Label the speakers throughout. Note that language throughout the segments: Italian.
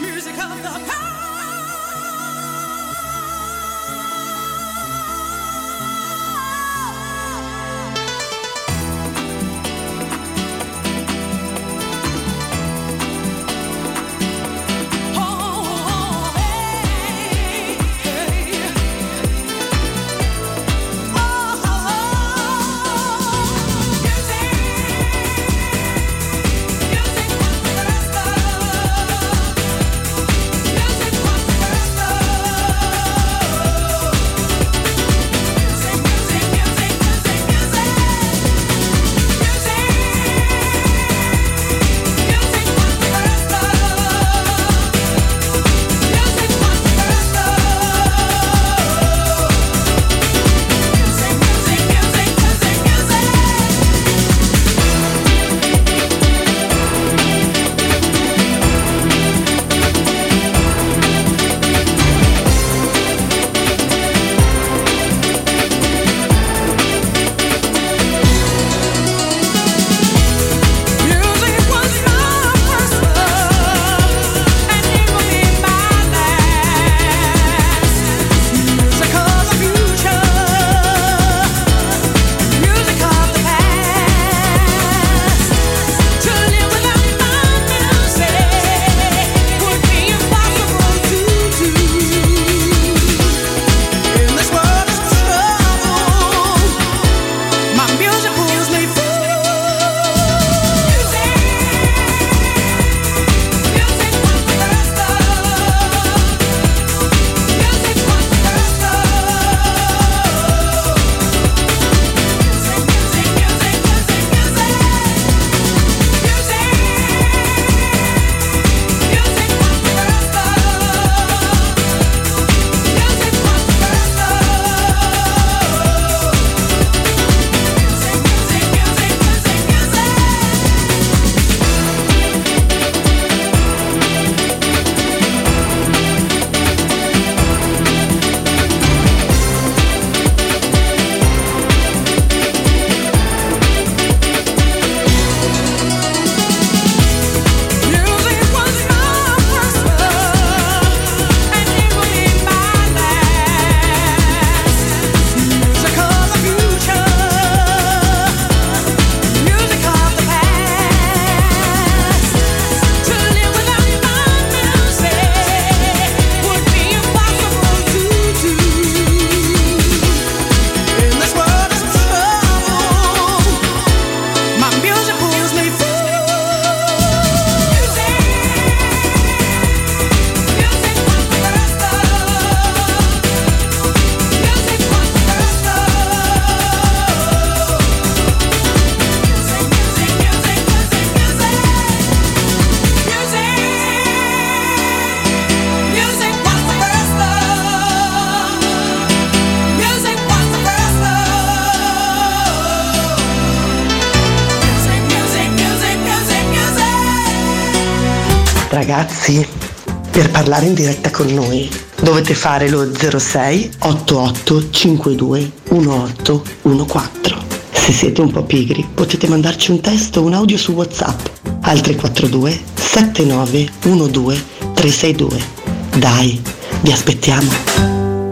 Speaker 1: Music of the past. Oh, hey, hey. Oh, music, music was the best love. Music was the best love. Music, music, music, music, music, music. Music was the best love. Music was the first love. Music, music, music, music, music. Music was my first love, and it will be my last. Music of the future, music of the past. To live without my music would be impossible to do. In this world of trouble, my music pulls me Oh Music, music, music, music, music. Music was my first love, and it will be my last. Music of the future, music of the past. To live without my music would be impossible to do. In this world of trouble, my music pulls me through. Music was the first love. Music was the first love. Music, music, music, music, music. Music. Music was the first love. Music was the first love. Music, music, music, music, music.
Speaker 2: Ragazzi, per parlare in diretta con noi dovete fare lo 06 88 52 18 14. Se siete un po' pigri potete mandarci un testo o un audio su WhatsApp al 342 79 12 362. Dai, vi aspettiamo.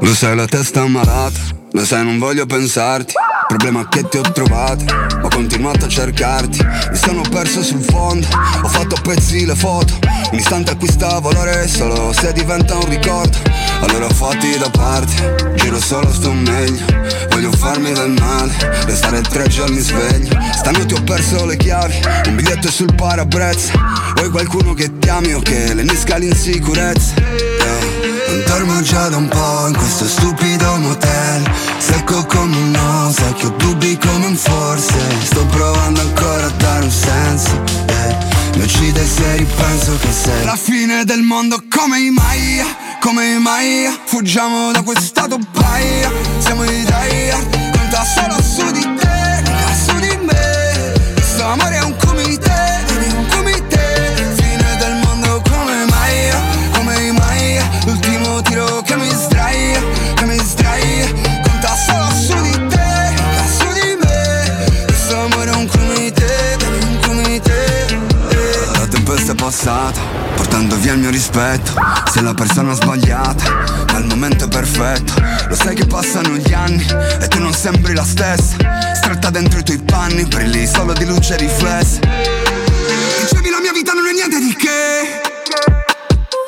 Speaker 3: Lo sai la testa ammalata, lo sai non voglio pensarti
Speaker 4: Problema è che ti ho trovato, ho continuato a cercarti Mi sono perso sul fondo, ho fatto a pezzi le foto Un istante acquista valore solo se diventa un ricordo Allora fatti da parte, giro solo sto meglio Voglio farmi del male, restare tre giorni sveglio Stanotte ho perso le chiavi, un biglietto sul parabrezza Vuoi qualcuno che ti ami o che le nisca l'insicurezza? Yeah. Non dormo già da un po' in questo stupido motel Secco come un no, so che ho dubbi come un forse Sto provando ancora a dare un senso eh. Mi uccide se ripenso che sei La fine del mondo come mai, come mai Fuggiamo da questa paia, siamo i dai Conta solo su di te, su di me Questo amore è un comité, è un comité Fine del mondo come mai, come mai L'ultimo tiro che mi sdrai, che mi sdrai Conta solo su di te, su di me Questo amore è un comité, è un comité eh. La tempesta è passata, portando via il mio rispetto Sei la persona sbagliata, ma il momento è perfetto Lo sai che passano gli anni e tu non sembri la stessa Stretta dentro i tuoi panni, brilli solo di luce riflessa Dicevi la mia vita non è niente di che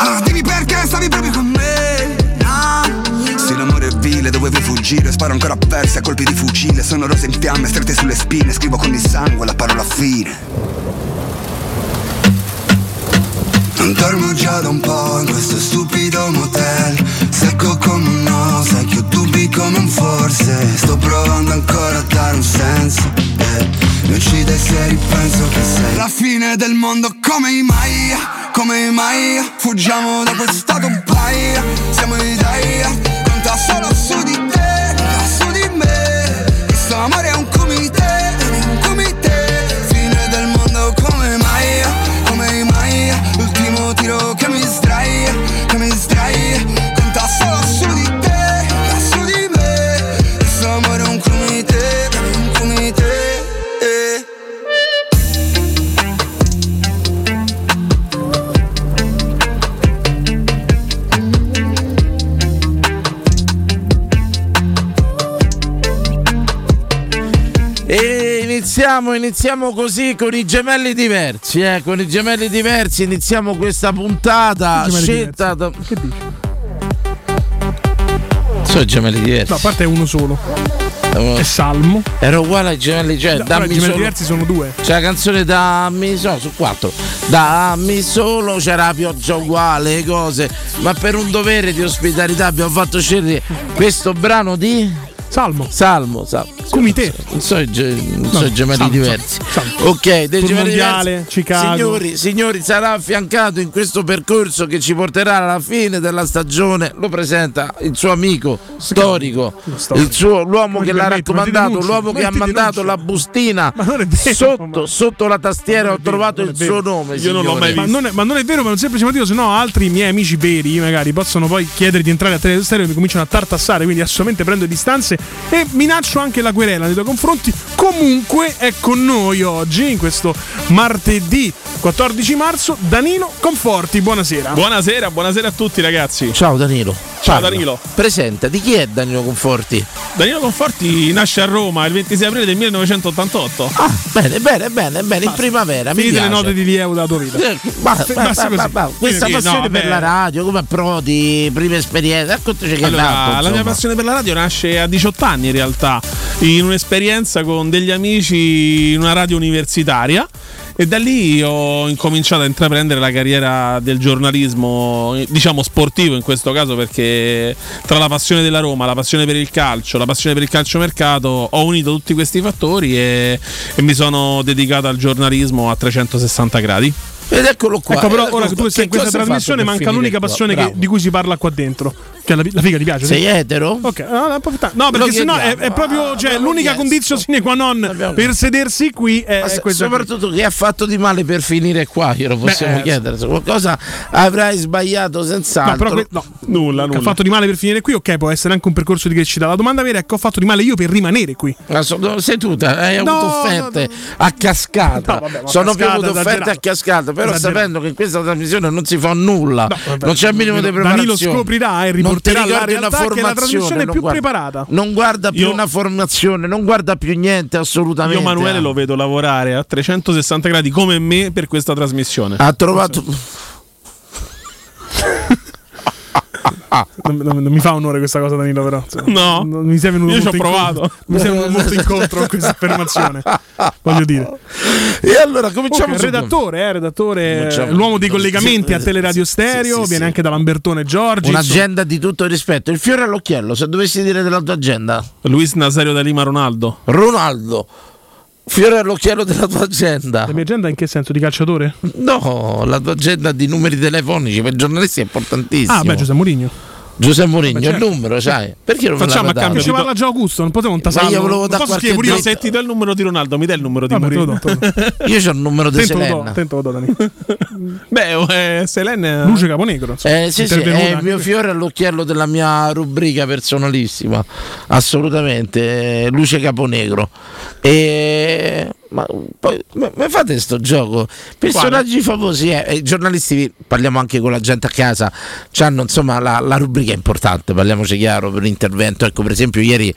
Speaker 4: allora dimmi perché stavi proprio con me ah. Sì l'amore è vile, dovevo fuggire Sparo ancora perse a colpi di fucile Sono rose in fiamme, strette sulle spine Scrivo con il sangue la parola fine Non dormo già da un po' in questo stupido motel Secco come un no, sai che ho dubbi come un forse Sto provando ancora a dare un senso eh. Mi uccide se ripenso che sei La fine del mondo come mai, come mai Fuggiamo da questa compaia, siamo i dai Conta solo su di te, su di me Questo amore è un comité, è un comité Fine del mondo come mai, come mai L'ultimo tiro che mi sdrai, che mi sdrai Conta solo su di te, su di me Questo amore è un comité, è un comité eh.
Speaker 5: E iniziamo, iniziamo così con i gemelli diversi, eh, con i gemelli diversi iniziamo questa puntata
Speaker 3: Gemelli
Speaker 5: scelta da...
Speaker 3: diversi. Che dici?
Speaker 5: Sono i gemelli diversi.
Speaker 3: No, a parte è uno solo. È Salmo.
Speaker 5: Eh, Era uguale ai gemelli,
Speaker 6: Eh,
Speaker 5: cioè,
Speaker 3: No, però i
Speaker 5: dammi
Speaker 3: gemelli
Speaker 5: solo...
Speaker 3: diversi sono due.
Speaker 5: C'è la canzone Dammi solo, su quattro. Dammi solo, c'era la pioggia uguale, le cose. Ma per un dovere di ospitalità abbiamo fatto scegliere questo brano di
Speaker 3: Salmo.
Speaker 5: Salmo, Salmo.
Speaker 3: Comité.
Speaker 5: Non so, i ge- non
Speaker 3: No,
Speaker 5: so i gemelli
Speaker 3: Salmo,
Speaker 5: diversi.
Speaker 3: Salmo, Salmo.
Speaker 5: Ok, dei
Speaker 3: Tour
Speaker 5: gemelli
Speaker 3: mondiale,
Speaker 5: diversi.
Speaker 3: Chicago.
Speaker 5: Signori, signori, sarà affiancato in questo percorso che ci porterà alla fine della stagione. Lo presenta il suo amico storico,
Speaker 3: storico.
Speaker 5: il suo l'uomo
Speaker 3: Ma
Speaker 5: che
Speaker 3: gli
Speaker 5: l'ha
Speaker 3: permetti, ma ti
Speaker 5: raccomandato,
Speaker 3: denuncio,
Speaker 5: l'uomo
Speaker 3: ma
Speaker 5: che ha
Speaker 3: ti
Speaker 5: mandato
Speaker 3: denuncio.
Speaker 5: la bustina
Speaker 3: Ma non è vero,
Speaker 5: sotto,
Speaker 3: ma-
Speaker 5: sotto la
Speaker 3: Ma
Speaker 5: tastiera. Ho
Speaker 3: non è vero,
Speaker 5: trovato
Speaker 3: non è
Speaker 5: il
Speaker 3: vero.
Speaker 5: suo nome.
Speaker 6: Io non l'ho
Speaker 5: signori.
Speaker 6: mai
Speaker 3: Ma non, è, ma non è vero per un semplice motivo, se no altri miei amici veri magari possono poi chiedere di entrare a Tele Stereo e mi cominciano a tartassare, quindi assolutamente prendo distanze e minaccio anche la querela nei tuoi confronti. Comunque è con noi oggi, in questo martedì 14 marzo, Danilo Conforti, buonasera.
Speaker 6: Buonasera, buonasera a tutti ragazzi.
Speaker 5: Ciao Danilo.
Speaker 6: Ciao,
Speaker 5: Parla.
Speaker 6: Danilo.
Speaker 5: Presenta, di chi è Danilo Conforti?
Speaker 6: Danilo Conforti nasce a Roma il 26 aprile del 1988.
Speaker 5: Ah, bene, bene, bene, bene, in primavera. mi
Speaker 3: Finite le
Speaker 5: piace.
Speaker 3: note di Diego dalla tua vita.
Speaker 5: Eh, ma-
Speaker 3: basta
Speaker 5: ma- ma-
Speaker 3: così.
Speaker 5: ma- ma- questa
Speaker 6: Sì, sì,
Speaker 5: passione
Speaker 6: no,
Speaker 5: per
Speaker 6: beh.
Speaker 5: la radio, come a Prodi, prime esperienze, raccontaci che
Speaker 6: Allora,
Speaker 5: l'altro,
Speaker 6: la mia
Speaker 5: insomma.
Speaker 6: passione per la radio nasce a 18 anni in realtà, in un'esperienza con degli amici in una radio universitaria e da lì ho incominciato a intraprendere la carriera del giornalismo, eh, diciamo sportivo in questo caso perché tra la passione della Roma, la passione per il calcio, la passione per il calciomercato ho unito tutti questi fattori e, e mi sono dedicato al giornalismo a 360 gradi.
Speaker 5: Ed eccolo qua.
Speaker 3: Ecco, però
Speaker 5: ed
Speaker 3: ora
Speaker 5: eccolo
Speaker 3: tu
Speaker 5: qua.
Speaker 3: sei in
Speaker 5: Che
Speaker 3: questa
Speaker 5: cosa hai
Speaker 3: trasmissione,
Speaker 5: fatto per
Speaker 3: manca l'unica
Speaker 5: finire qua?
Speaker 3: passione che-
Speaker 5: Bravo.
Speaker 3: di cui si parla qua dentro. Cioè la, la figa ti piace?
Speaker 5: Sei etero?
Speaker 3: Ok, no, no, profetta- no,
Speaker 5: Lo
Speaker 3: perché sennò è,
Speaker 5: chiediamo.
Speaker 3: è proprio
Speaker 5: Ah,
Speaker 3: cioè,
Speaker 5: abbiamo
Speaker 3: l'unica
Speaker 5: chiesto.
Speaker 3: condizione sine qua non
Speaker 5: Abbiamo
Speaker 3: per
Speaker 5: chiesto.
Speaker 3: sedersi qui è,
Speaker 5: Ma
Speaker 3: è
Speaker 5: se-
Speaker 3: questa qui.
Speaker 5: soprattutto che ha fatto di male per finire qua, glielo possiamo
Speaker 3: eh,
Speaker 5: chiedere. Se qualcosa avrai sbagliato senz'altro.
Speaker 3: No, però que- no,
Speaker 6: Nulla,
Speaker 3: che ho fatto di male per finire qui, ok, può essere anche un percorso di crescita. La domanda vera è che ho fatto di male io per rimanere qui.
Speaker 5: Ma sono- sei tu, te- hai
Speaker 3: No,
Speaker 5: avuto
Speaker 3: no,
Speaker 5: offerte
Speaker 3: no.
Speaker 5: a cascata.
Speaker 3: No, vabbè, ma cascata,
Speaker 5: sono più avuto offerte a
Speaker 3: esagerato.
Speaker 5: cascata, però
Speaker 3: Esagerato.
Speaker 5: sapendo che in questa trasmissione non si fa nulla,
Speaker 3: No, vabbè,
Speaker 5: non c'è il minimo di
Speaker 3: Danilo
Speaker 5: preparazione.
Speaker 3: scoprirà e
Speaker 5: non ti
Speaker 3: porterà alla
Speaker 5: ricordi una
Speaker 3: realtà che è la
Speaker 5: formazione,
Speaker 3: trasmissione
Speaker 5: non
Speaker 3: più
Speaker 5: guarda-
Speaker 3: preparata.
Speaker 5: Non guarda più
Speaker 6: Io-
Speaker 5: una formazione, non guarda più niente assolutamente.
Speaker 6: Io Manuele lo vedo lavorare a 360 gradi come me per questa trasmissione.
Speaker 5: ha trovato
Speaker 3: Non, non- non mi fa onore questa cosa, Danilo, però. Cioè,
Speaker 6: No.
Speaker 3: non mi sei venuto
Speaker 6: Io ci ho
Speaker 3: molto
Speaker 6: provato.
Speaker 3: incontro- Mi sei venuto molto incontro con questa affermazione. Voglio dire.
Speaker 5: E allora
Speaker 3: Oh, che
Speaker 5: cominciamo
Speaker 3: è
Speaker 5: subito.
Speaker 3: redattore, eh, redattore,
Speaker 5: Cominciamo.
Speaker 3: l'uomo dei collegamenti a
Speaker 5: Sì,
Speaker 3: Teleradio
Speaker 5: sì,
Speaker 3: Stereo,
Speaker 5: sì, sì.
Speaker 3: viene anche da Lambertone Giorgi.
Speaker 5: Un'agenda di tutto rispetto. Il fiore all'occhiello, se dovessi dire della tua agenda,
Speaker 6: Luis Nazario da Lima Ronaldo.
Speaker 5: Ronaldo. Fiore all'occhiello della tua agenda.
Speaker 3: La mia agenda in che senso? Di calciatore?
Speaker 5: No, la tua agenda di numeri telefonici per giornalisti è importantissima.
Speaker 3: Ah, beh, Giuseppe Mourinho.
Speaker 5: Giuseppe Mourinho,
Speaker 3: Beh, certo.
Speaker 5: il numero, sai? Perché non
Speaker 6: Facciamo
Speaker 5: me
Speaker 6: a
Speaker 5: l'aveva
Speaker 6: cambio
Speaker 3: Ci
Speaker 5: dato?
Speaker 3: parla già Augusto, non potevo un
Speaker 5: io
Speaker 3: tasarlo.
Speaker 5: volevo
Speaker 3: Non
Speaker 5: da
Speaker 3: posso
Speaker 5: qualche
Speaker 3: scrivere
Speaker 6: Io
Speaker 3: pure
Speaker 5: dritta.
Speaker 6: se ti do il numero di Ronaldo, mi dai il numero di
Speaker 3: Vabbè, te lo
Speaker 6: Mourinho.
Speaker 3: do, te lo do.
Speaker 5: Io c'ho il numero di
Speaker 3: Tento lo do,
Speaker 5: Selena.
Speaker 3: tento lo do, Dani.
Speaker 6: Beh, oh, eh, Selene
Speaker 3: Luce Caponegro. insomma,
Speaker 5: Eh, sì, sì,
Speaker 3: intervenuta
Speaker 5: è il
Speaker 3: anche
Speaker 5: mio
Speaker 3: qui.
Speaker 5: fiore all'occhiello della mia rubrica personalissima, assolutamente, eh, Luce Caponegro. E... Ma poi ma- ma fate sto gioco? Personaggi famosi, eh, eh, giornalisti, parliamo anche con la gente a casa, c'hanno insomma la, la rubrica è importante, parliamoci chiaro per l'intervento. Ecco, per esempio, ieri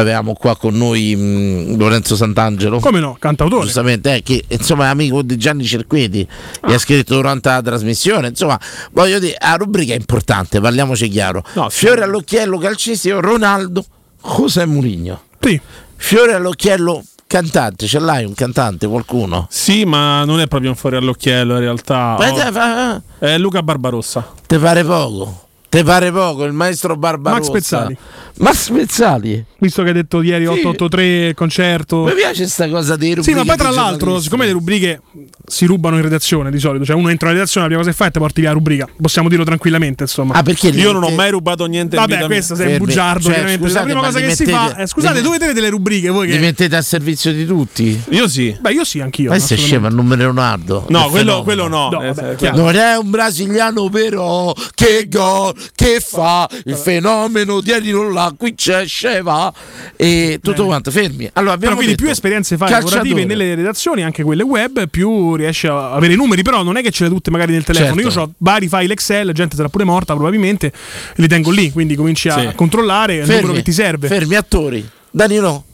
Speaker 5: avevamo qua con noi mh, Lorenzo Sant'Angelo.
Speaker 3: Come no, cantautore.
Speaker 5: Giustamente, eh, che insomma è amico di Gianni Cerqueti
Speaker 3: Ah.
Speaker 5: che ha scritto durante la trasmissione. Insomma, voglio dire, la rubrica è importante, parliamoci chiaro.
Speaker 6: No, sì.
Speaker 5: Fiore all'occhiello calcistico, Ronaldo, José Mourinho.
Speaker 3: Sì.
Speaker 5: Fiore all'occhiello cantante, ce l'hai un cantante, qualcuno?
Speaker 6: Sì, ma non è proprio un fuori all'occhiello in realtà.
Speaker 5: Ma
Speaker 6: Oh,
Speaker 5: te, fa- eh?
Speaker 6: È Luca Barbarossa.
Speaker 5: te pare poco. Te pare poco, il maestro Barbarossa.
Speaker 3: Max Pezzali.
Speaker 5: Max Pezzali.
Speaker 3: Visto che hai detto ieri 883 concerto.
Speaker 5: Mi piace sta cosa dei rubriche
Speaker 3: Sì, ma poi tra
Speaker 5: di
Speaker 3: l'altro,
Speaker 5: giornalisti.
Speaker 3: siccome le rubriche si rubano in redazione di solito, cioè uno entra in redazione, la prima cosa che fa è te porti via la rubrica. Possiamo dirlo tranquillamente, insomma.
Speaker 5: Ah, perché
Speaker 6: Io non ho
Speaker 5: te-
Speaker 6: mai rubato niente in
Speaker 3: Vabbè,
Speaker 6: vita
Speaker 3: questo
Speaker 6: mia.
Speaker 3: sei un
Speaker 5: Fermi.
Speaker 3: bugiardo.
Speaker 5: Cioè,
Speaker 3: veramente.
Speaker 5: scusate,
Speaker 3: la prima
Speaker 5: ma
Speaker 3: cosa
Speaker 5: li
Speaker 3: che si
Speaker 5: mettete-
Speaker 3: fa è eh, scusate,
Speaker 5: li-
Speaker 3: dove vedete le rubriche voi
Speaker 5: Vi
Speaker 3: che
Speaker 5: mettete a servizio di tutti?
Speaker 6: Io sì.
Speaker 3: Beh, io sì, anch'io.
Speaker 5: Ma se scema il numero Leonardo?
Speaker 6: No,
Speaker 5: Che
Speaker 6: quello,
Speaker 5: fenomeno.
Speaker 6: quello no.
Speaker 3: No,
Speaker 6: Eh,
Speaker 3: vabbè,
Speaker 6: quello-
Speaker 3: chiaro.
Speaker 5: Non è un brasiliano però che gol che fa il fenomeno di Arino là qui c'è Sceva e tutto quanto fermi.
Speaker 3: Però
Speaker 5: Allora abbiamo
Speaker 3: quindi
Speaker 5: detto,
Speaker 3: più esperienze fai
Speaker 5: calciatore.
Speaker 3: lavorative nelle redazioni, anche quelle web, più riesci a avere i numeri, però non è che ce le hai tutte magari nel telefono.
Speaker 5: Certo.
Speaker 3: Io ho vari file Excel, gente sarà pure morta probabilmente, li tengo lì, quindi cominci a
Speaker 6: Sì.
Speaker 3: controllare il
Speaker 5: Fermi,
Speaker 3: numero che ti serve.
Speaker 5: Fermi attori. Danilo,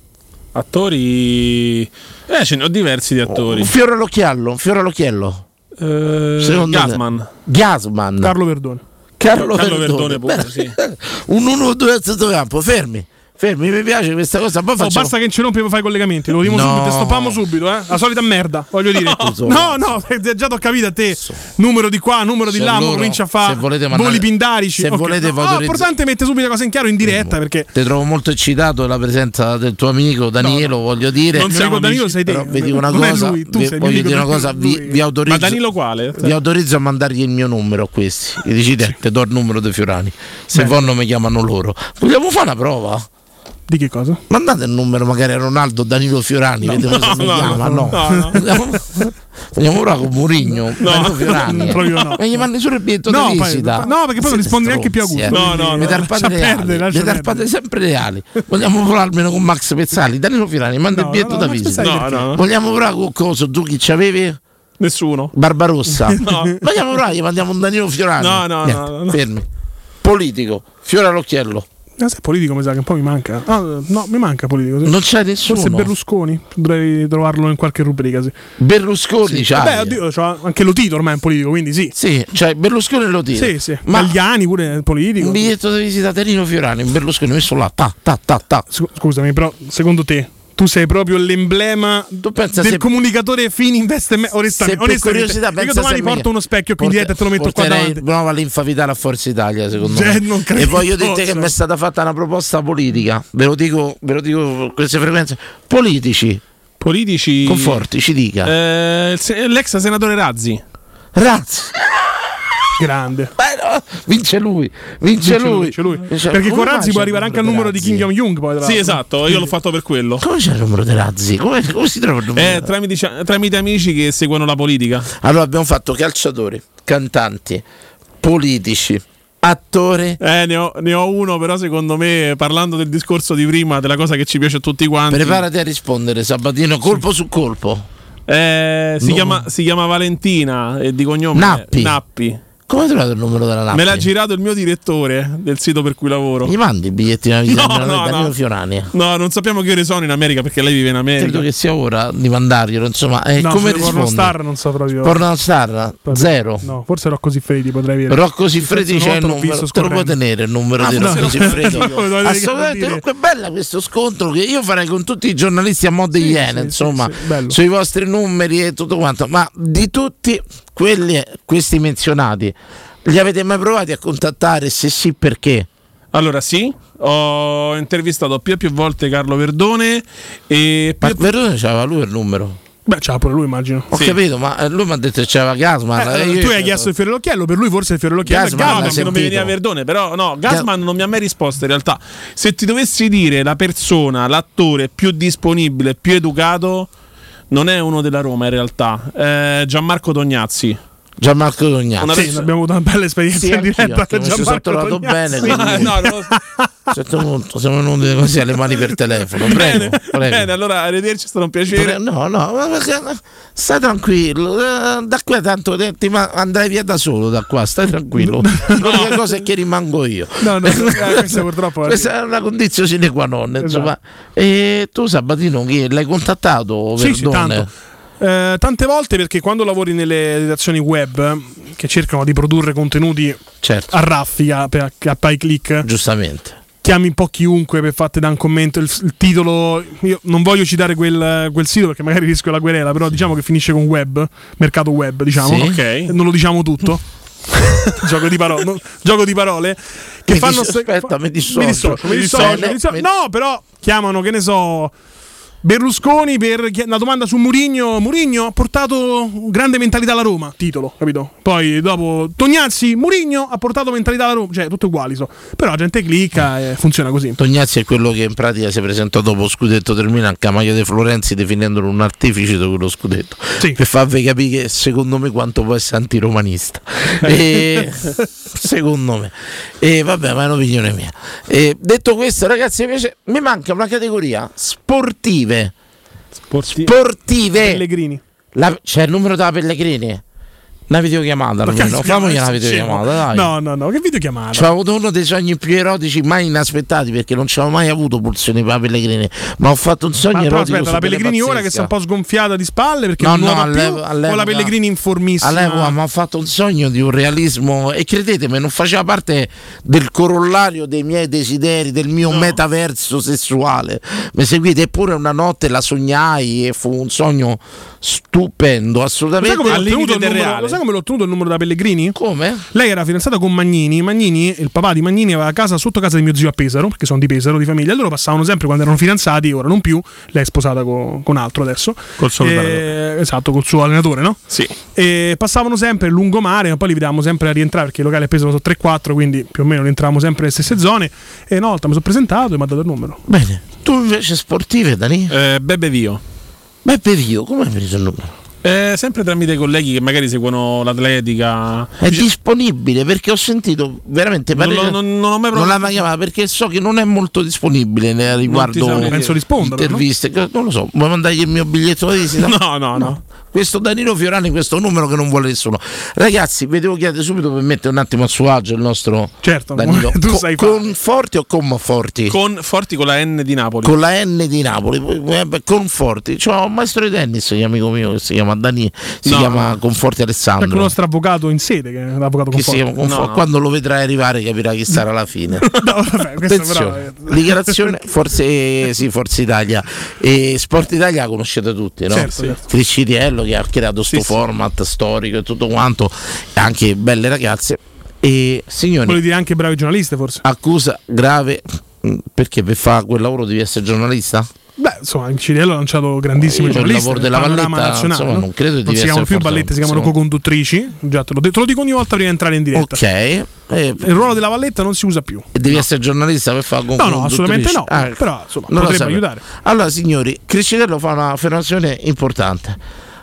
Speaker 6: Attori. Eh, ce ne ho diversi di attori.
Speaker 5: Oh, un fiore all'occhiello, un fiore all'occhiello.
Speaker 6: Eh,
Speaker 5: Secondo te-
Speaker 6: Gasman.
Speaker 5: Gasman,
Speaker 3: Carlo Verdone.
Speaker 5: Carlo,
Speaker 6: Carlo Verdone pure,
Speaker 5: Beh, Un 1-2 a tutto campo, fermi. Fermi, mi piace questa cosa. Poi
Speaker 3: Oh,
Speaker 5: facciamo-
Speaker 3: basta che non ci rompiamo fai i collegamenti, lo dimo
Speaker 5: No.
Speaker 3: subito, te stoppiamo subito, eh. La solita merda, voglio dire. No,
Speaker 5: Sono-
Speaker 3: no, eh, già ti ho capito a te. Numero di qua, numero di
Speaker 5: Se
Speaker 3: là, mo
Speaker 5: loro-
Speaker 3: comincia a
Speaker 5: se
Speaker 3: fare
Speaker 5: volete
Speaker 3: voli
Speaker 5: mandare-
Speaker 3: pindarici.
Speaker 5: se
Speaker 3: Ok.
Speaker 5: volete
Speaker 3: No,
Speaker 5: valorizzare-
Speaker 3: l'importante è mettere subito la cosa in chiaro in diretta perché
Speaker 5: Ti trovo molto eccitato della presenza del tuo amico Danilo, voglio dire.
Speaker 6: Non
Speaker 3: il mio
Speaker 6: siamo
Speaker 3: amico Danilo
Speaker 6: amici,
Speaker 3: sei te.
Speaker 5: Però vi dico una
Speaker 3: Non è
Speaker 5: cosa,
Speaker 3: lui, tu
Speaker 5: vi-
Speaker 3: sei
Speaker 5: voglio
Speaker 3: l'unico
Speaker 5: dire una
Speaker 3: Danilo,
Speaker 5: cosa, vi,
Speaker 3: lui.
Speaker 5: vi autorizzo,
Speaker 6: Ma Danilo quale?
Speaker 5: vi autorizzo a mandargli il mio numero a questi. Gli dici te, te do il numero dei Fiorani. Se vanno mi chiamano loro. Vogliamo fare una prova?
Speaker 3: Di che cosa?
Speaker 5: Mandate il numero magari a Ronaldo Danilo Fiorani, vediamo se mi
Speaker 6: no,
Speaker 5: chiama.
Speaker 6: no,
Speaker 5: No,
Speaker 6: no,
Speaker 5: Vogliamo- vogliamo ora con Murigno, Danilo Fiorani.
Speaker 3: proprio no.
Speaker 5: Ma gli mandi solo il biglietto
Speaker 3: No,
Speaker 5: di
Speaker 3: poi-
Speaker 5: visita.
Speaker 3: no, perché poi non
Speaker 5: Siete
Speaker 3: rispondi neanche più a
Speaker 5: stronzi,
Speaker 3: Augusto,
Speaker 5: eh.
Speaker 6: No, no, no.
Speaker 5: Mi tarpate
Speaker 3: Lascia perdere,
Speaker 5: reali.
Speaker 3: lascia
Speaker 5: Mi tarpate sempre reali. Vogliamo provare almeno con Max Pezzali. Danilo Fiorani, manda
Speaker 3: No,
Speaker 5: il biglietto
Speaker 3: no,
Speaker 5: da
Speaker 3: Max
Speaker 5: visita.
Speaker 3: Pezzali
Speaker 6: No, no,
Speaker 5: Vogliamo provare con coso? Tu chi c'avevi?
Speaker 6: nessuno.
Speaker 5: Barbarossa.
Speaker 6: No.
Speaker 5: Vogliamo provare, gli mandiamo un Danilo Fiorani.
Speaker 6: No, no,
Speaker 5: Niente,
Speaker 6: no, no, no.
Speaker 5: Fermi. Politico, fiore all'occhiello.
Speaker 3: Ah, sei politico mi sa che un po' mi manca. Ah, no, mi manca politico. sì.
Speaker 5: Non c'è
Speaker 3: Forse
Speaker 5: nessuno.
Speaker 3: Berlusconi, dovrei trovarlo in qualche rubrica, sì. Eh,
Speaker 5: Berlusconi c'hai.
Speaker 3: Beh, oddio, c'ho anche lo Tito ormai è un politico, quindi sì.
Speaker 5: Sì, cioè Berlusconi lo dico.
Speaker 3: Sì, sì.
Speaker 5: Ma
Speaker 3: Galliani pure è politico.
Speaker 5: un biglietto da visita Danilo Fiorani, Berlusconi messo là. Ta, ta, ta, ta.
Speaker 3: Scu- Scusami, però, secondo te, tu sei proprio l'emblema
Speaker 5: Tu pensa
Speaker 3: del
Speaker 5: se-
Speaker 3: comunicatore fini investe me-
Speaker 5: Se
Speaker 3: onestamente,
Speaker 5: per
Speaker 3: onestamente
Speaker 5: curiosità
Speaker 3: io
Speaker 5: pensa
Speaker 3: domani
Speaker 5: se mi-
Speaker 3: porto uno specchio qui in
Speaker 5: porte-
Speaker 3: diretta e te lo metto qua
Speaker 5: porterei
Speaker 3: davanti.
Speaker 5: Prova l'infavità alla Forza Italia, secondo
Speaker 3: Cioè,
Speaker 5: me.
Speaker 3: non credo
Speaker 5: e voglio dirti
Speaker 3: possa.
Speaker 5: che mi è stata fatta una proposta politica. Ve lo dico, ve lo dico con queste frequenze. Politici,
Speaker 6: Politici.
Speaker 5: conforti, ci dica.
Speaker 6: Eh, il se- l'ex senatore Razzi.
Speaker 5: Razzi.
Speaker 3: Grande.
Speaker 5: Beh, no, vince lui, vince,
Speaker 3: Vince lui,
Speaker 5: lui.
Speaker 3: vince lui.
Speaker 5: Vince-
Speaker 3: Perché
Speaker 5: Come
Speaker 3: con Razzi può
Speaker 5: mai c'è
Speaker 3: arrivare anche al numero di
Speaker 5: Razzi?
Speaker 3: Kim Jong-un. Poi, tra
Speaker 6: Sì,
Speaker 3: l'altro.
Speaker 6: esatto, io l'ho fatto per quello.
Speaker 5: Come c'è il numero di Razzi? Come, come si trova il numero? di
Speaker 6: Eh,
Speaker 5: Razzi?
Speaker 6: tramite, tramite amici che seguono la politica.
Speaker 5: Allora abbiamo fatto calciatori, cantanti, politici, attori.
Speaker 6: Eh, ne ho, ne ho uno, però secondo me, parlando del discorso di prima, della cosa che ci piace a tutti quanti.
Speaker 5: Preparati a rispondere, Sabatino, colpo su colpo.
Speaker 6: Eh, si,
Speaker 5: No.
Speaker 6: chiama, si chiama Valentina e di cognome
Speaker 5: Nappi.
Speaker 6: Nappi.
Speaker 5: Come hai trovato il numero della
Speaker 6: Me l'ha
Speaker 5: lapide?
Speaker 6: girato il mio direttore del sito per cui lavoro.
Speaker 5: Gli mandi i biglietti della visita
Speaker 6: No,
Speaker 5: di Milano
Speaker 6: no,
Speaker 5: da Danilo
Speaker 6: no.
Speaker 5: Fiorani.
Speaker 6: No, non sappiamo che ore sono in America perché lei vive in
Speaker 5: Credo
Speaker 6: America.
Speaker 5: che sia ora di mandarglielo, insomma, eh,
Speaker 3: No,
Speaker 5: come
Speaker 3: sulle
Speaker 5: rispondi?
Speaker 3: Pornostar non so proprio.
Speaker 5: Pornostar, zero.
Speaker 3: No, forse ero così freddi, potrei dire.
Speaker 5: Rocco
Speaker 3: Forse
Speaker 5: Siffredi
Speaker 3: una
Speaker 5: c'è il
Speaker 3: volta l'ho
Speaker 5: numero,
Speaker 3: visto
Speaker 5: te lo puoi
Speaker 3: scorrendo. Ah,
Speaker 5: tenere il numero di
Speaker 3: no,
Speaker 5: Rocco
Speaker 3: no,
Speaker 5: Siffredi?
Speaker 3: no, no, no,
Speaker 5: Assolutamente,
Speaker 3: dire.
Speaker 5: dunque è bella questo scontro che io farei con tutti i giornalisti a mo' di
Speaker 3: Sì,
Speaker 5: Iene,
Speaker 3: sì,
Speaker 5: insomma,
Speaker 3: sì, sì, bello.
Speaker 5: sui vostri numeri e tutto quanto, ma di tutti quelli, questi menzionati, li avete mai provati a contattare? Se sì, perché?
Speaker 6: Allora, sì, ho intervistato più e più volte Carlo Verdone e
Speaker 5: Ma
Speaker 6: più-
Speaker 5: Verdone c'aveva lui il numero.
Speaker 3: Beh, c'ha pure lui, immagino.
Speaker 5: Ho
Speaker 6: Sì.
Speaker 5: capito, ma eh, lui mi ha detto che c'era Gasman.
Speaker 3: Eh,
Speaker 5: eh,
Speaker 3: tu
Speaker 5: io-
Speaker 3: hai chiesto il fiore all'occhiello, per lui forse il fiore all'occhiello è
Speaker 5: Gasman,
Speaker 3: Gasman.
Speaker 6: No, perché non mi
Speaker 5: sentito.
Speaker 6: veniva Verdone, però no, Gasman non mi ha mai risposto in realtà. Se ti dovessi dire la persona, l'attore più disponibile, più educato, non è uno della Roma in realtà, è Gianmarco Tognazzi.
Speaker 5: Gianmarco Dognazzi.
Speaker 6: Una
Speaker 3: Sì,
Speaker 6: persona-
Speaker 3: abbiamo avuto una bella esperienza
Speaker 5: Ah, Sì,
Speaker 3: in
Speaker 5: anch'io,
Speaker 3: diretta.
Speaker 5: anch'io, mi ci sono trovato bene, quindi-
Speaker 6: No, no, non lo-
Speaker 5: A un certo punto siamo venuti così alle mani per telefono. Prego,
Speaker 6: bene,
Speaker 5: prego.
Speaker 6: bene, allora arrivederci, è stato un
Speaker 5: Pre-
Speaker 6: piacere.
Speaker 5: No, no, ma perché- stai tranquillo. eh, Da qui a tanto tempo ma andrai via da solo da qua, stai tranquillo. L'unica cosa è che rimango io.
Speaker 3: No, no, eh, questa purtroppo è- Esatto.
Speaker 5: Questa è una condizione sine qua non. Insomma. E tu Sabatino che l'hai contattato
Speaker 3: Sì, sì,
Speaker 5: Verdone?
Speaker 3: tanto. Eh, tante volte perché quando lavori nelle redazioni web eh, che cercano di produrre contenuti
Speaker 5: Certo,
Speaker 3: a raffica per, a pay click
Speaker 5: giustamente.
Speaker 3: chiami un po' chiunque per farti da un commento il, il titolo io non voglio citare quel, quel sito perché magari rischio la querela però diciamo che finisce con web mercato web diciamo
Speaker 5: Sì.
Speaker 6: Ok.
Speaker 3: non lo diciamo tutto gioco, di paro- no, gioco di parole che
Speaker 5: Mi
Speaker 3: fanno
Speaker 5: dis- aspetta, mi dissocio,
Speaker 3: mi dissocio, mi
Speaker 5: mi
Speaker 3: dissocio,
Speaker 5: dissocio.
Speaker 3: mi dissocio.
Speaker 5: Mi-
Speaker 3: no però chiamano che ne so Berlusconi per chi- una domanda su Murigno Murigno ha portato grande mentalità alla Roma titolo capito poi dopo Tognazzi Murigno ha portato mentalità alla Roma cioè tutti uguali so però la gente clicca e funziona così
Speaker 5: Tognazzi è quello che in pratica si presentò dopo lo scudetto del Milan Camaglio De Florenzi definendolo un artifice di quello scudetto
Speaker 3: Sì.
Speaker 5: per farvi capire che secondo me quanto può essere antiromanista E- secondo me e vabbè ma è un'opinione mia E detto questo ragazzi invece mi manca una categoria sportive sportive
Speaker 3: Pellegrini
Speaker 5: La- c'è il numero della Pellegrini una videochiamata almeno famogli una videochiamata dai
Speaker 3: no no no che videochiamata
Speaker 5: Ci ho avuto uno dei sogni più erotici mai inaspettati perché non ci avevo mai avuto pulsioni per la Pellegrini, ma ho fatto un sogno
Speaker 3: Ma però
Speaker 5: erotico.
Speaker 3: aspetta, la
Speaker 5: super
Speaker 3: Pellegrini ora che
Speaker 5: pazzesca.
Speaker 3: sta un po' sgonfiata di spalle perché
Speaker 5: No,
Speaker 3: non
Speaker 5: no,
Speaker 3: nuota
Speaker 5: all'epo-
Speaker 3: più, o
Speaker 5: all'epoca-
Speaker 3: la Pellegrini informissima.
Speaker 5: All'epoca mi ha fatto un sogno di un realismo e credetemi non faceva parte del corollario dei miei desideri, del mio metaverso sessuale. Mi seguite? Eppure una notte la sognai e fu un sogno stupendo,
Speaker 3: Lo sai
Speaker 5: assolutamente.
Speaker 3: come l'ho
Speaker 6: Al
Speaker 3: ottenuto
Speaker 6: limite
Speaker 3: il
Speaker 6: del
Speaker 3: numero-
Speaker 6: reale.
Speaker 3: lo sai come l'ho ottenuto il numero da Pellegrini?
Speaker 5: Come?
Speaker 3: Lei era fidanzata con Magnini, Magnini, il papà di Magnini aveva casa sotto casa di mio zio a Pesaro, perché sono di Pesaro di famiglia, e loro passavano sempre quando erano fidanzati, ora non più, lei è sposata co- con altro adesso.
Speaker 6: Col suo
Speaker 3: Eh,
Speaker 6: allenatore.
Speaker 3: Esatto, col suo allenatore, no?
Speaker 6: Sì.
Speaker 3: E passavano sempre lungomare, ma poi li vedevamo sempre a rientrare perché i locali a Pesaro sono 3-4, quindi più o meno rientravamo sempre nelle stesse zone. E una volta mi sono presentato e mi ha dato il numero.
Speaker 5: Bene. Tu invece sportive, Dani?
Speaker 6: Eh, Bebe Vio.
Speaker 5: Beppe Dio, come hai preso il numero?
Speaker 6: Eh, sempre tramite i colleghi che magari seguono l'atletica.
Speaker 5: È disponibile perché ho sentito veramente
Speaker 6: Non,
Speaker 5: parere-
Speaker 6: l'ho- non- non ho mai
Speaker 5: non
Speaker 6: provato.
Speaker 5: l'ha mai chiamata perché so che non è molto disponibile ne-
Speaker 6: ti
Speaker 5: riguardo
Speaker 6: sanno dire.
Speaker 3: Penso rispondano,
Speaker 5: interviste. che- Non lo so, vuoi mandargli il mio biglietto da visita?
Speaker 6: No, no, no.
Speaker 5: Questo Danilo Fiorani, questo numero che non vuole nessuno. Ragazzi, vi devo chiedere subito per mettere un attimo a suo agio il nostro
Speaker 3: Certo,
Speaker 5: Danilo.
Speaker 3: tu
Speaker 5: Co-
Speaker 3: sai fare.
Speaker 5: con forti o con forti?
Speaker 6: Con Forti con la N di Napoli.
Speaker 5: con la N di Napoli, eh, beh, Conforti, c'ho un maestro di tennis, un amico mio che si chiama Dani, si
Speaker 6: No.
Speaker 5: chiama
Speaker 3: C'è anche un
Speaker 5: Conforti Alessandro.
Speaker 3: nostro avvocato in sede, che è l'avvocato
Speaker 5: Che si chiama
Speaker 3: Conforti.
Speaker 5: Conforti.
Speaker 6: No, no.
Speaker 5: Quando lo vedrai arrivare capirai chi sarà la fine.
Speaker 3: No, vabbè, questo però
Speaker 5: Attenzione,
Speaker 3: è-
Speaker 5: dichiarazione Forza, eh, sì, Forza Italia e Sport Italia la conoscete tutti, no?
Speaker 3: Certo, certo.
Speaker 5: Criscitiello che ha creato sto
Speaker 6: Sì, sì.
Speaker 5: format storico e tutto quanto, e anche belle ragazze. E
Speaker 3: Volevo
Speaker 5: signori,
Speaker 3: dire anche bravi giornalisti, forse.
Speaker 5: accusa grave mm, perché per fare quel lavoro devi essere giornalista?
Speaker 3: Beh, insomma, il Ciriello ha lanciato grandissimi
Speaker 5: Io per il
Speaker 3: giornalisti.
Speaker 5: lavoro
Speaker 3: nel
Speaker 5: della
Speaker 3: panorama
Speaker 5: Valletta, insomma, non credo di
Speaker 3: si
Speaker 5: essere
Speaker 3: chiamano più
Speaker 5: fortunato,
Speaker 3: ballette, si chiamano
Speaker 5: insomma.
Speaker 3: co-conduttrici. Già, te lo, de- te lo dico ogni volta prima di entrare in diretta.
Speaker 5: Ok, eh,
Speaker 3: Il ruolo della valletta non si usa più.
Speaker 5: e devi essere giornalista per fare
Speaker 3: No, no, assolutamente no. Eh,
Speaker 5: Ah,
Speaker 3: Però, insomma,
Speaker 5: non lo
Speaker 3: potrebbe
Speaker 5: sapevo.
Speaker 3: aiutare.
Speaker 5: Allora, signori, Criscitello fa una affermazione importante.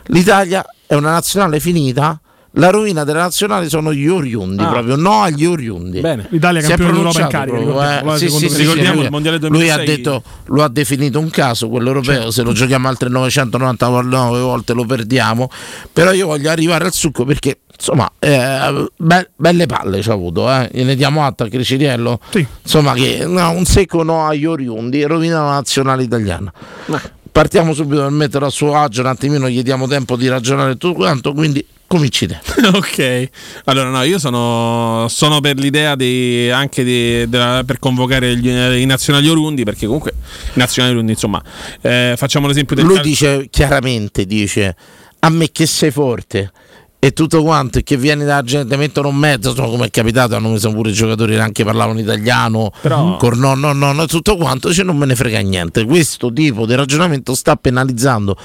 Speaker 5: L'Italia è una nazionale finita, la rovina della nazionale sono gli oriundi,
Speaker 6: Ah.
Speaker 5: proprio no agli oriundi.
Speaker 6: Bene.
Speaker 3: L'Italia è
Speaker 5: Si è
Speaker 3: campione d'Europa in
Speaker 5: pronunciato
Speaker 3: carica.
Speaker 5: proprio,
Speaker 3: ricordiamo,
Speaker 5: eh.
Speaker 3: eh,
Speaker 5: Sì,
Speaker 3: secondo
Speaker 5: sì,
Speaker 3: me.
Speaker 5: sì,
Speaker 6: ricordiamo
Speaker 5: sì,
Speaker 6: il mondiale
Speaker 5: Lui ha
Speaker 6: 2006.
Speaker 5: detto, lo ha definito un caso quello europeo, se lo giochiamo altre 999 volte lo perdiamo, però io voglio arrivare al succo perché insomma eh, be- belle palle ci ha avuto, eh. ne diamo atto a Criciriello,
Speaker 3: Sì.
Speaker 5: insomma che no, un secco no agli oriundi rovina la nazionale italiana. Partiamo subito per metterlo a suo agio, un attimino gli diamo tempo di ragionare e tutto quanto, quindi cominci te.
Speaker 6: ok, allora no, io sono, sono per l'idea di, anche di, della- per convocare gli- i nazionali orundi, perché comunque i nazionali orundi, insomma, eh, facciamo l'esempio del
Speaker 5: lui
Speaker 6: calcio-
Speaker 5: dice chiaramente dice a me che sei forte e tutto quanto e che viene dalla gente mettono un mezzo insomma come è capitato hanno messo pure i giocatori che anche parlavano italiano Mm.
Speaker 6: Però-
Speaker 5: col no no no no tutto quanto cioè non me ne frega niente questo tipo di ragionamento sta penalizzando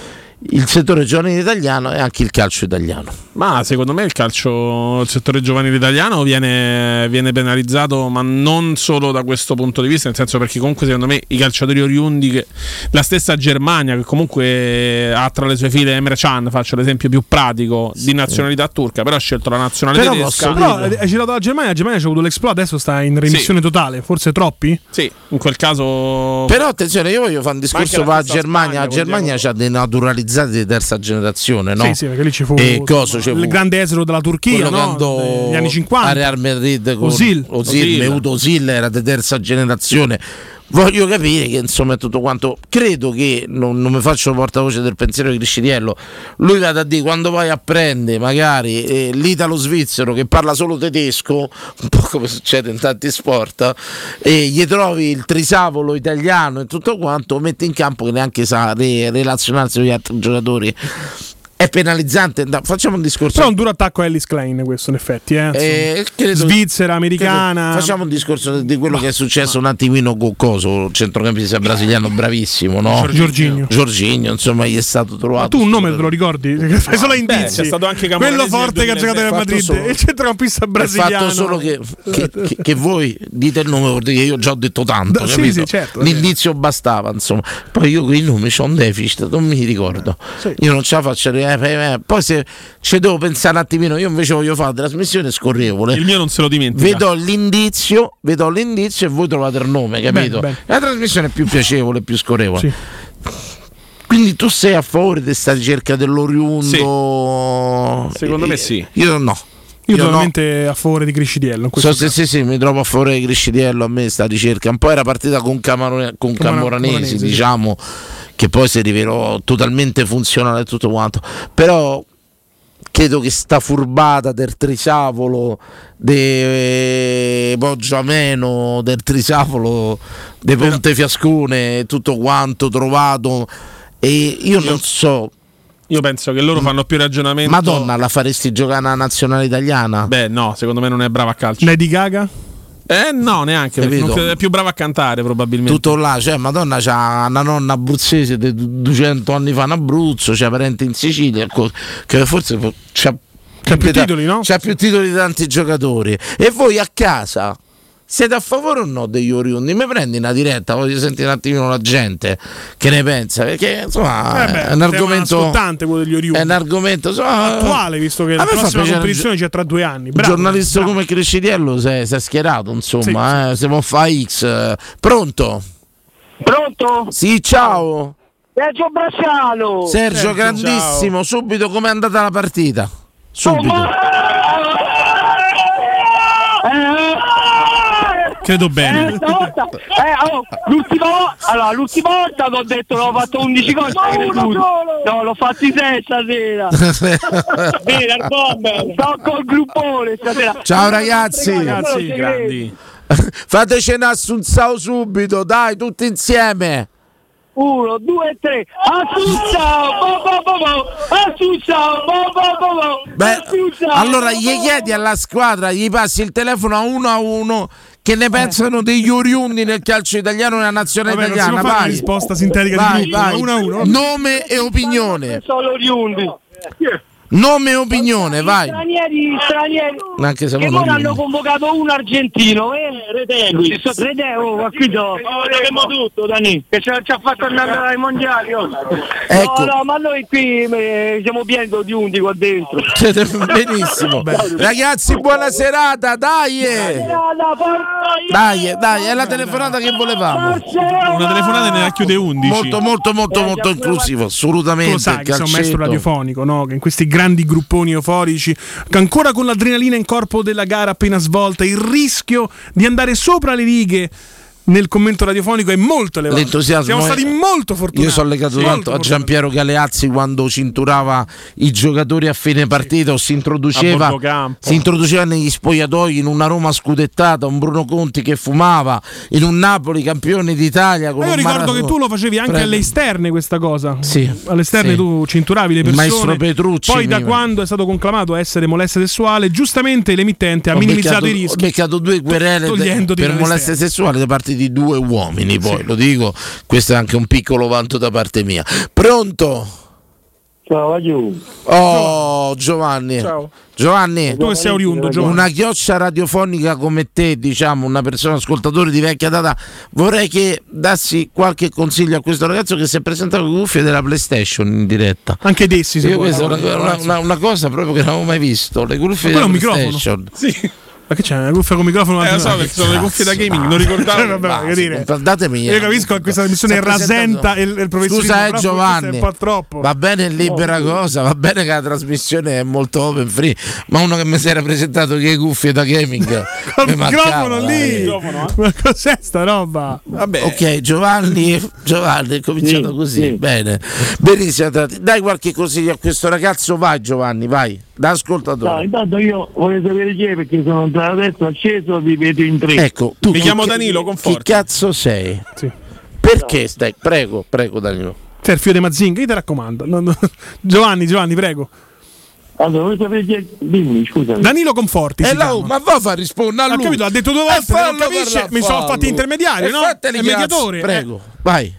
Speaker 5: il settore giovanile italiano e anche il calcio italiano
Speaker 6: Ma secondo me il calcio, il settore giovanile italiano viene, viene penalizzato, ma non solo da questo punto di vista, nel senso perché comunque secondo me i calciatori oriundi, che- la stessa Germania che comunque eh, ha tra le sue file Emre Can, faccio l'esempio più pratico, di nazionalità turca, però ha scelto la nazionale
Speaker 5: Però
Speaker 6: tedesca.
Speaker 5: posso-
Speaker 3: Però eh, hai girato la Germania, la Germania c'è avuto l'exploit, adesso sta in remissione totale, forse troppi?
Speaker 6: Sì, in quel caso...
Speaker 5: Però attenzione, io voglio fare un discorso
Speaker 6: anche la
Speaker 5: per la
Speaker 6: stessa
Speaker 5: Germania. La
Speaker 6: Spagna,
Speaker 5: Germania
Speaker 6: vogliamo-
Speaker 5: ha dei naturalizzati di terza generazione, no?
Speaker 3: Sì, sì, perché lì ci fu,
Speaker 5: E cosa c'è
Speaker 3: il
Speaker 5: fu?
Speaker 3: grande esero della Turchia,
Speaker 5: quello
Speaker 3: no?
Speaker 5: che andò
Speaker 3: negli anni 50.
Speaker 5: a Real Madrid con
Speaker 3: Ozil.
Speaker 5: Osil,
Speaker 6: Ozil.
Speaker 5: Meut Ozil era di terza generazione. Voglio capire che insomma è tutto quanto. Credo che non, non mi faccio portavoce del pensiero di Criscitiello. Lui vada a dire quando vai a prendere magari eh, l'italo-svizzero che parla solo tedesco, un po' come succede in tanti sport, eh, e gli trovi il trisavolo italiano e tutto quanto, mette in campo che neanche sa re- relazionarsi con gli altri giocatori. È penalizzante. No, Facciamo un discorso
Speaker 3: Però è un duro attacco a Ellis Klein questo in effetti, eh.
Speaker 5: eh, credo-
Speaker 3: Svizzera,
Speaker 5: credo-
Speaker 3: americana.
Speaker 5: Facciamo un discorso di quello che è successo un attimino con Coso, il centrocampista brasiliano bravissimo, no?
Speaker 3: Giorginio.
Speaker 5: Giorginio, insomma, gli è stato trovato.
Speaker 3: Ma tu un nome te lo ricordi? Fai solo indizi.
Speaker 6: c'è stato anche Camoranesi
Speaker 3: Quello
Speaker 6: nel
Speaker 3: forte che ha giocato nel
Speaker 6: 2006.
Speaker 3: Madrid,
Speaker 5: Fatto solo-
Speaker 3: il centrocampista
Speaker 5: È
Speaker 3: brasiliano.
Speaker 5: fatto solo che, che- che- che voi dite il nome vuol dire che io già ho detto tanto.
Speaker 3: Da- sì,
Speaker 5: capito?
Speaker 3: sì, certo,
Speaker 5: L'indizio bastava, insomma. Poi io quei nomi c'ho un deficit, non mi ricordo. Io non ce la faccio. eh, eh, eh. Poi se ci devo pensare un attimino, io invece voglio fare una trasmissione scorrevole.
Speaker 6: Il mio non se lo dimentica.
Speaker 5: vedo l'indizio, vedo l'indizio e voi trovate il nome, capito?
Speaker 3: Bene,
Speaker 5: La trasmissione è più piacevole, più scorrevole.
Speaker 3: Sì.
Speaker 5: Quindi tu sei a favore di questa ricerca dell'oriundo?
Speaker 6: Sì. Secondo
Speaker 5: Eh,
Speaker 6: me sì.
Speaker 5: Io no.
Speaker 3: Io,
Speaker 5: no.
Speaker 3: totalmente a favore di Criscidiello. in questo
Speaker 5: So se sì, sì, mi trovo a favore di Criscidiello a me sta ricerca. Un po' era partita con, Camaro- con
Speaker 3: Camara-
Speaker 5: Camoranesi,
Speaker 3: Camoranesi, sì.
Speaker 5: diciamo, che poi si rivelò totalmente funzionale e tutto quanto. Però credo che sta furbata del Trisavolo, de eh, Poggio Ameno, del Trisavolo, de Ponte Fiascone, e tutto quanto trovato. E io non so,
Speaker 6: Io penso che loro fanno più ragionamento.
Speaker 5: Madonna, la faresti giocare alla nazionale italiana?
Speaker 6: Beh, no, secondo me non è brava a calcio.
Speaker 3: Lady Gaga?
Speaker 6: Eh no, neanche. perché
Speaker 5: Capito?
Speaker 6: non credo- È più brava a cantare probabilmente.
Speaker 5: tutto là, cioè Madonna c'ha una nonna abruzzese di 200 anni fa in Abruzzo, c'ha parenti in Sicilia, co- che forse po- c'ha,
Speaker 3: C'ha più titoli, no?
Speaker 5: C'ha più titoli di tanti giocatori. E voi a casa siete a favore o no degli oriundi? Mi prendi una diretta, voglio sentire un attimino la gente che ne pensa, perché insomma
Speaker 3: Eh beh,
Speaker 5: è un
Speaker 3: tema
Speaker 5: argomento...
Speaker 3: scottante quello degli
Speaker 5: È un
Speaker 3: Oriundi.
Speaker 5: argomento insomma,
Speaker 3: Attuale, visto che
Speaker 5: a
Speaker 3: la
Speaker 5: me fa
Speaker 3: prossima
Speaker 5: piacere-
Speaker 3: competizione c'è tra due anni.
Speaker 5: un
Speaker 3: Bravo,
Speaker 5: giornalista
Speaker 3: bravo.
Speaker 5: come Crescidiello si è si è schierato, insomma, eh, se non fa X. eh. Pronto?
Speaker 7: Pronto?
Speaker 5: Sì, ciao.
Speaker 7: Sergio Bracciano!
Speaker 5: Sergio, grandissimo, subito com'è andata la partita? Subito.
Speaker 7: Eh,
Speaker 6: Credo bene.
Speaker 7: stavolta- eh, oh, l'ultima volta, allora, l'ultima volta che ho detto l'ho fatto 11 gol, ci hai creduto. no, l'ho fatti 6 stasera. Vero, al bomber. Sto col gruppone stasera.
Speaker 5: Ciao ragazzi,
Speaker 3: Ragazzi,
Speaker 6: grandi.
Speaker 5: fateci un assunzao subito, dai, tutti insieme.
Speaker 7: 1, 2, 3. Assunzao! Bo, bo, bo, bo. Assunzao! Bo, bo, bo, bo.
Speaker 5: Beh,
Speaker 7: Assunzao,
Speaker 5: allora
Speaker 7: bo,
Speaker 5: gli
Speaker 7: bo,
Speaker 5: chiedi alla squadra, gli passi il telefono a uno a uno che
Speaker 7: Eh.
Speaker 5: ne pensano degli oriundi nel calcio italiano e nella nazionale
Speaker 3: Vabbè, non si può
Speaker 5: italiana.
Speaker 3: fare una
Speaker 5: Vai,
Speaker 3: risposta sintetica
Speaker 5: vai,
Speaker 3: di gruppo,
Speaker 5: vai.
Speaker 3: uno a uno.
Speaker 5: Nome e opinione.
Speaker 7: Sono oriundi.
Speaker 5: Nome e opinione, vai.
Speaker 7: Stranieri, stranieri.
Speaker 5: Anche se
Speaker 7: Che
Speaker 5: mo non
Speaker 7: ora hanno
Speaker 5: viene.
Speaker 7: convocato un argentino, eh? Retegui. Retegui, ma qui do. tutto, Dani. Che ci ha fatto andare ai mondiali. oh.
Speaker 5: Ecco.
Speaker 7: No, no, ma noi qui eh, siamo pieni di unti qua dentro.
Speaker 5: Siete Benissimo. Ragazzi, buona serata, dai! eh. Dai, eh, dai, è la telefonata che volevamo.
Speaker 6: Una telefonata ne la chiude 11.
Speaker 5: Molto, molto, molto, molto inclusivo,
Speaker 3: Tu
Speaker 5: assolutamente.
Speaker 3: lo sai che sei un maestro
Speaker 5: calcetto.
Speaker 3: radiofonico, no? Che in questi grandi grupponi euforici, che ancora con l'adrenalina in corpo della gara appena svolta, il rischio di andare sopra le righe nel commento radiofonico è molto elevato.
Speaker 5: L'entusiasmo
Speaker 3: Siamo
Speaker 5: è-
Speaker 3: stati molto fortunati.
Speaker 5: Io sono legato
Speaker 3: Sì, molto
Speaker 5: tanto a Giampiero Galeazzi quando cinturava i giocatori a fine partita o si
Speaker 6: A
Speaker 5: introduceva,
Speaker 6: bordo campo.
Speaker 5: si introduceva negli spogliatoi in una Roma scudettata, un Bruno Conti che fumava, in un Napoli campione d'Italia. Con
Speaker 3: Ma io
Speaker 5: un
Speaker 3: ricordo che
Speaker 5: Maradona.
Speaker 3: tu lo facevi anche
Speaker 5: Prego.
Speaker 3: alle esterne questa cosa.
Speaker 5: Sì,
Speaker 3: Alle esterne
Speaker 5: sì.
Speaker 3: tu cinturavi le
Speaker 5: Il
Speaker 3: persone.
Speaker 5: maestro Petrucci
Speaker 3: Poi da
Speaker 5: mi-
Speaker 3: quando è stato conclamato a essere molestia sessuale, giustamente l'emittente ha
Speaker 5: Ho
Speaker 3: minimizzato
Speaker 5: beccato-
Speaker 3: i
Speaker 5: Ho
Speaker 3: rischi.
Speaker 5: beccato due querele
Speaker 3: To-
Speaker 5: de-
Speaker 3: togliendoti
Speaker 5: per
Speaker 3: dalle
Speaker 5: molestia
Speaker 3: esterne.
Speaker 5: sessuale da parte di due uomini. Poi lo dico, questo è anche un piccolo vanto da parte mia. Pronto?
Speaker 7: Ciao, aiuto.
Speaker 5: Oh, Giovanni.
Speaker 3: Ciao.
Speaker 5: Giovanni.
Speaker 3: Tu che sei oriundo, Giovanni.
Speaker 5: Una chioccia radiofonica come te, diciamo, una persona ascoltatore di vecchia data, vorrei che dassi qualche consiglio a questo ragazzo che si è presentato con le cuffie della PlayStation in diretta.
Speaker 3: Anche dessi, se
Speaker 5: Io
Speaker 3: vuoi.
Speaker 5: questa è una, una- una- una cosa proprio che non avevo mai visto, le cuffie
Speaker 3: Ma quello è
Speaker 5: della
Speaker 3: un microfono.
Speaker 5: PlayStation.
Speaker 6: Sì.
Speaker 3: Ma che c'è? Una cuffia con microfono?
Speaker 6: Eh, lo so
Speaker 3: davanti?
Speaker 6: perché sono le cuffie da gaming, non ricordavo.
Speaker 3: Eh, vabbè,
Speaker 5: Basta,
Speaker 3: che dire.
Speaker 5: guardatemi,
Speaker 3: Io capisco che questa missione
Speaker 5: Si è presentato-
Speaker 3: rasenta il- il professionismo,
Speaker 5: Scusa, eh,
Speaker 3: però
Speaker 5: Giovanni.
Speaker 3: forse è un po' troppo.
Speaker 5: Va bene il libera cosa, va bene che la trasmissione è molto open free, ma uno che mi si era presentato che cuffie da gaming.
Speaker 3: Col
Speaker 5: mi
Speaker 3: microfono
Speaker 5: mancava, eh.
Speaker 3: lì.
Speaker 5: dai.
Speaker 3: Ma cos'è sta roba?
Speaker 6: Vabbè.
Speaker 5: Ok, Giovanni, Giovanni, è cominciato così. Bene, benissimo. Tati. Dai qualche consiglio a questo ragazzo. Vai, Giovanni, vai da ascoltatore.
Speaker 7: intanto io voglio sapere chi è perché sono entrato adesso acceso vi vedo in tre.
Speaker 5: Ecco, tu
Speaker 6: Mi
Speaker 5: chi
Speaker 6: chiamo
Speaker 5: ca-
Speaker 6: Danilo,
Speaker 5: Chi
Speaker 6: conforta.
Speaker 5: cazzo sei?
Speaker 3: Sì.
Speaker 5: Perché stai? Prego, prego, Danilo.
Speaker 3: Serfio De Mazinga, io ti raccomando. No, no. Giovanni, Giovanni, prego.
Speaker 7: Allora, voglio sapere chi è. Dimmi, scusami.
Speaker 3: Danilo Conforti.
Speaker 5: E
Speaker 3: si
Speaker 5: là,
Speaker 3: chiama.
Speaker 5: oh, ma va a far rispondere a
Speaker 3: Ha
Speaker 5: lui.
Speaker 3: capito, ha detto due
Speaker 5: E
Speaker 3: volte, non
Speaker 5: fallo
Speaker 3: capisce,
Speaker 5: parlare,
Speaker 3: mi sono
Speaker 5: fallo.
Speaker 3: fatti intermediari,
Speaker 5: E
Speaker 3: no?
Speaker 5: fateli
Speaker 3: È
Speaker 5: cazzo,
Speaker 3: mediatore, eh.
Speaker 5: Prego, vai.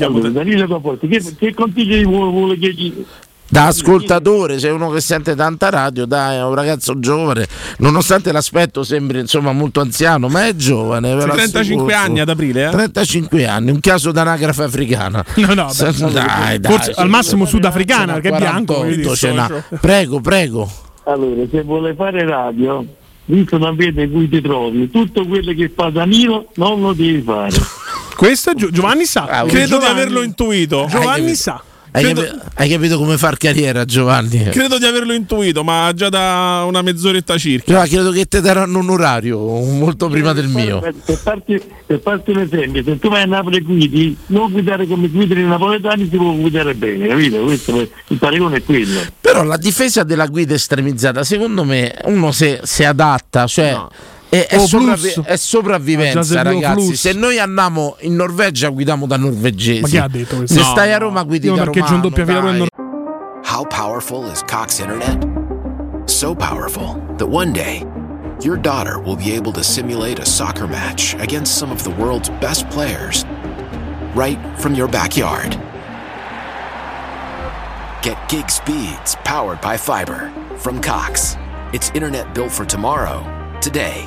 Speaker 7: Allora, Danilo Caporti, che, che consigli vuole, vuole chiedere?
Speaker 5: Da ascoltatore, sei uno che sente tanta radio, dai, è un ragazzo giovane, nonostante l'aspetto sembri insomma molto anziano, ma è giovane. ve lo
Speaker 6: 35
Speaker 5: assicuro.
Speaker 6: anni ad aprile, eh?
Speaker 5: 35 anni, un caso d'anagrafe africana.
Speaker 3: No, no,
Speaker 5: Sa-
Speaker 3: beh,
Speaker 5: dai, dai,
Speaker 3: forse
Speaker 5: sì,
Speaker 3: al massimo
Speaker 5: sì, ce
Speaker 3: sudafricana,
Speaker 5: n'ha
Speaker 3: perché è bianco.
Speaker 5: 48,
Speaker 3: quindi-
Speaker 5: ce n'ha. Prego, prego.
Speaker 7: Allora, se vuole fare radio, visto l'ambiente in cui ti trovi, tutto quello che fa Danilo non lo devi fare.
Speaker 3: Questo è Gio- Giovanni sa.
Speaker 5: Bravo.
Speaker 6: Credo
Speaker 3: Giovanni-
Speaker 6: di averlo intuito.
Speaker 5: Hai
Speaker 3: Giovanni
Speaker 5: capito.
Speaker 3: sa.
Speaker 5: Hai,
Speaker 6: Credo-
Speaker 5: capi- hai capito come far carriera, Giovanni?
Speaker 6: Credo di averlo intuito, ma già da una mezz'oretta circa.
Speaker 5: Giovanni, credo che te daranno un orario molto prima del mio.
Speaker 7: Per, per farti, per farti un esempio, se tu vai a Napoli e guidi, non guidare come guidano i napoletani, si può guidare bene, capito? Questo è- il paragone è quello.
Speaker 5: Però la difesa della guida estremizzata, secondo me, uno se- si adatta, cioè. È, è
Speaker 6: Oh,
Speaker 3: O
Speaker 5: sopravvi-
Speaker 3: plus.
Speaker 5: è sopravvivenza,
Speaker 3: Oh, Ah, già se dico
Speaker 5: ragazzi.
Speaker 3: plus.
Speaker 5: Se noi andiamo in Norvegia, guidiamo da norvegesi.
Speaker 3: Ma chi ha detto questo?
Speaker 5: Se
Speaker 3: No,
Speaker 5: stai a Roma, guidi
Speaker 3: Io
Speaker 5: da
Speaker 3: parcheggio in
Speaker 5: romano,
Speaker 3: doppia fila con il
Speaker 5: dai.
Speaker 8: How powerful is Cox Internet? So powerful that one day your daughter will be able to simulate a soccer match against some of the world's best players right from your backyard. Get gig speeds powered by fiber from Cox. It's internet built for tomorrow, today.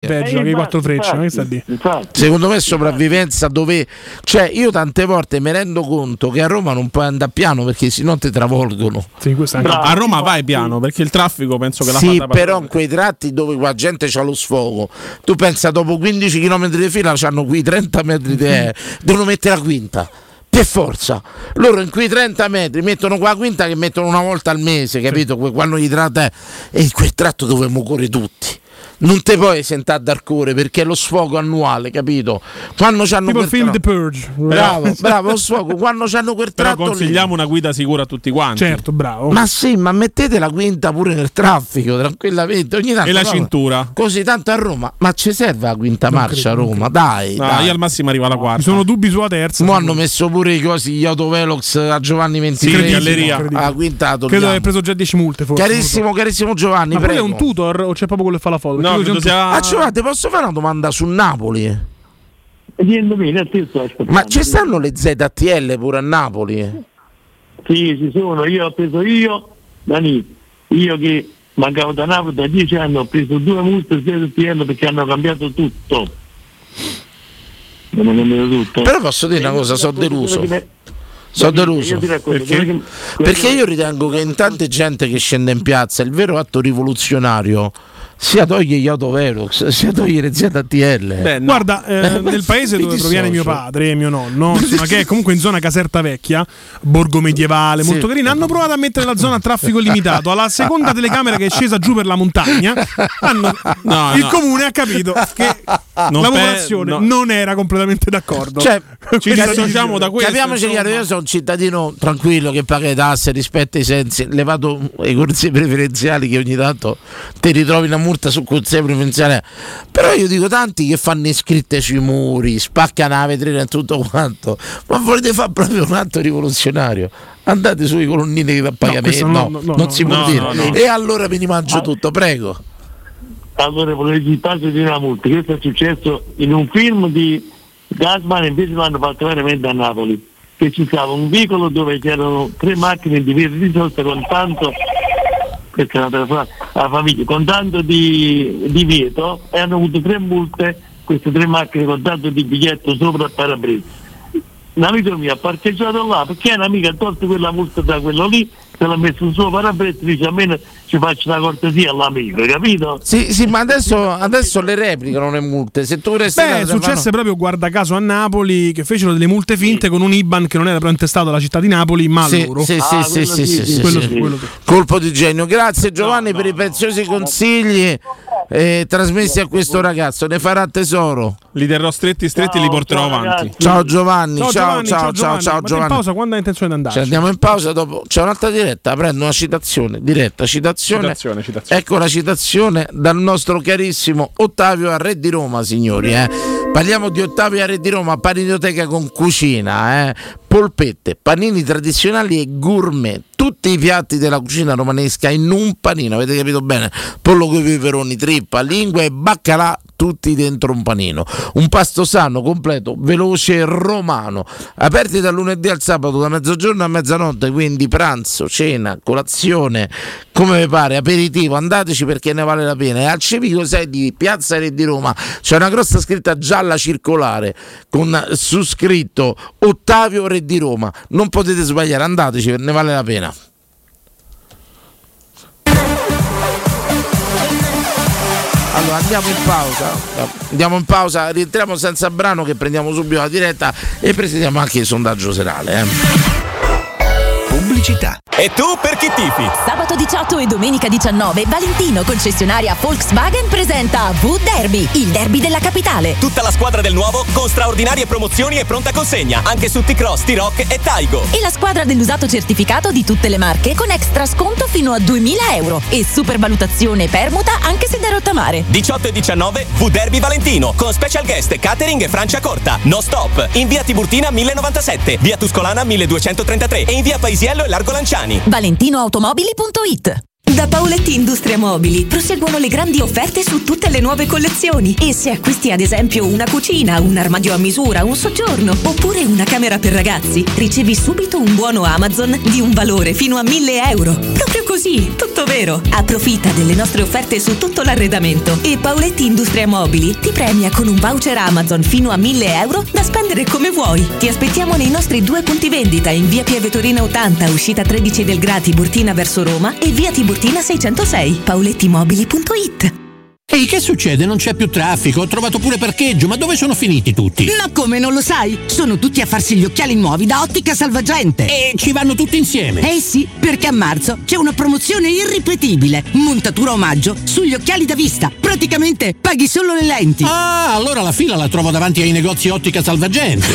Speaker 3: Peggio che i quattro frecce, ma che eh, sta a dire?
Speaker 7: Infatti,
Speaker 5: Secondo me è sopravvivenza dove... Cioè, io tante volte mi rendo conto che a Roma non puoi andare piano perché sennò ti travolgono.
Speaker 3: Sì, questo è anche-
Speaker 6: A Roma vai piano, perché il traffico penso che la
Speaker 5: Sì,
Speaker 6: fatta
Speaker 5: però in
Speaker 6: partire.
Speaker 5: quei tratti dove la gente c'ha lo sfogo, tu pensa dopo 15 km di fila c'hanno qui 30 metri di
Speaker 3: Mm-hmm.
Speaker 5: aereo, devono mettere la quinta. Per forza, loro in quei 30 metri mettono qua la quinta che mettono una volta al mese, capito? Que- Quando gli tratta è e in quel tratto dovremmo correre tutti. non te puoi sentare dal cuore perché è lo sfogo annuale, capito? Quando c'hanno
Speaker 3: Tipo il
Speaker 5: quel
Speaker 3: film The
Speaker 5: tratto-
Speaker 3: Purge.
Speaker 5: Bravo, bravo, lo sfogo, quando c'hanno quel
Speaker 6: Però
Speaker 5: tratto lì.
Speaker 6: consigliamo una guida sicura a tutti quanti.
Speaker 3: Certo, bravo.
Speaker 5: Ma sì, ma mettete la quinta pure nel traffico, tranquillamente. Ogni tanto,
Speaker 6: E la
Speaker 5: proprio-
Speaker 6: cintura.
Speaker 5: Così tanto a Roma, ma ci serve la quinta marcia a
Speaker 3: credo, non
Speaker 5: Roma, dai.
Speaker 6: No,
Speaker 5: dai.
Speaker 6: Ah, io al massimo arrivo alla quarta.
Speaker 3: Ci sono dubbi sulla terza.
Speaker 5: Mo hanno messo pure i cosi, gli autovelox a Giovanni XXIII.
Speaker 6: galleria.
Speaker 9: Ah,
Speaker 5: La quinta la
Speaker 3: Credo di aver
Speaker 5: togliamo.
Speaker 3: preso già 10 multe forse.
Speaker 5: Carissimo, carissimo Giovanni,
Speaker 3: Ma quello è
Speaker 5: prego.
Speaker 3: un tutor o c'è proprio quello che fa la foto?
Speaker 6: No,
Speaker 3: Perché
Speaker 6: credo
Speaker 3: io c'è un
Speaker 6: sia.
Speaker 5: Ah, Giovanni, ti posso fare una domanda su Napoli?
Speaker 9: Dimmi, bene, io sto ascoltando.
Speaker 5: Ma ci stanno le ZTL pure a Napoli?
Speaker 9: Sì, ci sono, io ho preso io, da lì, io che mancavo da Napoli da 10 anni, ho preso due multe sia del PM perché hanno cambiato tutto. Hanno cambiato tutto. Eh,
Speaker 5: Però posso dire una cosa, sono deluso. Sono deluso.
Speaker 9: Perché?
Speaker 5: Perché io ritengo che in tante gente che scende in piazza il vero atto rivoluzionario sia togliere gli autovelox, sia togliere ZTL.
Speaker 6: Beh, no.
Speaker 3: Guarda, eh,
Speaker 5: Eh, cioè.
Speaker 3: nel paese
Speaker 5: mi
Speaker 3: dove
Speaker 5: dissocio.
Speaker 3: proviene mio padre e mio nonno, insomma, che è comunque in zona Caserta Vecchia, borgo medievale,
Speaker 5: Sì.
Speaker 3: molto carina, hanno provato a mettere la zona a traffico limitato. Alla seconda telecamera che è scesa giù per la montagna, hanno-
Speaker 6: No,
Speaker 3: il
Speaker 6: no.
Speaker 3: comune ha capito che
Speaker 6: Non
Speaker 3: la
Speaker 6: pe-
Speaker 3: popolazione
Speaker 6: no.
Speaker 3: non era completamente d'accordo. diciamo
Speaker 5: Cioè,
Speaker 6: ci
Speaker 3: Questa
Speaker 6: dissociamo da questo.
Speaker 5: Capiamoci
Speaker 6: insomma.
Speaker 5: chiaro, io sono un cittadino tranquillo che paga le tasse, rispetta i sensi, levato i corsi preferenziali che ogni tanto ti ritrovi una multa sul corsia preferenziale. Però io dico tanti che fanno iscritte sui muri, spaccano la vetrina e tutto quanto. Ma volete fare proprio un atto rivoluzionario? Andate sui colonnini che da pagamento,
Speaker 3: questo no,
Speaker 5: no,
Speaker 3: no, no,
Speaker 5: non si
Speaker 3: no,
Speaker 5: può
Speaker 6: no,
Speaker 5: dire.
Speaker 6: no, no.
Speaker 5: E allora me ne mangio tutto, prego.
Speaker 9: Allora volevo citarsi di una multa, questo è successo in un film di Gasman e Bisman fatto veramente a Napoli, che ci stava un vicolo dove c'erano tre macchine divise di sotto con tanto questa è una persona, la famiglia, con tanto di, di vieto e hanno avuto tre multe, queste tre macchine con tanto di biglietto sopra il parabrisa. Un amico mio ha parcheggiato là perché un'amica ha tolto quella multa da quello lì, se l'ha messo sul suo parabrezzo dice almeno ci faccio una cortesia all'amico, capito?
Speaker 5: Sì, sì, ma adesso, adesso le replicano le multe. Se tu vorresti
Speaker 3: Beh,
Speaker 5: dare-
Speaker 3: successe proprio guarda caso a Napoli che fecero delle multe finte con un IBAN che non era proprio intestato alla città di Napoli, ma a
Speaker 5: Sì,
Speaker 3: loro.
Speaker 5: sì, sì,
Speaker 9: Ah,
Speaker 5: sì,
Speaker 9: quello sì,
Speaker 5: sì, sì,
Speaker 9: sì,
Speaker 5: sì,
Speaker 3: Quello
Speaker 5: sì.
Speaker 3: sì, quello sì.
Speaker 5: Colpo di genio, grazie Giovanni per i preziosi consigli eh, trasmessi a questo ragazzo, ne farà tesoro.
Speaker 6: Li terrò stretti stretti e li
Speaker 9: Ciao,
Speaker 6: porterò
Speaker 9: ciao,
Speaker 6: avanti.
Speaker 9: ragazzi.
Speaker 5: Ciao Giovanni, ciao ciao
Speaker 3: Giovanni, Giovanni. Ma
Speaker 5: ciao ciao,
Speaker 3: te in
Speaker 5: Giovanni.
Speaker 3: pausa quando hai intenzione di
Speaker 5: Ci
Speaker 3: andare?
Speaker 5: Cioè, andiamo in pausa dopo c'è un'altra diretta, prendo una citazione, diretta citazione.
Speaker 6: Citazione, citazione.
Speaker 5: Ecco la citazione dal nostro carissimo Ottavio a Re di Roma, signori, eh. Parliamo di Ottavio a Re di Roma, paninoteca con cucina, eh. polpette, panini tradizionali e gourmet. Tutti i piatti della cucina romanesca in un panino, avete capito bene? Pollo con i peperoni, trippa, lingua e baccalà, tutti dentro un panino. Un pasto sano, completo, veloce e romano. Aperti dal lunedì al sabato, da mezzogiorno a mezzanotte, quindi pranzo, cena, colazione, come vi pare, aperitivo, andateci perché ne vale la pena. E al Cevico 6 di Piazza Re di Roma c'è una grossa scritta gialla circolare con su scritto Ottavio Re di Roma. Non potete sbagliare, andateci, ne vale la pena. Allora andiamo in pausa. Andiamo in pausa, rientriamo senza brano che prendiamo subito la diretta e presentiamo anche il sondaggio serale. eh.
Speaker 10: Pubblicità.
Speaker 11: E tu per chi tifi?
Speaker 12: Sabato 18 e domenica 19 Valentino, concessionaria Volkswagen, presenta V-Derby, il derby della capitale.
Speaker 11: Tutta la squadra del nuovo con straordinarie promozioni e pronta consegna anche su T-Cross, T-Rock e Taigo.
Speaker 12: E la squadra dell'usato certificato di tutte le marche con extra sconto fino a 2000 euro e supervalutazione permuta anche se da rottamare.
Speaker 11: 18 e 19 V Derby Valentino con special guest catering e Francia Corta. No stop in via Tiburtina 1097, via Tuscolana 1233 e in via Paisiello e Largo Lanciani.
Speaker 12: ValentinoAutomobili.it
Speaker 13: Da Paoletti Industria Mobili proseguono le grandi offerte su tutte le nuove collezioni e se acquisti ad esempio una cucina, un armadio a misura, un soggiorno oppure una camera per ragazzi, ricevi subito un buono Amazon di un valore fino a 1000 euro. Proprio così, tutto vero. Approfitta delle nostre offerte su tutto l'arredamento e Paoletti Industria Mobili ti premia con un voucher Amazon fino a 1000 euro da spendere come vuoi. Ti aspettiamo nei nostri due punti vendita in via Pieve Torina 80, uscita 13 del Grati, Burtina verso Roma e via Tiburtina 606, paulettimobili.it.
Speaker 14: Ehi, che succede? Non c'è più traffico, ho trovato pure parcheggio, ma dove sono finiti tutti?
Speaker 15: Ma come non lo sai? Sono tutti a farsi gli occhiali nuovi da Ottica Salvagente.
Speaker 14: E ci vanno tutti insieme.
Speaker 15: Eh sì, perché a marzo c'è una promozione irripetibile. Montatura omaggio sugli occhiali da vista. Praticamente paghi solo le lenti.
Speaker 14: Ah, allora la fila la trovo davanti ai negozi Ottica Salvagente.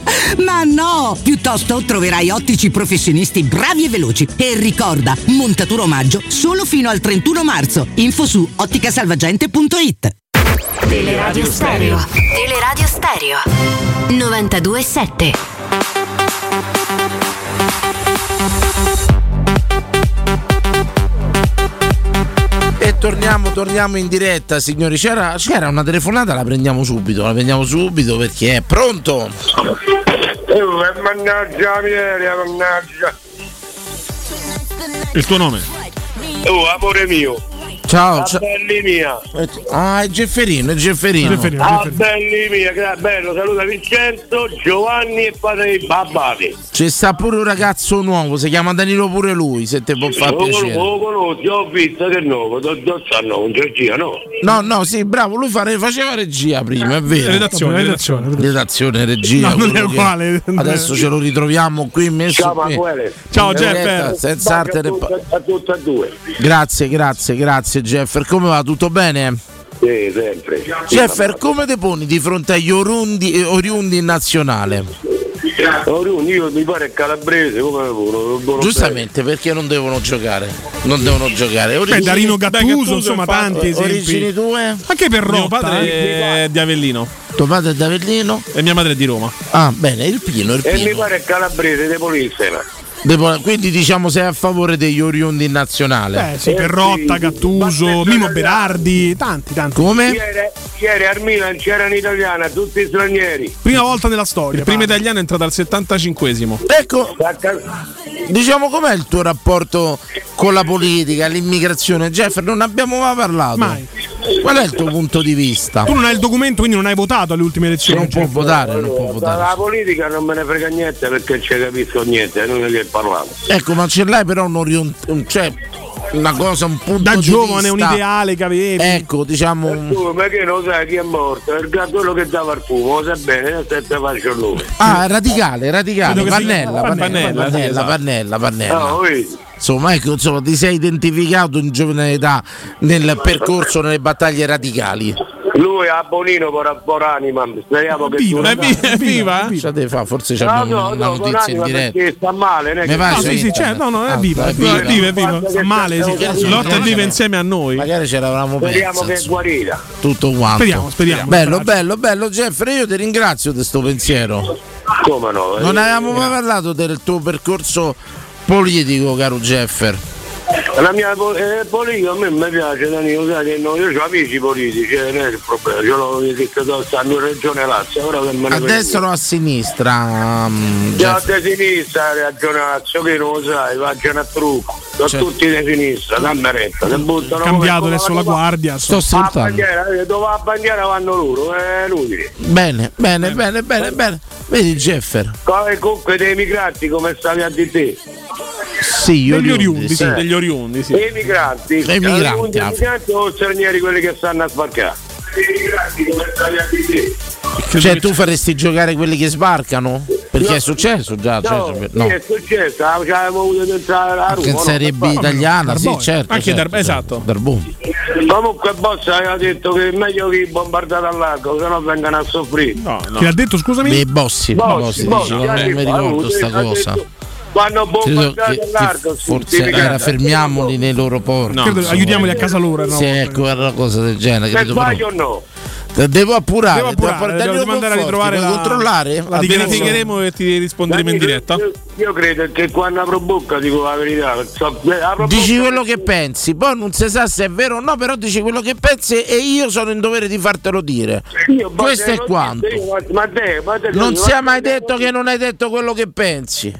Speaker 15: Ma no! Piuttosto troverai ottici professionisti bravi e veloci. E ricorda, montatura omaggio solo fino al 31 marzo. Info su otticasalvagente.it.
Speaker 16: Teleradio Stereo. Teleradio Stereo. 927.
Speaker 5: E torniamo, torniamo in diretta, signori. C'era, c'era una telefonata, la prendiamo subito, la prendiamo subito perché è pronto.
Speaker 9: Oh, eh, mannaggia la miseria, mannaggia.
Speaker 6: Il tuo nome?
Speaker 9: Oh, amore mio.
Speaker 5: Ciao,
Speaker 9: Ah,
Speaker 5: ciao.
Speaker 9: belli mia.
Speaker 5: Ah, è Gefferino, è Gefferino.
Speaker 9: Ah, belli mia, che bello. Saluta Vincenzo, Giovanni e padre di Babbati.
Speaker 5: C'è sta pure un ragazzo nuovo, si chiama Danilo pure lui, se te può far
Speaker 6: oh,
Speaker 9: Lo con-
Speaker 5: piacere.
Speaker 9: lo conosco, ho visto che no, do- do- sta no, con Giorgia, no.
Speaker 5: No, no, sì, bravo, lui fare- faceva regia prima, è vero.
Speaker 9: Redazione,
Speaker 5: redazione, redazione, regia.
Speaker 9: No, non è
Speaker 5: quello che-
Speaker 9: uguale.
Speaker 5: Adesso ce lo ritroviamo qui messo
Speaker 9: Ciao
Speaker 5: qui.
Speaker 9: Emanuele.
Speaker 5: In diretta, Senza arte né pa-
Speaker 9: A tutti e due.
Speaker 5: Grazie, grazie, grazie Jeffer. Come va? Tutto bene?
Speaker 9: Sì, sempre.
Speaker 5: Jeffer, come te poni di fronte agli oriundi, eh, oriundi in nazionale?
Speaker 9: Oriundi, io mi pare calabrese, come uno, uno
Speaker 5: Giustamente, perché non devono giocare? Non devono giocare.
Speaker 3: Beh, da Rino Gattuso, insomma, tanti esempi.
Speaker 5: Origini tue?
Speaker 3: Anche per
Speaker 6: Mio
Speaker 3: Rota,
Speaker 6: padre è di Avellino.
Speaker 5: Tuo padre è di Avellino?
Speaker 6: E mia madre è di Roma.
Speaker 5: Ah, bene, il Pino, il
Speaker 6: Eh,
Speaker 9: E mi
Speaker 5: Pino.
Speaker 9: pare calabrese di Polissena.
Speaker 5: Devo- Quindi diciamo sei a favore degli oriundi in nazionale.
Speaker 3: Eh, sì, eh, Perrotta, Gattuso, Mimo Berardi, tanti, tanti.
Speaker 9: Ieri, ieri al Milan c'era un'italiana, tutti stranieri.
Speaker 3: Prima volta nella storia.
Speaker 6: Il primo italiano è entrato al 75esimo.
Speaker 5: Ecco, diciamo com'è il tuo rapporto con la politica, l'immigrazione? Jeffer, non abbiamo mai parlato. Qual è il tuo punto di vista?
Speaker 3: Tu non hai il documento, quindi non hai votato alle ultime elezioni.
Speaker 5: Non può votare, non può
Speaker 9: Eh, Dalla politica non me ne frega niente perché ci capisco niente, non è che parlavo.
Speaker 5: Ecco, ma ce l'hai però un orientamento, cioè una cosa, un punto
Speaker 3: Da
Speaker 5: di
Speaker 3: giovane,
Speaker 5: vista.
Speaker 3: un ideale che avevi.
Speaker 5: Ecco, diciamo...
Speaker 6: Mm.
Speaker 5: un-
Speaker 9: Tu, ma che lo sai chi è morto? Il quello che dava il fumo, lo sa bene, io senza faccio il nome.
Speaker 5: Ah, radicale, radicale,
Speaker 9: Credo che si
Speaker 5: pannella,
Speaker 9: chiama-
Speaker 5: pannella,
Speaker 9: Pannella, sì,
Speaker 5: pannella,
Speaker 9: esatto.
Speaker 5: pannella,
Speaker 9: Ah,
Speaker 5: pannella.
Speaker 9: ho visto.
Speaker 5: Insomma, ecco, insomma, ti sei identificato in giovane età nel percorso nelle battaglie radicali.
Speaker 9: Lui a Bonino por, por anima, speriamo che tu
Speaker 5: viva? Cioè, fa, forse c'è
Speaker 9: No,
Speaker 5: una,
Speaker 9: no,
Speaker 5: una
Speaker 9: no, con
Speaker 5: notizia in
Speaker 9: anima
Speaker 5: diretta.
Speaker 9: perché sta male, non è
Speaker 5: Mi
Speaker 9: che-
Speaker 5: pare
Speaker 6: No,
Speaker 5: su
Speaker 6: sì, sì,
Speaker 5: internet.
Speaker 6: c'è, no, no, è
Speaker 5: Ah,
Speaker 6: viva, è viva, è viva. Sta male, sì. Lotta è viva
Speaker 5: insieme a noi. Magari ce l'avevamo
Speaker 9: Speriamo
Speaker 5: persa.
Speaker 9: che guarire.
Speaker 5: Tutto quanto.
Speaker 9: Speriamo, speriamo.
Speaker 5: Bello, bello, bello, Jeffrey, io ti ringrazio di sto pensiero.
Speaker 9: Come no?
Speaker 5: Non
Speaker 9: Eh,
Speaker 5: avevamo mai parlato del tuo percorso politico, caro Jeffer.
Speaker 9: La mia po- eh, politica a me mi piace, Danilo, sai che no, io ho amici politici, eh, non è il problema, io l'ho detto stanno in regione Lazio, ora che me ne
Speaker 5: A destra o a sinistra? mm,
Speaker 9: Già
Speaker 5: Jeff?
Speaker 9: da sinistra ragionazzo che non lo sai, facciano a trucco, sono
Speaker 5: Certo.
Speaker 9: tutti di sinistra, dammi retta, se buttano
Speaker 3: Cambiato
Speaker 9: come-
Speaker 3: adesso la guardia.
Speaker 5: Sto
Speaker 9: La
Speaker 5: saltando.
Speaker 9: bandiera, eh, dove la bandiera vanno loro, è inutile.
Speaker 5: Bene, bene, bene, bene, bene. Vedi Jeffer?
Speaker 9: Come eh, comunque dei migranti come stavi a di te.
Speaker 5: Sì, io oriundi, sì.
Speaker 6: Degli oriundi, sì.
Speaker 9: Dei migranti.
Speaker 5: Dei migranti,
Speaker 9: I
Speaker 5: ah.
Speaker 9: migranti o stranieri quelli che stanno a sbarcare? Dei migranti come stavi a di te.
Speaker 5: Cioè tu faresti giocare quelli che sbarcano? Perché è successo già,
Speaker 9: No,
Speaker 5: Jeffer,
Speaker 9: sì, è successo, ah, ci avevamo avuto pensare a
Speaker 5: Anche
Speaker 9: Roma.
Speaker 5: in
Speaker 9: no?
Speaker 5: Serie B italiana, sì, certo. certo, certo.
Speaker 3: esatto.
Speaker 5: Darboni.
Speaker 9: Comunque Boss aveva detto che è meglio che bombardate al largo, se no vengano a soffrire.
Speaker 3: Chi l'ha detto, scusami?
Speaker 5: Dei bossi,
Speaker 9: Bossi,
Speaker 5: bossi,
Speaker 9: Bossi,
Speaker 5: dice, non
Speaker 9: anni
Speaker 5: mi
Speaker 9: fa,
Speaker 5: ricordo
Speaker 9: lui
Speaker 5: sta
Speaker 9: ha
Speaker 5: cosa.
Speaker 9: detto, Vanno
Speaker 5: Credo
Speaker 9: bombardate
Speaker 5: che,
Speaker 9: al
Speaker 5: che
Speaker 9: largo.
Speaker 5: forse
Speaker 9: sì,
Speaker 5: era
Speaker 9: migrati.
Speaker 5: fermiamoli nei loro porti.
Speaker 3: Credo-
Speaker 5: insomma.
Speaker 3: aiutiamoli a casa loro, no?
Speaker 5: Sì, ecco, era una cosa del genere.
Speaker 9: Se
Speaker 5: credo,
Speaker 9: sbaglio o
Speaker 5: però.
Speaker 9: no?
Speaker 5: De- Devo appurare,
Speaker 9: Devo appurare,
Speaker 5: appurare,
Speaker 9: dobbiamo
Speaker 5: Danilo
Speaker 9: mandare a
Speaker 5: Conforti,
Speaker 9: ritrovare
Speaker 5: puoi
Speaker 9: la-
Speaker 5: controllare?
Speaker 9: la
Speaker 6: Verificheremo e ti risponderemo in diretta.
Speaker 9: Io, io credo che quando apro bocca dico la verità. so- eh, apro
Speaker 5: Dici
Speaker 9: bocca-
Speaker 5: quello che pensi, poi non si sa se è vero o no, però dici quello che pensi e io sono in dovere di fartelo dire.
Speaker 9: Io, boh,
Speaker 5: Questo
Speaker 9: te
Speaker 5: è
Speaker 9: l'ho
Speaker 5: quanto.
Speaker 9: detto io, ma te, ma te-
Speaker 5: Non
Speaker 9: ma-
Speaker 5: si è mai detto che non hai detto quello che pensi.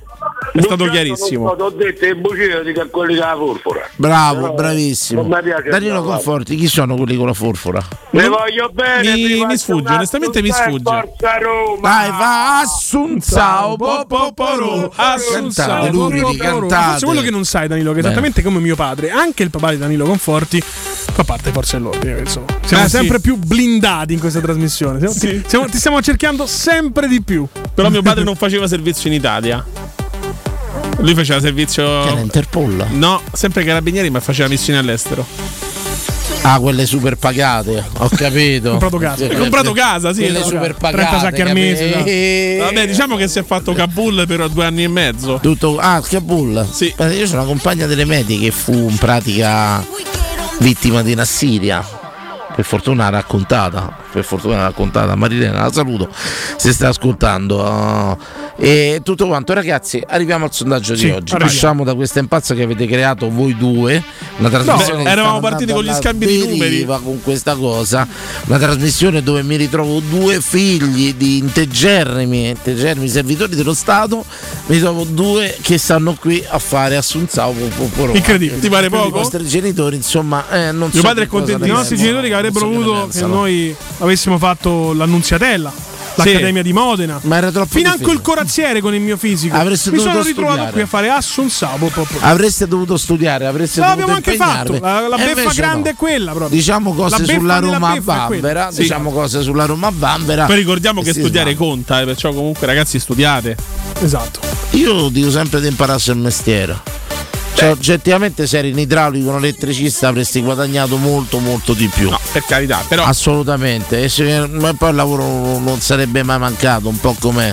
Speaker 5: È
Speaker 9: stato chiarissimo. Ho detto che bucino dico a quelli della porpora.
Speaker 5: Bravo, bravissimo.
Speaker 9: non mi piace
Speaker 5: Danilo
Speaker 9: andare
Speaker 5: Conforti, chi sono quelli con la forfora?
Speaker 9: Le voglio bene. Mi, sfugge, onestamente mi sfugge. Forza Roma.
Speaker 5: Vai, va Assunzao Popoporo. Cantate, Luridi,
Speaker 3: Forse quello
Speaker 5: cantate.
Speaker 3: che non sai, Danilo, che è
Speaker 5: Bene.
Speaker 3: esattamente come mio padre, anche il papà di Danilo Conforti fa parte forse dell'ordine, insomma. Siamo
Speaker 6: Ah, sì.
Speaker 3: sempre più blindati in questa trasmissione. Siamo- ti-
Speaker 6: Sì.
Speaker 3: siamo- ti stiamo cercando sempre di più.
Speaker 6: Però mio padre non faceva servizio in Italia. Lui faceva servizio.
Speaker 5: era Interpol?
Speaker 6: No, sempre ai carabinieri, ma faceva missioni all'estero.
Speaker 5: Ah, quelle super pagate, ho capito.
Speaker 6: comprato casa. Hai comprato casa, sì.
Speaker 5: Quelle
Speaker 6: no?
Speaker 5: super pagate. capi-
Speaker 6: Vabbè, diciamo che si è fatto Kabul per due anni e mezzo.
Speaker 5: Tutto, ah, Kabul. Sì. Io sono una compagna delle medie che fu in pratica vittima di una Siria. Per fortuna raccontata, per fortuna raccontata, Marilena la saluto, se sta ascoltando. Ah, e tutto quanto, ragazzi, arriviamo al sondaggio
Speaker 6: Sì,
Speaker 5: di oggi.
Speaker 6: arriviamo.
Speaker 5: Usciamo da questa impazza che avete creato voi due. Una trasmissione che
Speaker 6: eravamo
Speaker 5: sta
Speaker 6: partiti
Speaker 5: andando
Speaker 6: con gli
Speaker 5: alla
Speaker 6: scambi di numeri.
Speaker 5: deriva con questa cosa. Una trasmissione dove mi ritrovo due figli di integerrimi, integerrimi servitori dello Stato. Mi trovo due che stanno qui a fare Assunzao Popolo.
Speaker 3: Incredibile. Ti pare poco?
Speaker 5: I vostri genitori, insomma, eh, non so.
Speaker 3: Mio padre è
Speaker 5: che cosa
Speaker 3: contento. I
Speaker 5: ne
Speaker 3: nostri
Speaker 5: pensano.
Speaker 3: genitori che
Speaker 5: Non so
Speaker 3: avrebbero
Speaker 5: ne
Speaker 3: voluto che
Speaker 5: pensano.
Speaker 3: noi avessimo fatto l'Annunziatella, l'Accademia di Modena.
Speaker 5: Ma era troppo
Speaker 3: Financo
Speaker 5: difficile.
Speaker 3: il corazziere con il mio fisico.
Speaker 5: Avresti
Speaker 3: Mi sono
Speaker 5: dovuto
Speaker 3: ritrovato
Speaker 5: studiare.
Speaker 3: qui a fare Assun Sabo proprio.
Speaker 5: Avreste dovuto studiare, avreste
Speaker 3: No,
Speaker 5: dovuto
Speaker 3: l'abbiamo anche
Speaker 5: impegnarvi.
Speaker 3: fatto. La, la
Speaker 5: E
Speaker 3: beffa
Speaker 5: invece
Speaker 3: grande è
Speaker 5: no.
Speaker 3: quella proprio.
Speaker 5: Diciamo
Speaker 3: La
Speaker 5: cose
Speaker 3: beffa
Speaker 5: sulla
Speaker 3: della
Speaker 5: Roma a
Speaker 3: beffa è quella.
Speaker 5: Vanvera,
Speaker 6: Sì.
Speaker 5: diciamo cose sulla Roma a Vanvera.
Speaker 6: Poi ricordiamo che
Speaker 5: si
Speaker 6: studiare
Speaker 5: sbaglia.
Speaker 6: conta, eh, perciò comunque ragazzi studiate.
Speaker 3: Esatto.
Speaker 5: Io dico sempre di impararsi il mestiere. Cioè, oggettivamente, se eri un idraulico, un elettricista, avresti guadagnato molto, molto di più.
Speaker 6: per carità, però.
Speaker 5: Assolutamente. E se- ma poi il lavoro non sarebbe mai mancato, un po' come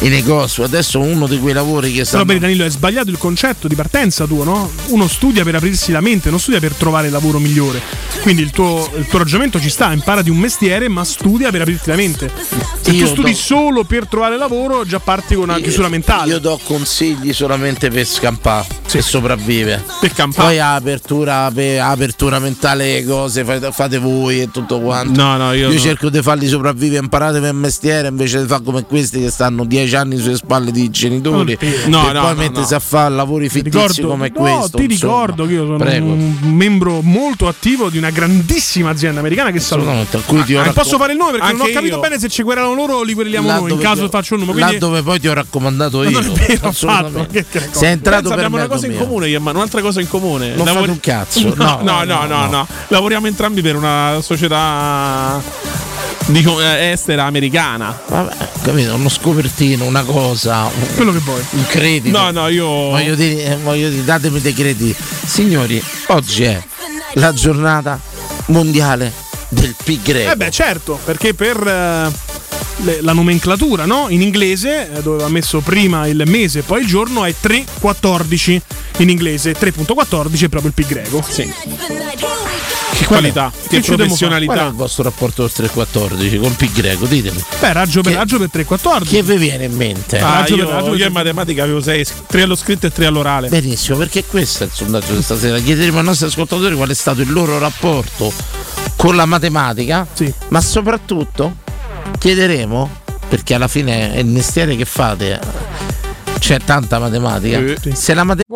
Speaker 5: i negozi. Adesso uno di quei lavori che
Speaker 3: Però
Speaker 5: stanno
Speaker 3: per Danilo è sbagliato il concetto di partenza tuo, no? Uno studia per aprirsi la mente, non studia per trovare il lavoro migliore. Quindi il tuo, il tuo ragionamento ci sta, impara di un mestiere, ma studia per aprirti la mente. Se
Speaker 5: Io
Speaker 3: tu studi
Speaker 5: do-
Speaker 3: solo per trovare lavoro, già parti con una chiusura mentale.
Speaker 5: Io do consigli solamente per scampare se sopravvive.
Speaker 6: Per campare.
Speaker 5: Poi apertura, per- apertura mentale, cose fate, fate voi e tutto quanto.
Speaker 6: Ah, No, no, io no.
Speaker 5: cerco di farli sopravvivere, imparate per mestiere invece di fare come questi che stanno dieci anni sulle spalle di genitori.
Speaker 6: No,
Speaker 5: e
Speaker 6: no, no,
Speaker 5: poi mettersi
Speaker 6: no.
Speaker 5: a fare lavori fittizi
Speaker 3: Ricordo-
Speaker 5: come
Speaker 3: no,
Speaker 5: questo.
Speaker 3: ti
Speaker 5: insomma.
Speaker 3: ricordo che io sono
Speaker 5: Prego.
Speaker 3: un membro molto attivo di una grandissima azienda americana che saluto.
Speaker 5: Assolutamente, a cui ti ho
Speaker 3: Ah, non
Speaker 5: raccom-
Speaker 3: posso fare il nome perché non ho
Speaker 5: Anche
Speaker 3: capito
Speaker 5: io.
Speaker 3: bene se ci querelano loro o li quereliamo
Speaker 5: Là
Speaker 3: noi. In
Speaker 5: dove
Speaker 3: caso
Speaker 5: ti ho-
Speaker 3: faccio il nome.
Speaker 5: Là
Speaker 3: Quindi
Speaker 5: dove poi ti ho raccomandato io.
Speaker 3: Ma non è vero
Speaker 5: assolutamente.
Speaker 3: affatto, che- che racconti?
Speaker 5: Sei entrato
Speaker 6: Pensa,
Speaker 5: per
Speaker 6: abbiamo una cosa
Speaker 5: metodo
Speaker 6: in
Speaker 5: mio.
Speaker 6: comune, Iemma, un'altra cosa in comune.
Speaker 5: Non fate un cazzo,
Speaker 6: No, no,
Speaker 5: no,
Speaker 6: no, no,
Speaker 5: no,
Speaker 6: no. Lavoriamo entrambi per una società di co- eh, estera americana.
Speaker 5: Vabbè, capito? Uno scopertino, una cosa.
Speaker 3: Quello che vuoi.
Speaker 5: Un credito.
Speaker 6: No, no, io.
Speaker 5: Voglio dire, eh, voglio dire, datemi dei crediti. Signori, oggi è la giornata mondiale del pi greco.
Speaker 3: Eh beh, certo, perché per eh, le- la nomenclatura, no? In inglese, eh, dove ha messo prima il mese e poi il giorno, è 3.14 in inglese. 3.14 è proprio il pi greco.
Speaker 6: Sì.
Speaker 3: Che
Speaker 6: qualità, che
Speaker 3: ci dobbiamo fare?
Speaker 6: professionalità.
Speaker 5: Qual è il vostro rapporto al 314 col pi greco? Ditemi.
Speaker 3: Beh, raggio per raggio per 3.14.
Speaker 5: Che vi viene in mente?
Speaker 6: Ah, io, io in matematica avevo 6, 3 allo scritto e 3 all'orale.
Speaker 5: Benissimo, perché questo è il sondaggio di stasera. Chiederemo ai nostri ascoltatori qual è stato il loro rapporto con la matematica, ma soprattutto chiederemo, perché alla fine è il mestiere che fate, c'è tanta matematica, se la matematica...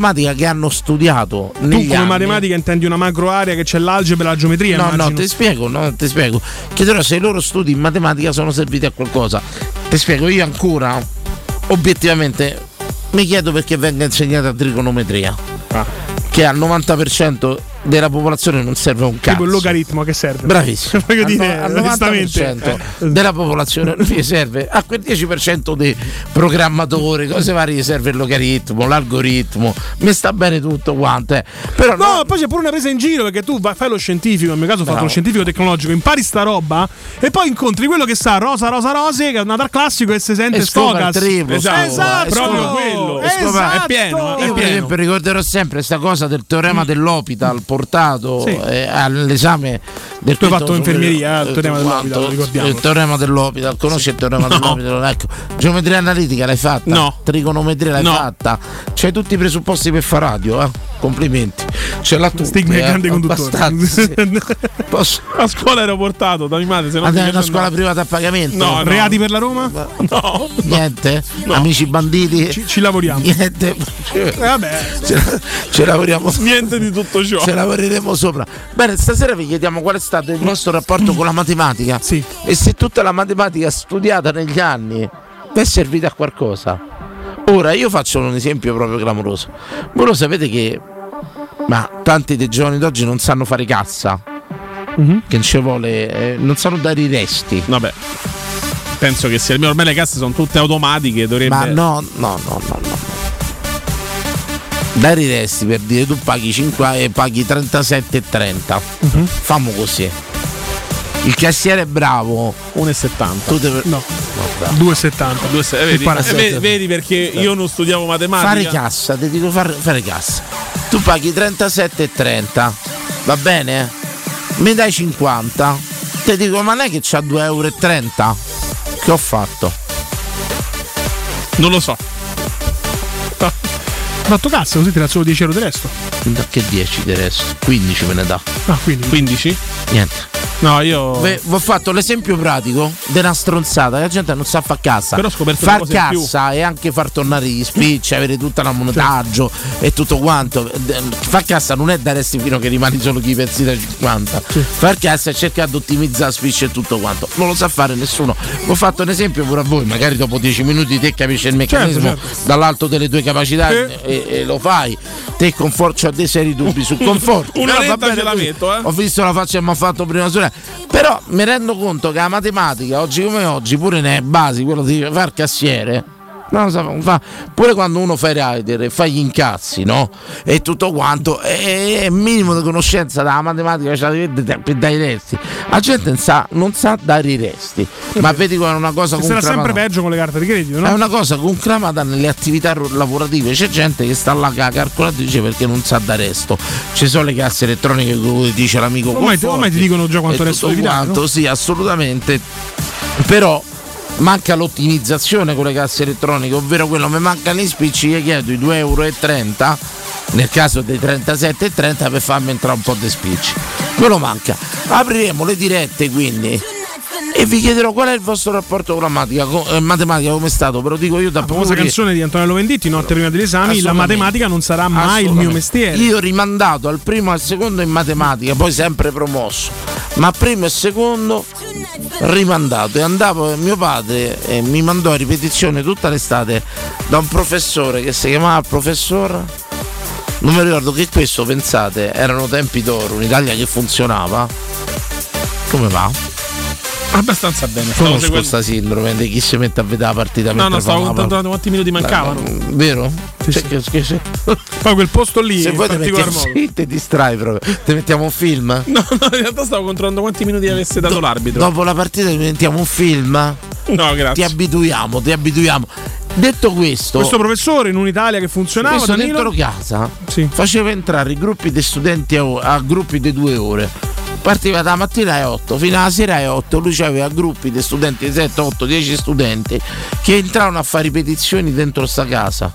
Speaker 5: matematica che hanno studiato
Speaker 3: Tu
Speaker 5: negli
Speaker 3: come
Speaker 5: anni-
Speaker 3: matematica intendi una macro area che c'è l'algebra e la geometria?
Speaker 5: No,
Speaker 3: immagino.
Speaker 5: no, ti spiego, no, ti spiego. Chiederò se i loro studi in matematica sono serviti a qualcosa. Ti spiego, io ancora, obiettivamente,
Speaker 3: Ah.
Speaker 5: mi chiedo perché venga insegnata trigonometria. Che al 90% della popolazione non serve un cazzo.
Speaker 3: Tipo il logaritmo che serve.
Speaker 5: Bravissimo.
Speaker 3: Voglio dire,
Speaker 5: al, no- al
Speaker 3: onestamente.
Speaker 5: 90% della popolazione gli serve a quel 10% di programmatore, cose varie, gli serve il logaritmo, l'algoritmo, mi sta bene tutto quanto. eh. Però
Speaker 3: no, poi c'è pure una presa in giro perché tu vai- fai lo scientifico, nel mio caso ho fatto
Speaker 5: Bravo.
Speaker 3: lo scientifico tecnologico, impari sta roba e poi incontri quello che sa rosa rosa rose, che è un dar classico e si sente
Speaker 5: E scopa il
Speaker 3: stocas.
Speaker 5: triplo,
Speaker 3: esatto,
Speaker 5: scopa, e
Speaker 3: proprio
Speaker 5: scopa-
Speaker 3: quello.
Speaker 5: e scopa-
Speaker 3: Esatto.
Speaker 5: Io, per esempio, ricorderò sempre questa cosa del teorema dell'Opital portato
Speaker 3: Mm. Sì.
Speaker 5: eh, all'esame del
Speaker 3: Tu hai fatto
Speaker 5: quinto
Speaker 3: infermieria,
Speaker 5: superiore.
Speaker 3: il teorema
Speaker 5: Eh,
Speaker 3: dell'Opital,
Speaker 5: quanto?
Speaker 3: ricordiamo.
Speaker 5: Il teorema dell'Opital, conosci il teorema dell'Opital? Ecco, geometria analitica l'hai fatta?
Speaker 6: No.
Speaker 5: Trigonometria l'hai
Speaker 6: No.
Speaker 5: fatta? C'hai tutti i presupposti per fare radio, eh? Complimenti. Ce l'ha tutto.
Speaker 6: Stigma è
Speaker 5: eh,
Speaker 6: grande conduttore.
Speaker 5: abbastanza, sì. Posso-
Speaker 6: A scuola ero portato da mia madre, se no
Speaker 5: Ma
Speaker 6: mi
Speaker 5: dai, una
Speaker 6: piace
Speaker 5: scuola
Speaker 6: andare.
Speaker 5: privata a pagamento?
Speaker 6: No, no. Reati
Speaker 3: per la Roma?
Speaker 5: No. Niente? Amici banditi? Ci,
Speaker 3: lavoriamo.
Speaker 5: Niente.
Speaker 3: Eh, Vabbè.
Speaker 5: Ce, la- ce lavoriamo.
Speaker 6: Niente di tutto ciò.
Speaker 5: Ce lavoreremo sopra. Bene, stasera vi chiediamo qual è stato il vostro rapporto con la matematica. Sì. E se tutta la matematica studiata negli anni vi è servita a qualcosa. Ora, io faccio un esempio proprio clamoroso. Voi lo sapete che ma tanti dei giovani d'oggi non sanno fare cassa. Mhm. Che non ci vuole, eh, non sanno dare i resti.
Speaker 6: Vabbè. Penso che sia almeno ormai le casse sono tutte automatiche, dovrebbe
Speaker 5: Ma no, no, no, no, no. Dare i resti per dire tu paghi 5 e paghi 37,30.
Speaker 6: Mhm.
Speaker 5: Famo così. Il cassiere è bravo.
Speaker 6: 1,70.
Speaker 5: Tu devi...
Speaker 3: No. 2,70.
Speaker 6: Due se- eh, vedi,
Speaker 5: Impara
Speaker 6: eh,
Speaker 5: sempre.
Speaker 6: vedi- vedi perché io non studiavo matematica.
Speaker 5: Fare cassa, ti dico far- fare cassa. Tu paghi 37,30. Va bene? Mi dai 50. Ti dico, ma non è che c'ha 2,30 euro? Che ho fatto?
Speaker 6: Non lo so.
Speaker 3: Fatto cazzo, così ti dà solo 10 euro del resto.
Speaker 5: Che 10 del resto? 15 me ne dà.
Speaker 3: Ah, quindi.
Speaker 6: 15?
Speaker 5: Niente.
Speaker 6: No, io.
Speaker 5: Ve- Vi ho fatto l'esempio pratico della stronzata che la gente non sa far cassa.
Speaker 6: Però ho scoperto
Speaker 5: far
Speaker 6: una cosa in più.
Speaker 5: cassa e anche far tornare gli spicci, avere tutta la monetaggio e tutto quanto. De- Far cassa non è dare resti fino che rimani solo chi pezzi da 50. Far cassa è cercare di ottimizzare spicci e tutto quanto. Non lo sa fare nessuno. Vi ho fatto un esempio pure a voi, magari dopo 10 minuti te capisci il
Speaker 6: Certo,
Speaker 5: meccanismo dall'alto delle tue capacità e, e lo fai. Te conforto a dei seri dubbi su conforto.
Speaker 6: Una
Speaker 5: Però va
Speaker 6: retta
Speaker 5: bene
Speaker 6: ce la
Speaker 5: così.
Speaker 6: metto, eh.
Speaker 5: Ho visto la faccia che mi ha fatto prima sorella. Però mi rendo conto che la matematica, oggi come oggi, pure ne basi, quello di far cassiere. Non lo so, fa- pure quando uno fa i rider e fa gli incazzi, no? E tutto quanto, è minimo di conoscenza della matematica, cioè devi- de- per dai resti. La gente non sa, non sa dare i resti, ma vedi come è una cosa
Speaker 3: Sarà sempre
Speaker 5: conclamata.
Speaker 3: peggio con le carte di credito, no?
Speaker 5: È una cosa conclamata nelle attività ro- lavorative. C'è gente che sta là con la calcolatrice perché non sa da resto. Ci sono le casse elettroniche come dice l'amico.
Speaker 3: Ormai-
Speaker 5: Conforti
Speaker 3: ormai ti dicono già quanto
Speaker 5: e
Speaker 3: resto
Speaker 5: tutto
Speaker 3: devi dare,
Speaker 5: quanto,
Speaker 3: no?
Speaker 5: Certo, Sì, assolutamente. Però manca l'ottimizzazione con le casse elettroniche, ovvero quello mi mancano gli spicci, gli chiedo i 2,30 euro nel caso dei 37,30 per farmi entrare un po' di spicci. Quello manca. Apriremo le dirette quindi e vi chiederò qual è il vostro rapporto con la matematica, co- eh, matematica come è stato, ve lo dico io da
Speaker 3: La famosa canzone di Antonello Venditti, notte prima degli esami, la
Speaker 5: Assolutamente.
Speaker 3: matematica non sarà mai il mio mestiere.
Speaker 5: Io rimandato al primo e al secondo in matematica, poi sempre promosso, ma primo e secondo rimandato. E andavo, mio padre eh, mi mandò a ripetizione tutta l'estate da un professore che si chiamava professor. Non mi ricordo che questo, pensate, erano tempi d'oro, un'Italia che funzionava. Come va?
Speaker 6: Abbastanza bene. Stavo
Speaker 5: Conosco
Speaker 6: seguendo-
Speaker 5: questa sindrome di chi si mette a vedere la partita
Speaker 6: No, no,
Speaker 5: mentre fa
Speaker 6: stavo
Speaker 5: una
Speaker 6: contando quanti minuti mancavano.
Speaker 5: Vero? Cioè, che- che- se-
Speaker 3: Poi quel posto lì.
Speaker 5: Se
Speaker 6: in
Speaker 5: vuoi ti
Speaker 6: particolar
Speaker 5: mettiamo,
Speaker 6: modo.
Speaker 5: sì, ti distrai proprio. Ti mettiamo un film.
Speaker 6: No, no, in realtà stavo controllando quanti minuti avesse dato l'arbitro.
Speaker 5: Dopo la partita ti mettiamo un film.
Speaker 6: No, grazie.
Speaker 5: Ti abituiamo, ti abituiamo. Detto questo,
Speaker 3: Questo professore in un'Italia che funzionava,
Speaker 5: questo
Speaker 3: Danilo-
Speaker 5: dentro casa faceva entrare i gruppi di studenti a, a gruppi di due ore. Partiva da mattina alle 8 fino alla sera alle 8. Lui aveva gruppi di studenti di 7, 8, 10 studenti che entravano a fare ripetizioni dentro sta casa.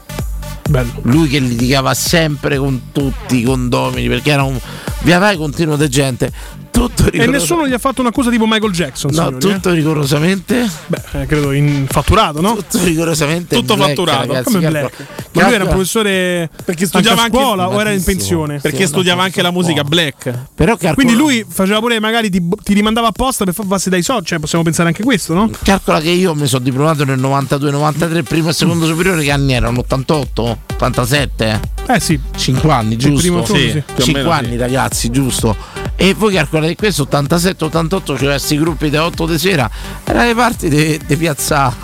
Speaker 5: Lui che litigava sempre con tutti i condomini perché era un via vai continuo di gente. tutto
Speaker 3: E
Speaker 5: rigoroso-
Speaker 3: nessuno gli ha fatto un'accusa tipo Michael Jackson.
Speaker 5: No,
Speaker 3: signori,
Speaker 5: tutto rigorosamente.
Speaker 3: Beh, eh, credo in fatturato, no?
Speaker 5: Tutto rigorosamente.
Speaker 3: Tutto
Speaker 5: black,
Speaker 3: fatturato.
Speaker 5: ragazzi,
Speaker 3: Come
Speaker 5: che
Speaker 3: black?
Speaker 5: appro-
Speaker 3: Ma lui era
Speaker 5: che-
Speaker 3: un professore
Speaker 6: perché
Speaker 3: studiava
Speaker 5: studiava
Speaker 3: a
Speaker 5: anche-
Speaker 3: scuola o era in
Speaker 5: Tantissimo.
Speaker 3: pensione?
Speaker 5: Perché Sì, studiava no, anche la musica
Speaker 6: black.
Speaker 5: Però calcola-
Speaker 3: Quindi lui faceva pure magari ti, ti rimandava apposta per farsi dai soldi, cioè possiamo pensare anche questo, no?
Speaker 5: Calcola che io mi sono diplomato nel 92-93, primo e secondo superiore, che anni erano? 88? 87?
Speaker 3: Eh sì.
Speaker 5: 5 anni, giusto?
Speaker 3: primo turno, Sì, sì. più o
Speaker 5: 5
Speaker 3: meno
Speaker 5: anni, ragazzi, giusto? E voi calcolate questo 87-88, cioè questi gruppi da 8 di sera, era le parti di di piazza.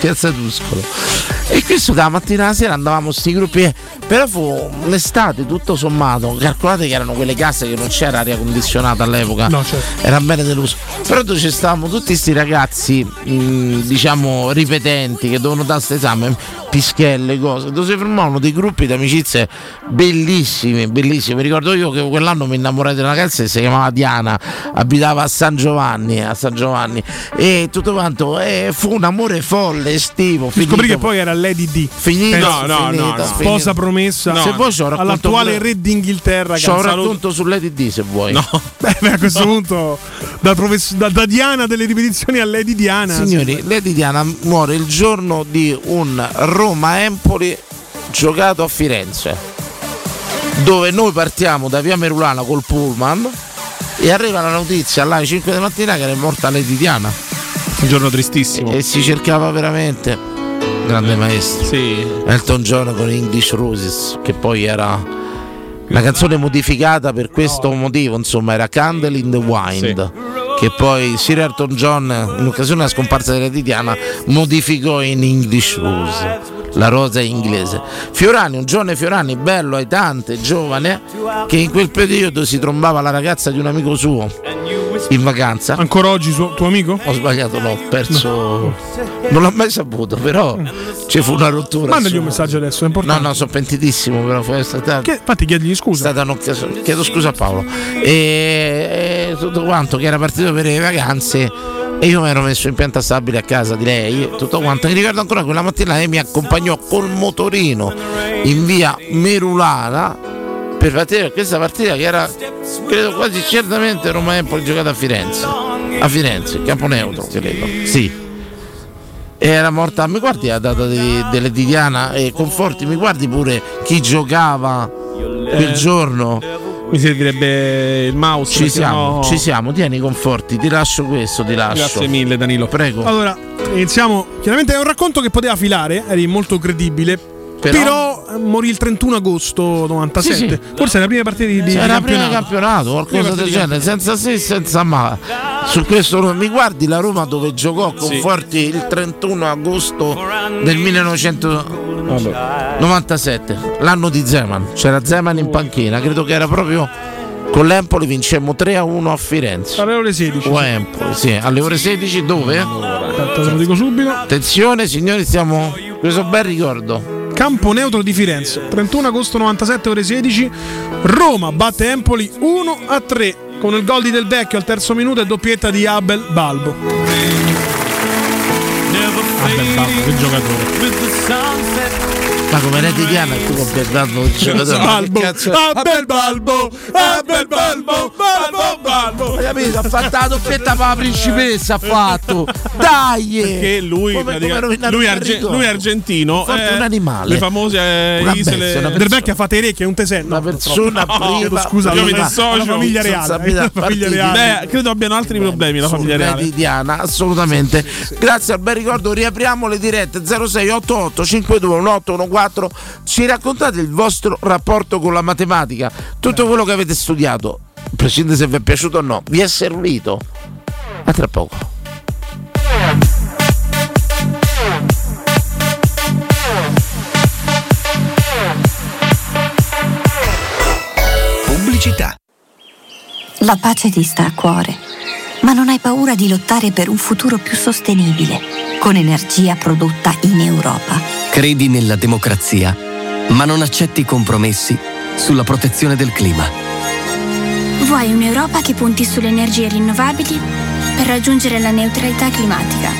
Speaker 5: Piazza Tuscolo e questo dalla mattina alla sera andavamo sti gruppi eh, però fu l'estate tutto sommato calcolate che erano quelle case che non c'era aria condizionata all'epoca
Speaker 3: No, certo.
Speaker 5: era bene deluso però dove ci stavamo tutti questi ragazzi mh, diciamo ripetenti che dovevano dare questo esame pischelle cose dove si formavano dei gruppi di amicizie bellissimi bellissimi mi ricordo io che quell'anno mi innamorai di una ragazza che si chiamava Diana abitava a San Giovanni a San Giovanni e tutto quanto eh, fu un amore folle estivo
Speaker 3: Mi scoprì
Speaker 5: finito-
Speaker 3: che poi era Lady D.
Speaker 5: Finito,
Speaker 3: Penso,
Speaker 5: no, no, no.
Speaker 3: Sposa promessa
Speaker 5: No, Se vuoi ci ho racconto
Speaker 3: all'attuale
Speaker 5: pure-
Speaker 3: re d'Inghilterra.
Speaker 5: Ci ho un racconto sull'EDD se vuoi.
Speaker 3: Beh, beh, a questo punto, da, profess- da- da Diana delle ripetizioni a Lady Diana.
Speaker 5: Signori, Lady Diana muore il giorno di un Roma-Empoli giocato a Firenze, dove noi partiamo da via Merulana col pullman e arriva la notizia alle 5 di mattina che era morta Lady Diana.
Speaker 6: Un giorno tristissimo.
Speaker 5: E, e si cercava veramente. Grande maestro. Elton John con English Roses, che poi era. Una canzone modificata per questo motivo, insomma, era Candle in the Wind. Che poi Sir Elton John, in occasione della scomparsa della Titiana, modificò in English Rose, la rosa inglese. Fiorani, un giovane Fiorani, bello, aitante, giovane, che in quel periodo si trombava la ragazza di un amico suo in vacanza.
Speaker 3: Ancora oggi suo, tuo amico?
Speaker 5: Ho sbagliato, no, ho perso. Non l'ho mai saputo, però ci fu una rottura.
Speaker 3: Mandagli un
Speaker 5: assurda.
Speaker 3: messaggio adesso, è importante.
Speaker 5: No, no, sono pentitissimo, però fu- è stata.
Speaker 3: infatti chiedigli scusa.
Speaker 5: È stata un'occasione. Chiedo scusa a Paolo. E, e tutto quanto che era partito per le vacanze. E io mi ero messo in pianta stabile a casa di lei, e tutto quanto. Mi ricordo ancora quella mattina lei mi accompagnò col motorino in via Merulana per partire questa partita che era credo quasi certamente Roma Empoli giocata a Firenze. A Firenze, campo neutro, credo. Sì. E era morta, mi guardi la data di- delle di Diana e conforti, mi guardi pure chi giocava quel giorno.
Speaker 6: Mi servirebbe il mouse.
Speaker 5: Ci
Speaker 6: perché
Speaker 5: siamo,
Speaker 6: no-
Speaker 5: ci siamo, tieni i conforti, ti lascio questo, ti lascio.
Speaker 6: Grazie mille, Danilo.
Speaker 5: Prego.
Speaker 3: Allora, iniziamo. Chiaramente è un racconto che poteva filare, eri molto credibile. Però,
Speaker 5: Però-
Speaker 3: eh, morì il 31 agosto 97.
Speaker 5: Sì, sì.
Speaker 3: Forse è la prima partita di, di
Speaker 5: Era la prima
Speaker 3: campionato.
Speaker 5: campionato, qualcosa
Speaker 3: Prima
Speaker 5: del
Speaker 3: di
Speaker 5: genere, senza sì, senza ma. Su questo non mi guardi la Roma dove giocò Conforti il 31 agosto del 1997, l'anno di Zeman. C'era Zeman in panchina, credo che era proprio con l'Empoli vincemmo 3 a 1 a Firenze.
Speaker 3: Alle ore 16.
Speaker 5: O Empoli, sì, alle ore 16 dove?
Speaker 3: Aspetta, te lo dico subito.
Speaker 5: Attenzione signori, stiamo questo bel ricordo.
Speaker 3: Campo neutro di Firenze, 31 agosto 97 ore 16, Roma batte Empoli 1 a 3 con il gol di Del Vecchio al terzo minuto e doppietta di Abel Balbo.
Speaker 6: Abel Balbo, che giocatore.
Speaker 5: Ma come Lady Diana tu ho perdato il giocatore.
Speaker 3: Balbo,
Speaker 5: Che cazzo-
Speaker 3: Abel Balbo, Abel Balbo, Balbo, Balbo.
Speaker 5: Hai capito? Ha fatto la doppietta per la principessa, ha fatto. Dai!
Speaker 6: Perché lui,
Speaker 5: Come-
Speaker 6: pratica-
Speaker 5: come rovinare
Speaker 6: lui,
Speaker 5: il
Speaker 6: arge-
Speaker 5: ricordo.
Speaker 6: lui è argentino.
Speaker 5: Fatto
Speaker 6: eh,
Speaker 5: un animale.
Speaker 6: Le famose eh,
Speaker 5: Una
Speaker 6: isole.
Speaker 5: bestia, una
Speaker 3: Del Vecchio ha fatto i recchi, è un tesello. Una
Speaker 5: persona prima-
Speaker 3: scusa,
Speaker 6: io
Speaker 3: alla
Speaker 6: mi dissocio.
Speaker 3: alla famiglia
Speaker 6: eh,
Speaker 3: reale. alla famiglia reale.
Speaker 6: Beh, credo abbiano altri problemi la famiglia
Speaker 5: Lady
Speaker 6: reale.
Speaker 5: Diana, assolutamente. Grazie al bel ricordo, riapriamo le dirette 0688 521814. Ci raccontate il vostro rapporto con la matematica,
Speaker 6: Eh.
Speaker 5: tutto quello che avete studiato, a prescindere se vi è piaciuto o no, vi è servito. A tra poco.
Speaker 17: Pubblicità. La pace ti sta a cuore, ma non hai paura di lottare per un futuro più sostenibile, con energia prodotta in Europa.
Speaker 18: Credi nella democrazia, ma non accetti compromessi sulla protezione del clima.
Speaker 19: Vuoi un'Europa che punti sulle energie rinnovabili per raggiungere la neutralità climatica.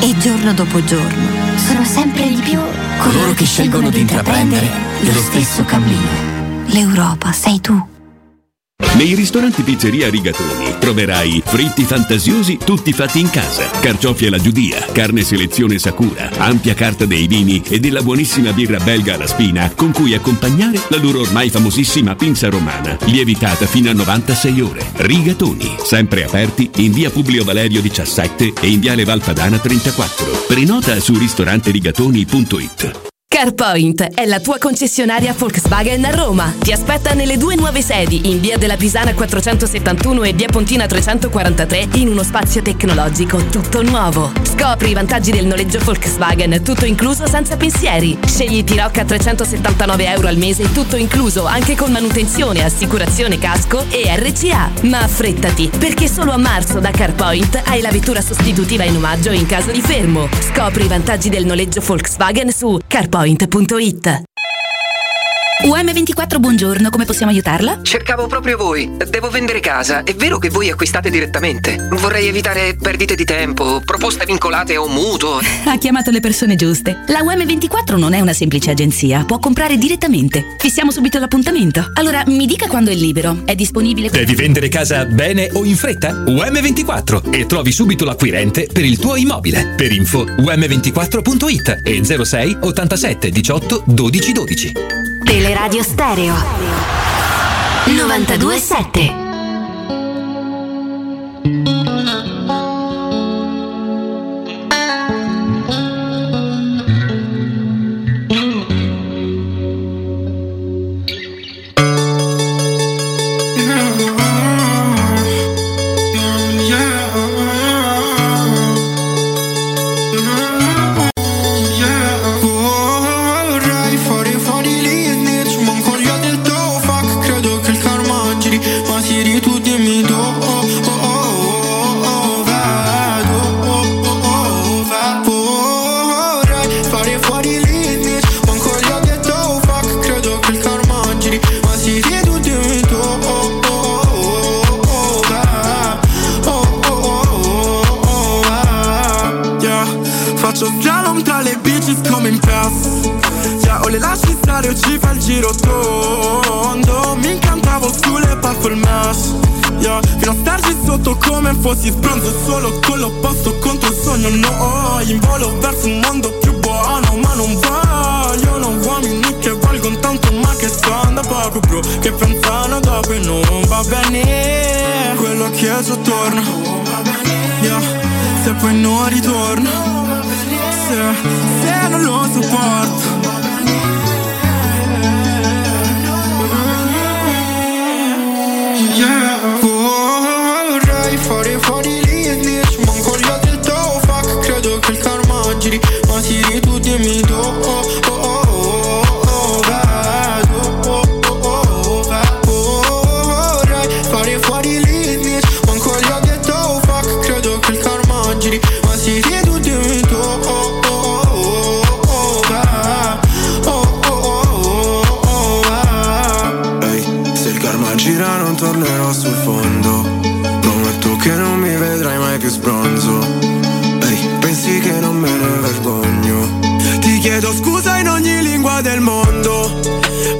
Speaker 17: E giorno dopo giorno sono sempre di più
Speaker 18: Coloro che scelgono di intraprendere lo stesso cammino.
Speaker 17: L'Europa sei tu.
Speaker 20: Nei ristoranti Pizzeria Rigatoni troverai fritti fantasiosi tutti fatti in casa, carciofi alla giudia, carne selezione Sakura, ampia carta dei vini e della buonissima birra belga alla spina con cui accompagnare la loro ormai famosissima pinza romana, lievitata fino a 96 ore. Rigatoni, sempre aperti in via Publio Valerio 17 e in viale Valpadana 34. Prenota su ristoranterigatoni.it.
Speaker 21: CarPoint è la tua concessionaria Volkswagen a Roma. Ti aspetta nelle due nuove sedi in via della Pisana 471 e via Pontina 343 in uno spazio tecnologico tutto nuovo. Scopri i vantaggi del noleggio Volkswagen, tutto incluso senza pensieri. Scegli Tirocca a 379 euro al mese, tutto incluso anche con manutenzione, assicurazione casco e RCA. Ma affrettati, perché solo a marzo da CarPoint hai la vettura sostitutiva in omaggio in caso di fermo. Scopri i vantaggi del noleggio Volkswagen su carpoint.it.
Speaker 13: UM24, buongiorno, come possiamo aiutarla? Cercavo proprio voi. Devo vendere casa. È vero che voi acquistate direttamente. Vorrei evitare perdite di tempo, proposte vincolate o mutuo. Ha chiamato le persone giuste. La UM24 non è una semplice agenzia, può comprare direttamente. Fissiamo subito l'appuntamento. Allora, mi dica quando è libero. È disponibile.
Speaker 22: Devi vendere casa bene o in fretta? UM24 e trovi subito l'acquirente per il tuo immobile. Per info um24.it e 06 87 18 12 12.
Speaker 16: Teleradio Stereo 927
Speaker 23: Vorrei fare fuori l'inizio, ma ancora io del tuo fuck Credo che il karma giri, ma tiri tu dimmi do oh, oh, oh, oh, oh, Vado, oh, oh, oh, va- Vorrei fare fuori l'inizio, ma ancora io del tuo fuck Credo che il karma giri, ma tiri tu dimmi do oh, oh, oh, oh, oh, va- oh, oh, oh, oh, oh, va- Yeah. Faccio slalom tra le bitches come in pass Yeah, o le lasci stare o ci fa il giro tondo Mi incantavo sulle puffle mash yeah, Fino a starci sotto come fossi sbronzo Solo con l'opposto contro il sogno No, in volo verso un mondo più buono Ma non voglio, non uomini che valgono tanto Ma che sono da poco bro Che pensano dopo e non va bene Quello che è sottorno yeah, Se poi non ritorno se, se non lo sopporto Yeah. Vorrei fare fuori l'inizio Ma ancora io del tuo fuck Credo che il karma giri Ma tiri tu dimmi do oh, oh, oh, oh, oh, vado, oh, oh, oh, oh, va- Vorrei fare fuori l'inizio Ma ancora io del tuo fuck Credo che il karma giri Ma tiri tu dimmi do oh, oh, oh, oh, oh, va- oh, oh, oh, oh, oh, va-
Speaker 24: Se il karma gira non tornerò sul fondo Prometto che non mi vedrai mai più sbronzo Ehi, pensi che non me ne vergogno
Speaker 23: Ti chiedo scusa in ogni lingua del mondo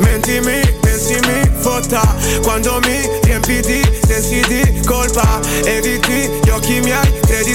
Speaker 23: Mentimi, pensimi, fotta Quando mi riempi di sensi di colpa Eviti gli occhi miei, credi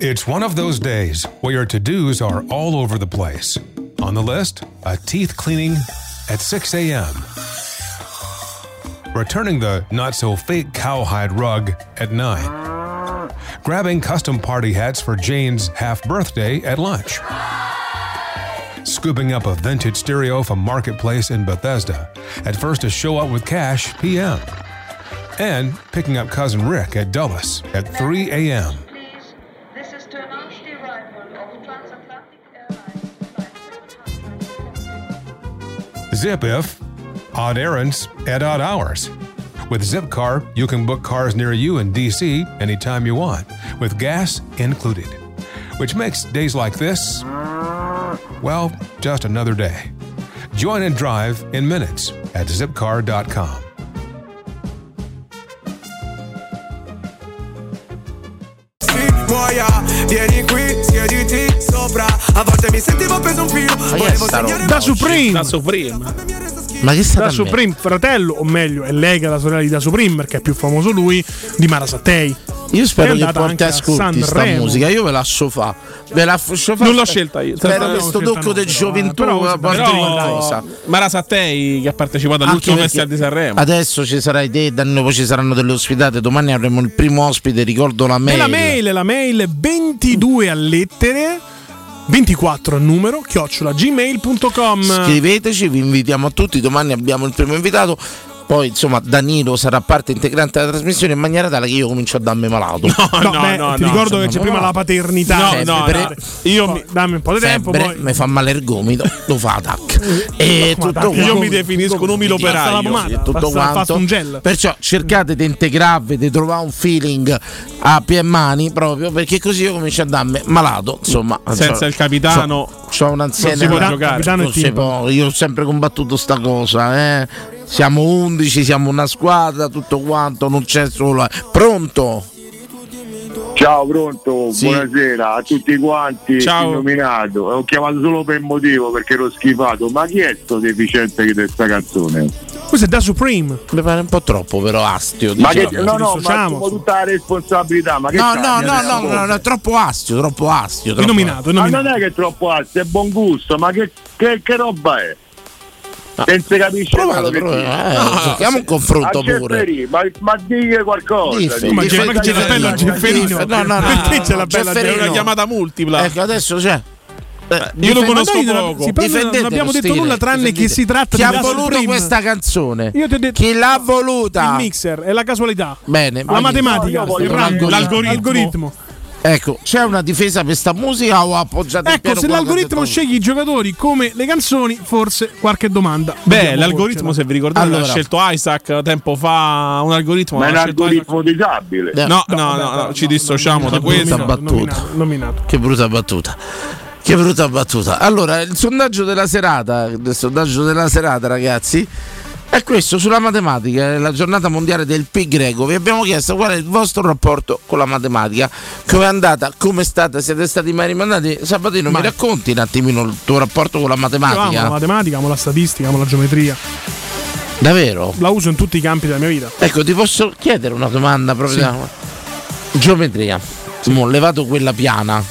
Speaker 25: It's one of those days where your to dos are all over the place. On the list, a teeth cleaning at 6 a.m., returning the not so fake cowhide rug at 9, grabbing custom party hats for Jane's half birthday at lunch, scooping up a vintage stereo from Marketplace in Bethesda, at first to show up with cash p.m., and picking up cousin Rick at Dulles at 3 a.m. Zip if odd errands at odd hours. With Zipcar, you can book cars near you in DC anytime you want, with gas included, which makes days like this, well, just another day. Join and drive in minutes at zipcar.com.
Speaker 23: muoia Vieni qui, siediti sopra A volte mi sentivo preso un filo Volevo segnare
Speaker 3: Da Supreme. Da
Speaker 6: Supreme.
Speaker 5: Ma che sta
Speaker 3: Da
Speaker 5: da me?
Speaker 3: Supreme, fratello, o meglio, è lei che è la sorella di Da Supreme, perché è più famoso lui, di Mara Sattei.
Speaker 5: Io spero che Ponte ascolti sta musica, io ve la so fa. Ve la f- so fa-
Speaker 6: Non l'ho scelta io.
Speaker 5: Spero
Speaker 6: Non l'ho
Speaker 5: questo
Speaker 6: scelta,
Speaker 5: tocco
Speaker 6: no,
Speaker 5: di
Speaker 6: però-
Speaker 5: gioventù
Speaker 6: però-
Speaker 5: a volte
Speaker 6: però-
Speaker 5: qualcosa.
Speaker 6: Mara Sattei che ha partecipato all'ultimo
Speaker 5: Anche
Speaker 6: festival di
Speaker 5: perché
Speaker 6: Sanremo.
Speaker 5: Adesso ci sarai te, da noi poi ci saranno delle ospitate. Domani avremo il primo ospite, ricordo la
Speaker 3: E
Speaker 5: mail.
Speaker 3: la mail, la mail 22 a lettere, 24 a numero, chiocciola gmail.com.
Speaker 5: Scriveteci, vi invitiamo a tutti. Domani abbiamo il primo invitato. Poi, insomma, Danilo sarà parte integrante della trasmissione in maniera tale che io comincio a darmi malato.
Speaker 3: No, beh, ti ricordo che c'è prima la paternità.
Speaker 5: No, no, no.
Speaker 3: Io dammi un po' di tempo.
Speaker 5: Febbre,
Speaker 3: Poi
Speaker 5: mi fa male il gomito, lo fa attack. E
Speaker 3: Ma
Speaker 5: tutto
Speaker 3: dai, io
Speaker 5: quanto.
Speaker 3: mi definisco un umile
Speaker 5: Basta la
Speaker 3: operaio.
Speaker 5: pomata,
Speaker 3: Sì,
Speaker 5: tutto
Speaker 3: basta-
Speaker 5: quanto.
Speaker 3: basta un gel.
Speaker 5: Perciò cercate di integrarvi, di trovare un feeling a pie e mani proprio perché così io comincio a darmi malato. Insomma,
Speaker 6: Senza
Speaker 5: so-
Speaker 6: il capitano
Speaker 5: so- c'ho un'anziana.
Speaker 6: non si può giocare. Capitano e
Speaker 5: Non si
Speaker 6: timpano.
Speaker 5: può, Io ho sempre combattuto sta cosa. eh. Siamo 11, siamo una squadra, tutto quanto. Non c'è solo. eh. Pronto?
Speaker 9: Ciao, pronto, buonasera a tutti quanti.
Speaker 5: Ciao.
Speaker 9: Illuminato. Ho chiamato solo per il motivo perché ero schifato. Ma chi è sto deficiente che questa canzone?
Speaker 3: questo è da Supreme.
Speaker 5: Mi pare un po' troppo, però astio.
Speaker 9: Ma che,
Speaker 5: diciamo.
Speaker 9: no, no, ma assumo tutta la responsabilità. Ma che
Speaker 5: No, no,
Speaker 9: cazzo,
Speaker 5: no,
Speaker 9: eh,
Speaker 5: no, no, no,
Speaker 9: cosa?
Speaker 5: no, troppo astio, troppo astio. Troppo
Speaker 9: Ma non è che è troppo alto, è buon gusto, ma che, che, che roba è?
Speaker 5: Ah.
Speaker 9: Non si capisce
Speaker 5: Provate,
Speaker 9: quello che
Speaker 5: provate,
Speaker 9: dici.
Speaker 5: eh, cerchiamo un confronto
Speaker 9: a Gefferì, Ma, ma digli qualcosa.
Speaker 5: Diffi-
Speaker 9: digli.
Speaker 5: diffi- diffi- diffi- No, no, no. Gefferino.
Speaker 6: È una chiamata multipla.
Speaker 5: Ecco, adesso c'è. Eh,
Speaker 6: io lo conosco poco.
Speaker 3: si parla- non
Speaker 5: Difendete
Speaker 3: abbiamo
Speaker 5: lo
Speaker 3: detto
Speaker 5: stile,
Speaker 3: nulla tranne
Speaker 5: difendete.
Speaker 3: che si tratta
Speaker 5: Chi
Speaker 3: di
Speaker 5: ha
Speaker 3: Russell
Speaker 5: voluto
Speaker 3: Prim.
Speaker 5: questa canzone?
Speaker 3: Io ti ho detto
Speaker 5: Eh. Chi l'ha voluta?
Speaker 3: il mixer è la casualità.
Speaker 5: Bene,
Speaker 3: La matematica, il rango, l'algoritmo.
Speaker 5: Ecco, c'è una difesa per sta musica o appoggiate il
Speaker 3: Ecco,
Speaker 5: piano
Speaker 3: se
Speaker 5: quello che ha
Speaker 3: l'algoritmo
Speaker 5: detto-
Speaker 3: sceglie i giocatori come le canzoni, forse qualche domanda.
Speaker 6: Beh, l'algoritmo, se vi ricordate,
Speaker 3: Allora.
Speaker 6: l'ha scelto Isaac tempo fa. Un algoritmo.
Speaker 3: Ma è
Speaker 6: l'ha
Speaker 3: un
Speaker 6: scelto
Speaker 3: algoritmo
Speaker 6: Isaac. No, no, no, no, ci dissociamo da
Speaker 5: brutta
Speaker 6: questo.
Speaker 5: battuta.
Speaker 3: Nominato.
Speaker 5: Che brutta battuta. Che brutta battuta. Allora, il sondaggio della serata, il sondaggio della serata, ragazzi, è questo sulla matematica, è la giornata mondiale del pi greco. Vi abbiamo chiesto qual è il vostro rapporto con la matematica, come è andata, come state, siete stati mai rimandati. Sabatino, mi racconti un attimino il tuo rapporto con la
Speaker 3: Io amo la
Speaker 5: matematica?
Speaker 3: matematica, amo la statistica, amo la geometria.
Speaker 5: Davvero?
Speaker 3: La uso in tutti i campi della mia vita.
Speaker 5: Ecco, ti posso chiedere una domanda proprio da- geometria. Mo, levato quella piana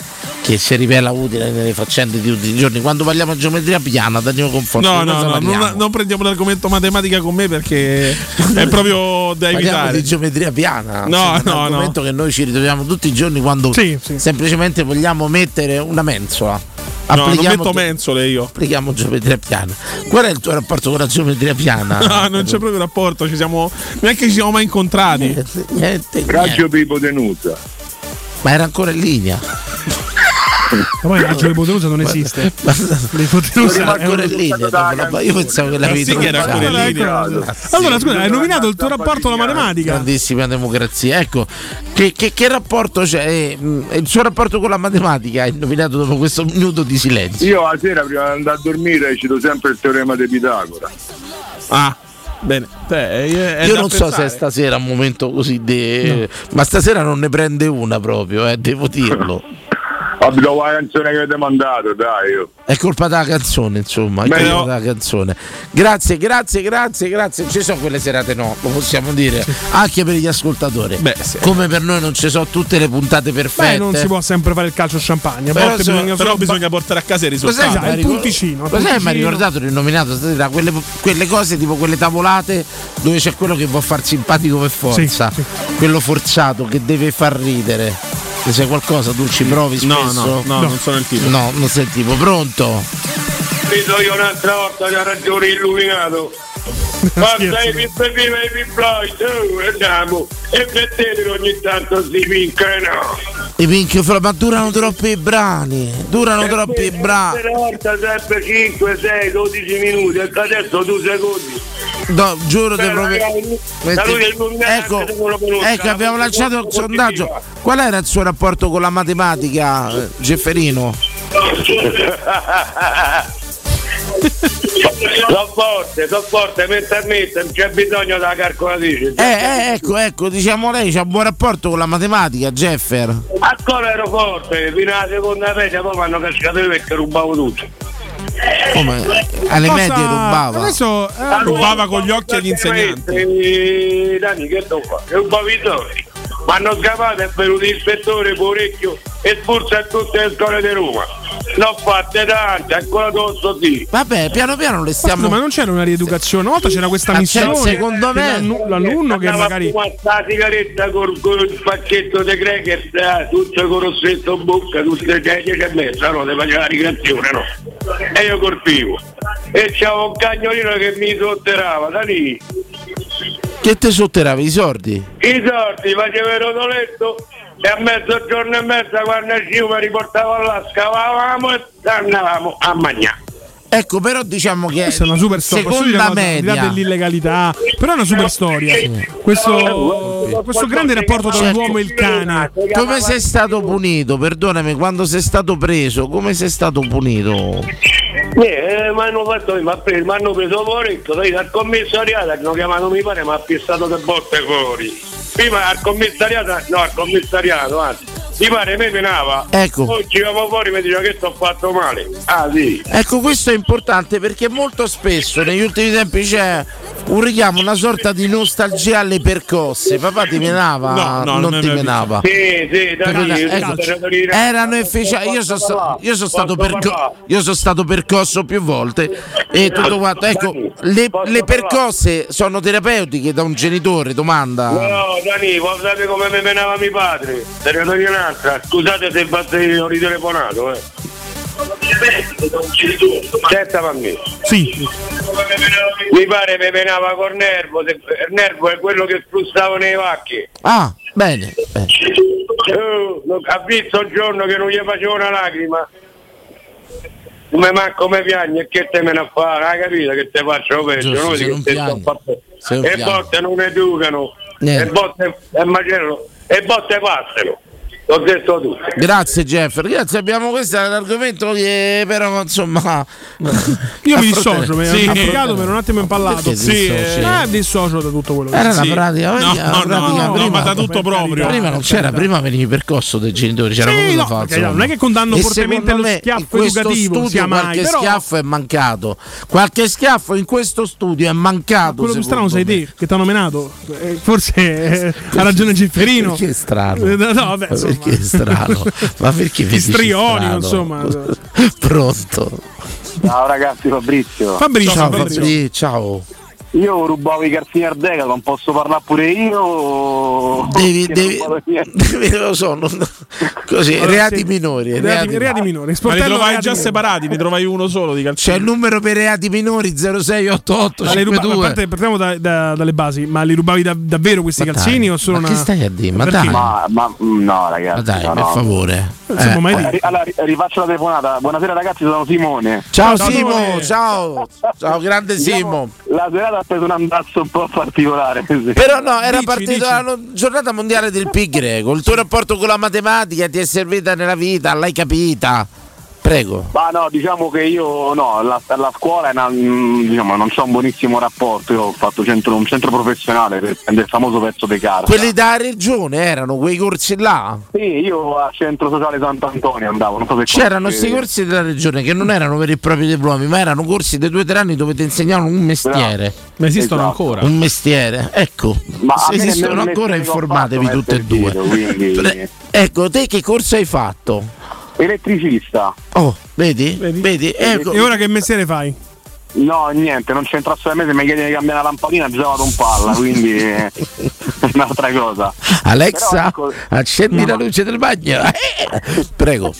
Speaker 5: che si rivela utile nelle faccende di tutti i giorni. Quando parliamo di geometria piana, Danilo Conforti.
Speaker 6: No,
Speaker 5: di cosa
Speaker 6: no, no,
Speaker 5: parliamo?
Speaker 6: non, non prendiamo l'argomento matematica con me perché è proprio da
Speaker 5: Parliamo
Speaker 6: evitare.
Speaker 5: di geometria piana,
Speaker 6: No, no,
Speaker 5: insomma, Ah, un
Speaker 6: no.
Speaker 5: argomento che noi ci ritroviamo tutti i giorni quando semplicemente vogliamo mettere una mensola.
Speaker 6: No, non
Speaker 5: Applichiamo
Speaker 6: metto
Speaker 5: ge-
Speaker 6: mensole io.
Speaker 5: Applichiamo geometria piana. Qual è il tuo rapporto con la geometria piana?
Speaker 6: No, non c'è proprio rapporto, ci siamo, neanche ci siamo mai incontrati.
Speaker 5: Raggio
Speaker 9: Pippo Tenuta.
Speaker 5: Ma era ancora in linea.
Speaker 3: Ma poi il raggio di Potenusa non esiste. Le Potenusa
Speaker 5: Ma
Speaker 3: è un-
Speaker 5: ancora in linea. dopo la- Io pensavo che l'avevi
Speaker 3: sì che era ancora in linea. Allora, scusa, hai nominato il tuo rapporto alla matematica.
Speaker 5: Grandissima democrazia, ecco che, che- che rapporto c'è? eh, mh, il suo rapporto con la matematica è indovinato dopo questo minuto di silenzio.
Speaker 9: Io la sera prima di andare a dormire cito sempre il teorema di Pitagora.
Speaker 6: Ah, bene.
Speaker 5: Io non so se è stasera un momento così, de- ma stasera non ne prende una proprio, eh, devo dirlo.
Speaker 9: Vabbè, dopo la canzone che avete mandato, dai. Io.
Speaker 5: È colpa della canzone, insomma. È
Speaker 9: Beh,
Speaker 5: colpa
Speaker 9: no.
Speaker 5: della canzone. Grazie, grazie, grazie, grazie. Ci sono quelle serate, no, lo possiamo dire. Anche per gli ascoltatori. Come per noi non ci sono tutte le puntate perfette.
Speaker 3: Beh, non si può sempre fare il calcio al champagne. A
Speaker 5: Però
Speaker 3: volte
Speaker 5: so-
Speaker 3: bisogna
Speaker 5: però
Speaker 6: bisogna portare a casa i
Speaker 3: risultati. Esatto, il punticino. il
Speaker 5: Lo sai, mi ha
Speaker 3: punticino.
Speaker 5: ricordato, rinominato stasera quelle, quelle cose tipo quelle tavolate dove c'è quello che vuol far simpatico per forza, quello forzato che deve far ridere. Se c'è qualcosa tu ci provi
Speaker 6: No,
Speaker 5: spesso?
Speaker 6: no, no, non sono il tipo.
Speaker 5: No, non sei il tipo. Pronto?
Speaker 9: Vedo io un'altra volta che ha ragione illuminato. Ma sei viva viva i piploi, su, andiamo. E vedete ogni tanto si vincono.
Speaker 5: I Pink Floyd, ma durano troppi i brani,
Speaker 9: Eh,
Speaker 5: durano troppi i brani.
Speaker 9: Una volta sempre 5, 6, 12 minuti, e adesso 2 secondi.
Speaker 5: No, giuro
Speaker 9: Beh,
Speaker 5: te proprio.
Speaker 9: magari- Cioè, da lui è illuminato,
Speaker 5: Ecco,
Speaker 9: se non lo conosco,
Speaker 5: ecco,
Speaker 9: la matematica
Speaker 5: abbiamo lanciato il
Speaker 9: positiva.
Speaker 5: sondaggio. Qual era il suo rapporto con la matematica, eh, Gefferino?
Speaker 9: sono forte, sono forte mentalmente, non c'è bisogno della calcolatrice.
Speaker 5: Eh, eh, ecco, ecco, diciamo lei c'ha un buon rapporto con la matematica, Jeffer.
Speaker 9: Ancora ero forte, fino alla seconda media, poi mi hanno cascato io perché rubavo tutto.
Speaker 5: Come? Alle
Speaker 9: Cosa-
Speaker 5: medie rubava.
Speaker 3: Adesso eh,
Speaker 6: Ah, rubava con gli occhi agli insegnanti.
Speaker 9: Eh, Dani, che devo fare? Rubavi i soldi. Mi hanno scavato, è venuto l'ispettore con orecchio e sfurza a tutte le scuole di Roma. Ne ho fatte tante, ancora addosso sì.
Speaker 5: Vabbè, piano piano le Eh,
Speaker 3: stiamo. ma non c'era una rieducazione, una volta c'era questa
Speaker 9: Ma c'è,
Speaker 3: missione.
Speaker 9: Cioè, secondo me-
Speaker 3: dell'annu- l'alunno che
Speaker 9: Andava
Speaker 3: magari.
Speaker 9: a fumare la sigaretta col, col pacchetto di cracker, eh, tutto con lo stesso in bocca, tutte le 10 e mezza, no, ti faceva la ricreazione, no? E io colpivo. E c'avevo un cagnolino che mi sotterava, da lì.
Speaker 5: Che te sotterava i sordi?
Speaker 9: I sordi faceva il rotoletto e a mezzogiorno e mezza quando uscivo mi riportavo là, scavavamo e andavamo a mangiare.
Speaker 5: Ecco, però diciamo che
Speaker 3: Questa è una super storia. Posso dire
Speaker 5: Seconda
Speaker 3: una cosa? Al di là
Speaker 5: media.
Speaker 3: dell'illegalità, però è una super storia.
Speaker 9: Eh,
Speaker 3: Questo, questo grande rapporto tra l'uomo e il cane.
Speaker 5: Certo. Come sei stato punito? Perdonami, quando sei stato preso, come sei stato punito?
Speaker 9: Eh, eh, mi hanno fatto, mi ha preso- mi hanno preso Poretto, poi dal commissariato hanno chiamato mi pare, mi ha pissato due volte fuori. Prima al commissariato, no al commissariato, anzi, mi pare mi penava.
Speaker 5: Ecco.
Speaker 9: Poi ci vamo fuori e mi diceva che ti ho fatto male. Ah sì.
Speaker 5: Ecco, questo è importante perché molto spesso negli ultimi tempi c'è un richiamo, una sorta di nostalgia alle percosse. Papà ti menava,
Speaker 6: No, no, non
Speaker 5: non
Speaker 6: mi
Speaker 5: ti
Speaker 6: aveva
Speaker 5: menava.
Speaker 9: Sì, sì, da
Speaker 5: Guarda,
Speaker 9: lì,
Speaker 5: ecco, erano efficienti. Io sono sta- io sono stato, perco- io sono stato percosso più volte e tutto quanto. Ecco, le, le percosse sono terapeutiche da un genitore, domanda.
Speaker 9: No, Dani, voi sapete come mi menava mio padre? Territorio un'altra, scusate se fate- ho ritelefonato, eh. Senta a me.
Speaker 3: Sì.
Speaker 9: Mi pare mi menava col nervo, se- il nervo è quello che spruzzavo nei vacchi.
Speaker 5: Ah, bene. bene.
Speaker 9: Eh, non- ha visto un giorno che non gli facevo una lacrima. Come manco mi piagne, che te me ne fa? Hai capito che te faccio peggio?
Speaker 5: Giusto,
Speaker 9: no?
Speaker 5: se
Speaker 9: Che
Speaker 5: non
Speaker 9: te sto
Speaker 5: piangi,
Speaker 9: fatto-
Speaker 5: se non
Speaker 9: E
Speaker 5: piangi.
Speaker 9: botte non educano,
Speaker 5: Niente.
Speaker 9: e botte e macellano, e botte passano. L'ho detto tutto.
Speaker 5: Grazie Jeff, ragazzi abbiamo questo è un argomento che però insomma
Speaker 3: Io mi dissocio, mi
Speaker 5: Sì.
Speaker 3: ho applicato per un attimo impallato.
Speaker 5: Perché ti dissoci?
Speaker 3: eh, dissocio da tutto quello che
Speaker 5: Era una
Speaker 3: Sì.
Speaker 5: pratica,
Speaker 3: No,
Speaker 5: era una
Speaker 3: no,
Speaker 5: pratica
Speaker 3: no, no,
Speaker 5: prima.
Speaker 3: ma da tutto proprio.
Speaker 5: Prima non c'era, prima venivi percosso dai genitori, c'era
Speaker 3: Sì,
Speaker 5: poco
Speaker 3: no,
Speaker 5: da fare.
Speaker 3: perché
Speaker 5: insomma.
Speaker 3: non è che condanno
Speaker 5: E
Speaker 3: fortemente
Speaker 5: secondo
Speaker 3: lo
Speaker 5: me
Speaker 3: schiaffo
Speaker 5: in questo
Speaker 3: educativo,
Speaker 5: studio
Speaker 3: sia mai,
Speaker 5: qualche
Speaker 3: però-
Speaker 5: schiaffo è mancato. Qualche schiaffo in questo studio è mancato.
Speaker 3: Quello più strano
Speaker 5: secondo
Speaker 3: sei
Speaker 5: me.
Speaker 3: te che ti hanno menato. Eh, Forse eh, ha ragione Gifferino.
Speaker 5: Perché è strano?
Speaker 3: Eh, No, no, vabbè,
Speaker 5: Ma
Speaker 3: insomma.
Speaker 5: perché è strano? Ma perché mi dici
Speaker 3: Istrionico,
Speaker 5: strano?
Speaker 3: insomma.
Speaker 5: Pronto.
Speaker 26: Ciao ragazzi, Fabrizio.
Speaker 5: Ciao Fabri, ciao.
Speaker 26: Io rubavo i calzini al Decathlon, posso parlare pure io?
Speaker 5: Devi-
Speaker 26: Che
Speaker 5: devi-
Speaker 26: non vado niente.
Speaker 5: Lo so, non- così,
Speaker 26: Allora,
Speaker 5: reati
Speaker 26: sì.
Speaker 5: minori.
Speaker 3: Reati- reati minori.
Speaker 6: Ma li
Speaker 3: Sportello
Speaker 6: trovai
Speaker 3: reati
Speaker 6: già
Speaker 3: minori.
Speaker 6: separati, ne trovai uno solo di
Speaker 5: C'è il
Speaker 6: calciatore.
Speaker 5: numero per reati minori 0688
Speaker 3: Ma le ruba- ma a parte- partiamo da- da- dalle basi, ma li rubavi da- davvero questi
Speaker 5: Ma
Speaker 3: calzini
Speaker 5: dai,
Speaker 3: o solo
Speaker 5: ma
Speaker 3: una.
Speaker 5: che stai a dire? Ma
Speaker 3: Perché?
Speaker 5: dai.
Speaker 26: Ma, ma- mm, no ragazzi.
Speaker 5: Ma dai,
Speaker 26: no,
Speaker 5: per
Speaker 26: no.
Speaker 5: favore.
Speaker 26: Eh,
Speaker 5: Eh.
Speaker 26: ri- allora, ri- rifaccio la telefonata. Buonasera ragazzi, sono Simone.
Speaker 5: Ciao, Simo, ciao. Ciao, grande Simo.
Speaker 26: La serata ha preso un andazzo un po' particolare. sì.
Speaker 5: Però no, era partito la giornata mondiale del pi greco. Il tuo rapporto con la matematica ti è servita nella vita, l'hai capita. Prego.
Speaker 26: Ma no, diciamo che io no, la, la scuola è una- mm, diciamo, non c'ho un buonissimo rapporto, io ho fatto centro- un centro professionale per prendere il famoso pezzo di carta.
Speaker 5: Quelli da regione erano quei corsi là.
Speaker 26: Sì, io al centro sociale Sant'Antonio andavo, non so se
Speaker 5: C'erano
Speaker 26: conosci-
Speaker 5: questi corsi della regione che non erano veri e propri diplomi, ma erano corsi dei due o tre anni dove ti insegnavano un mestiere.
Speaker 6: Ma esistono Esatto. ancora?
Speaker 5: Un mestiere, ecco.
Speaker 26: Ma a
Speaker 5: se
Speaker 26: me nemmeno
Speaker 5: esistono
Speaker 26: nessuno
Speaker 5: ancora
Speaker 26: che ho
Speaker 5: informatevi
Speaker 26: fatto
Speaker 5: tutti e
Speaker 26: mette il
Speaker 5: due.
Speaker 26: dito, quindi-
Speaker 5: Pre- ecco, te che corso hai fatto?
Speaker 26: Elettricista.
Speaker 5: Oh, vedi? Vedi? Ecco.
Speaker 3: E ora che mestiere fai?
Speaker 26: No, niente, non c'entra assolutamente, mi chiedi di cambiare la lampadina, già vado un palla, quindi è un'altra cosa.
Speaker 5: Alexa,
Speaker 26: Però, ecco,
Speaker 5: accendi la luce del bagno. Eh, Prego.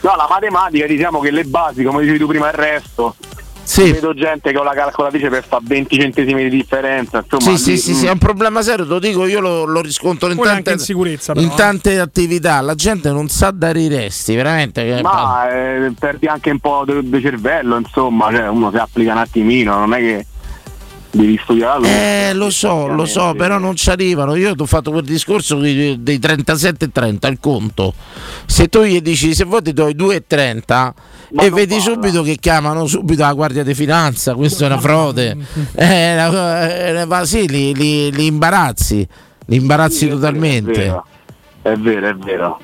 Speaker 26: No, la matematica diciamo che le basi, come dicevi tu prima, il resto. Vedo gente che con la calcolatrice per fare 20 centesimi di differenza, insomma.
Speaker 5: Sì, sì,
Speaker 26: lì,
Speaker 5: sì,
Speaker 26: mm.
Speaker 5: sì, è un problema serio, te lo dico, io lo, lo riscontro in
Speaker 26: Poi
Speaker 5: tante,
Speaker 26: anche in sicurezza, però,
Speaker 5: in
Speaker 26: eh.
Speaker 5: tante attività. La gente non sa dare i resti, veramente. Che
Speaker 26: Ma eh, perdi anche un po' di cervello, insomma, cioè, uno si applica un attimino, non è che
Speaker 27: devi studiare allora.
Speaker 5: Eh, lo so, lo so, però non ci arrivano. Io ti ho fatto quel discorso dei dei 37,30 il conto. Se tu gli dici se vuoi ti do i 2,30 e vedi subito che chiamano subito la guardia di finanza, questa è una frode. Eh, è una- è una- ma sì, li, li- li imbarazzi, li imbarazzi totalmente.
Speaker 27: È vero, è vero.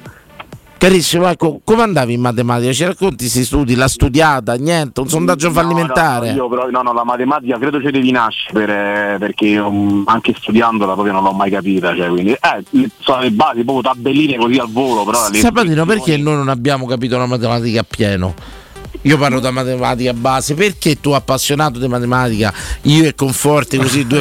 Speaker 5: Carissimo, ecco, come andavi in matematica? Ci racconti questi studi, la studiata, niente, un sondaggio
Speaker 27: No,
Speaker 5: fallimentare.
Speaker 27: No, io però, no, no, la matematica credo ci devi nascere per- eh, perché io, mh, anche studiandola proprio non l'ho mai capita. Cioè, quindi, eh, le- sono le basi, proprio tabelline così al volo, però le-
Speaker 5: Sabatino, perché noi non abbiamo capito la matematica a pieno? Io parlo da matematica base, perché tu appassionato di matematica, io e Conforti così due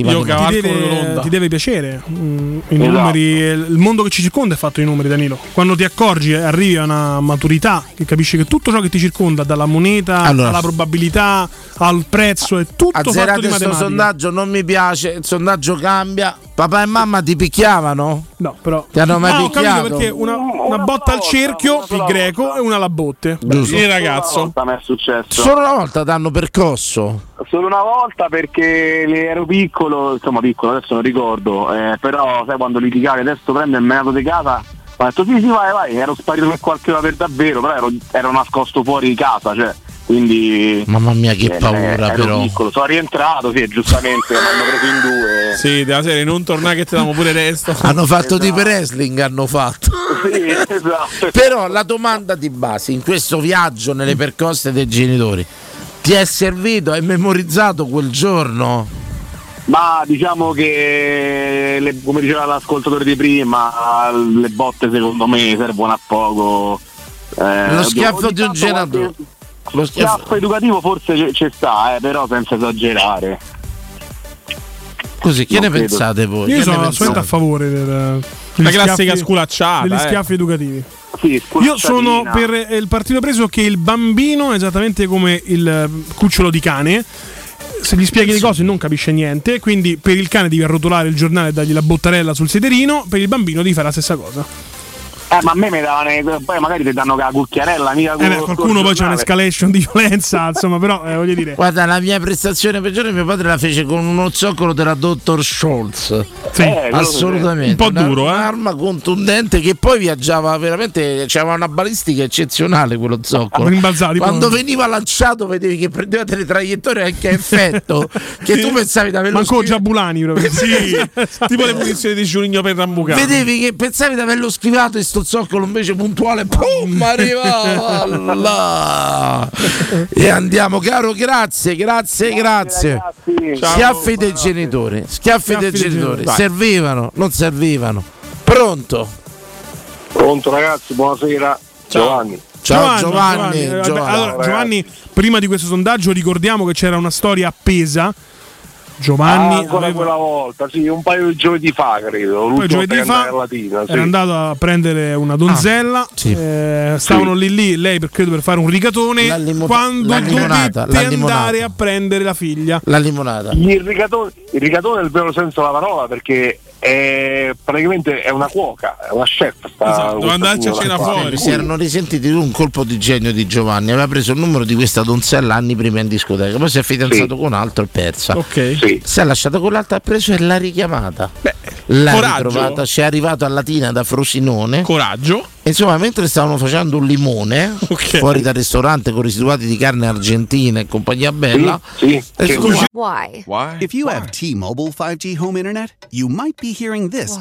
Speaker 3: io
Speaker 5: matematica?
Speaker 3: ti, deve, ti deve piacere. Mm, i
Speaker 5: Esatto.
Speaker 3: numeri, il mondo che ci circonda è fatto di numeri, Danilo. Quando ti accorgi, eh, arrivi a una maturità che capisci che tutto ciò che ti circonda, dalla moneta
Speaker 5: Allora.
Speaker 3: alla probabilità, al prezzo, è tutto fatto
Speaker 5: Azzerate
Speaker 3: di
Speaker 5: questo
Speaker 3: matematica.
Speaker 5: sondaggio, non mi piace, il sondaggio cambia. Papà e mamma ti picchiavano?
Speaker 3: No, però
Speaker 5: Ti hanno mai
Speaker 3: Ah, ho capito
Speaker 5: picchiato?
Speaker 3: perché una, una botta al cerchio, il greco, e una alla botte.
Speaker 5: Giusto.
Speaker 3: Il ragazzo.
Speaker 27: mi è successo.
Speaker 5: Solo una volta ti hanno percosso.
Speaker 27: Solo una volta perché le- ero piccolo, insomma piccolo, adesso non ricordo, eh, però sai quando litigavi adesso prendo e me ne vado di casa, ho detto sì sì vai vai, ero sparito per qualche ora per davvero, però ero, ero nascosto fuori di casa, cioè, quindi...
Speaker 5: Mamma mia, che
Speaker 27: eh,
Speaker 5: paura,
Speaker 27: ero
Speaker 5: Ah, però.
Speaker 27: piccolo, sono rientrato, sì, e giustamente, mi hanno preso in due.
Speaker 6: Sì, della serie, non tornare che te damo pure resto.
Speaker 5: Hanno
Speaker 3: Esatto.
Speaker 5: fatto di wrestling, hanno fatto. Però la domanda di base in questo viaggio nelle percosse dei genitori ti è servito, hai memorizzato quel giorno?
Speaker 27: Ma diciamo che, le- come diceva l'ascoltatore di prima, le botte secondo me servono a poco. Eh,
Speaker 5: Lo
Speaker 27: oddio,
Speaker 5: schiaffo
Speaker 27: ogni
Speaker 5: di un
Speaker 27: tanto
Speaker 5: genatore. Lo
Speaker 27: Lo
Speaker 5: schiaffo.
Speaker 27: schiaffo educativo forse c- c'è sta, eh, però senza esagerare.
Speaker 5: Così, che
Speaker 27: Non
Speaker 5: ne
Speaker 27: credo.
Speaker 5: pensate voi?
Speaker 3: Io
Speaker 5: Che
Speaker 3: sono
Speaker 5: ne
Speaker 3: assolutamente a
Speaker 5: pensate?
Speaker 3: favore del, degli
Speaker 6: classica
Speaker 3: schiaffi-
Speaker 6: sculacciata,
Speaker 3: Degli
Speaker 6: eh.
Speaker 3: schiaffi educativi.
Speaker 6: sculacciatina.
Speaker 3: Io sono per eh, il partito preso che il bambino, esattamente come il eh, cucciolo di cane, se gli spieghi le cose non capisce niente, quindi per il cane devi arrotolare il giornale e dargli la bottarella sul sederino, per il bambino devi fare la stessa cosa.
Speaker 27: Eh, ma a me mi davano, poi magari ti danno la cucchiarella, mica
Speaker 3: Eh
Speaker 27: col-
Speaker 3: beh,
Speaker 27: col
Speaker 3: qualcuno poi c'è
Speaker 27: giornale.
Speaker 3: un'escalation di violenza, insomma, però eh, voglio dire...
Speaker 5: Guarda, la mia prestazione peggiore mio padre la fece con uno zoccolo della Dr. Scholz.
Speaker 3: Sì. Eh, quello
Speaker 5: assolutamente.
Speaker 3: sì. Un po'
Speaker 5: Una-
Speaker 3: duro, eh.
Speaker 5: Un'arma contundente che poi viaggiava veramente, c'era una balistica eccezionale quello zoccolo.
Speaker 3: Rimbalzato, tipo-
Speaker 5: Quando veniva lanciato vedevi Ah, che prendeva delle traiettorie anche a effetto, che tu pensavi di averlo
Speaker 3: Manco
Speaker 5: schiv-
Speaker 3: Giabulani proprio.
Speaker 5: Sì.
Speaker 6: tipo le punizioni di Giuligno per Rambucano.
Speaker 5: Vedevi che pensavi di averlo schivato e sto zoccolo invece puntuale, pum, arrivava là. E andiamo, caro, grazie, grazie, grazie.
Speaker 27: Ciao.
Speaker 5: Schiaffi dei genitori, schiaffi dei genitori, servivano, non servivano. Pronto?
Speaker 26: Pronto ragazzi, buonasera. Giovanni.
Speaker 5: Ciao Giovanni,
Speaker 3: Giovanni. Eh,
Speaker 5: Giovanni.
Speaker 3: Allora, Giovanni, prima di questo sondaggio ricordiamo che c'era una storia appesa.
Speaker 26: Ah,
Speaker 3: Giovanni
Speaker 26: ancora quella volta, sì, un paio di giovedì fa, credo.
Speaker 3: Poi
Speaker 26: l'ultima
Speaker 3: giovedì
Speaker 26: volta che
Speaker 3: fa
Speaker 26: andai a Latina, sì.
Speaker 3: era andato a prendere una
Speaker 5: Ah,
Speaker 3: donzella, eh, stavano lì lì, lei per, credo per fare un rigatone, quando
Speaker 5: la limonata,
Speaker 3: dovette
Speaker 5: la limonata.
Speaker 3: andare a prendere la figlia.
Speaker 5: La limonata.
Speaker 26: Il rigatone, il rigatone è il vero senso della parola perché è praticamente è una cuoca, è una chef. sta- Ah,
Speaker 3: Esatto,
Speaker 26: questa signora qua.
Speaker 5: Si erano risentiti di un colpo di genio di Giovanni. Aveva preso il numero di questa donzella anni prima in discoteca. Poi si è fidanzato con un altro e persa.
Speaker 6: Ok.
Speaker 5: Si è lasciato con l'altra, ha preso e l'ha richiamata. l'ha
Speaker 6: coraggio.
Speaker 5: ritrovata, ci è arrivato a Latina da Frosinone.
Speaker 6: Coraggio.
Speaker 5: Insomma, mentre stavano facendo un limone fuori dal ristorante con residuati di carne argentina e compagnia bella. eh, scusa,
Speaker 28: Why?
Speaker 6: Why?
Speaker 28: If you have T-Mobile 5G home internet, you might be hearing this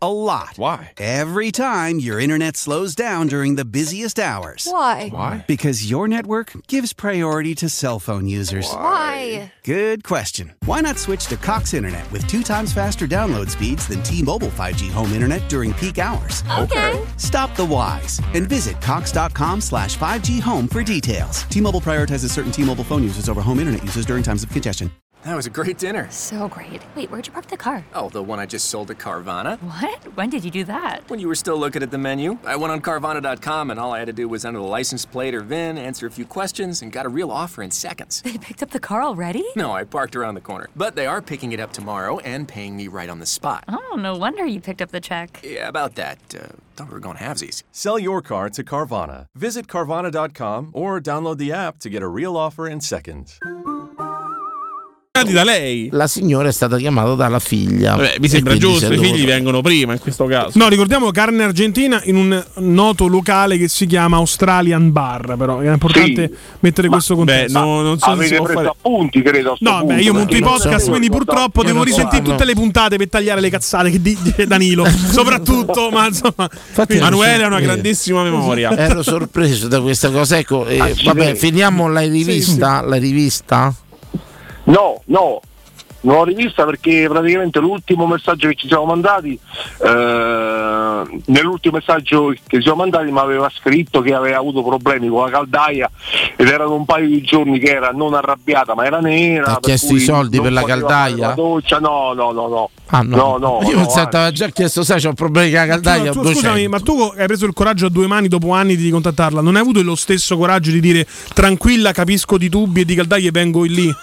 Speaker 28: a lot. Why? Every time your internet slows down during the busiest hours.
Speaker 29: Why? Why?
Speaker 28: Because your network gives priority to cell phone users.
Speaker 29: Why?
Speaker 28: Good question. Why not switch to Cox Internet with two times faster download speeds than T-Mobile 5G home internet during peak hours? Okay. Stop the whys and visit cox.com slash 5G home for details. T-Mobile prioritizes certain T-Mobile phone users over home internet users during times of congestion.
Speaker 7: That was a great dinner.
Speaker 17: So great. Wait, where'd you park the car?
Speaker 7: Oh, the one I just sold at Carvana.
Speaker 17: What? When did you do that?
Speaker 7: When you were still looking at the menu, I went on Carvana.com and all I had to do was enter the license plate or VIN, answer a few questions, and got a real offer in seconds.
Speaker 17: They picked up the car already?
Speaker 7: No, I parked around the corner. But they are picking it up tomorrow and paying me right on the spot.
Speaker 17: Oh, no wonder you picked up the check.
Speaker 7: Yeah, about that. Uh, thought we were going halvesies.
Speaker 30: Sell your car to Carvana. Visit Carvana.com or download the app to get a real offer in seconds.
Speaker 6: da lei.
Speaker 5: La signora è stata chiamata dalla figlia.
Speaker 6: Vabbè, mi
Speaker 5: E
Speaker 6: sembra
Speaker 5: quindi
Speaker 6: giusto,
Speaker 5: se
Speaker 6: i
Speaker 5: loro-
Speaker 6: figli vengono prima in questo caso.
Speaker 3: No, ricordiamo carne argentina in un noto locale che si chiama Australian Bar, però è importante mettere questo contesto.
Speaker 6: beh, no, non so se
Speaker 3: Avete
Speaker 6: si può
Speaker 3: preso
Speaker 6: fare-
Speaker 26: appunti, credo.
Speaker 3: No, beh, io monto i podcast, quindi purtroppo devo risentire tutte
Speaker 6: le
Speaker 3: le puntate per tagliare le cazzate che di- dice Danilo, soprattutto, ma insomma,
Speaker 5: Infatti ero
Speaker 6: Manuela ha una
Speaker 5: sorpreso.
Speaker 6: grandissima memoria.
Speaker 5: Ero sorpreso da questa cosa. Ecco, eh,
Speaker 3: Ah,
Speaker 6: Accidenti.
Speaker 5: vabbè, finiamo la rivista. La rivista?
Speaker 26: No, no, non l'ho rivista perché praticamente l'ultimo messaggio che ci siamo mandati, eh, nell'ultimo messaggio che ci siamo mandati mi aveva scritto che aveva avuto problemi con la caldaia ed erano un paio di giorni che era non arrabbiata ma era nera.
Speaker 5: Ti ha
Speaker 26: per
Speaker 5: chiesto
Speaker 26: cui
Speaker 5: i soldi
Speaker 26: non
Speaker 5: per la
Speaker 26: poteva fare
Speaker 5: caldaia?
Speaker 26: la doccia, no, no, no, no.
Speaker 5: Ah, no.
Speaker 26: no, no,
Speaker 5: Io
Speaker 26: no,
Speaker 5: pensavo,
Speaker 26: anzi.
Speaker 5: t'aveva già chiesto, sai, c'ho problemi con la caldaia.
Speaker 3: Ma tu,
Speaker 5: ho 200.
Speaker 3: scusami, ma tu hai preso il coraggio a due mani dopo anni di contattarla. Non hai avuto lo stesso coraggio di dire tranquilla, capisco di tubi e di caldaie, vengo in lì.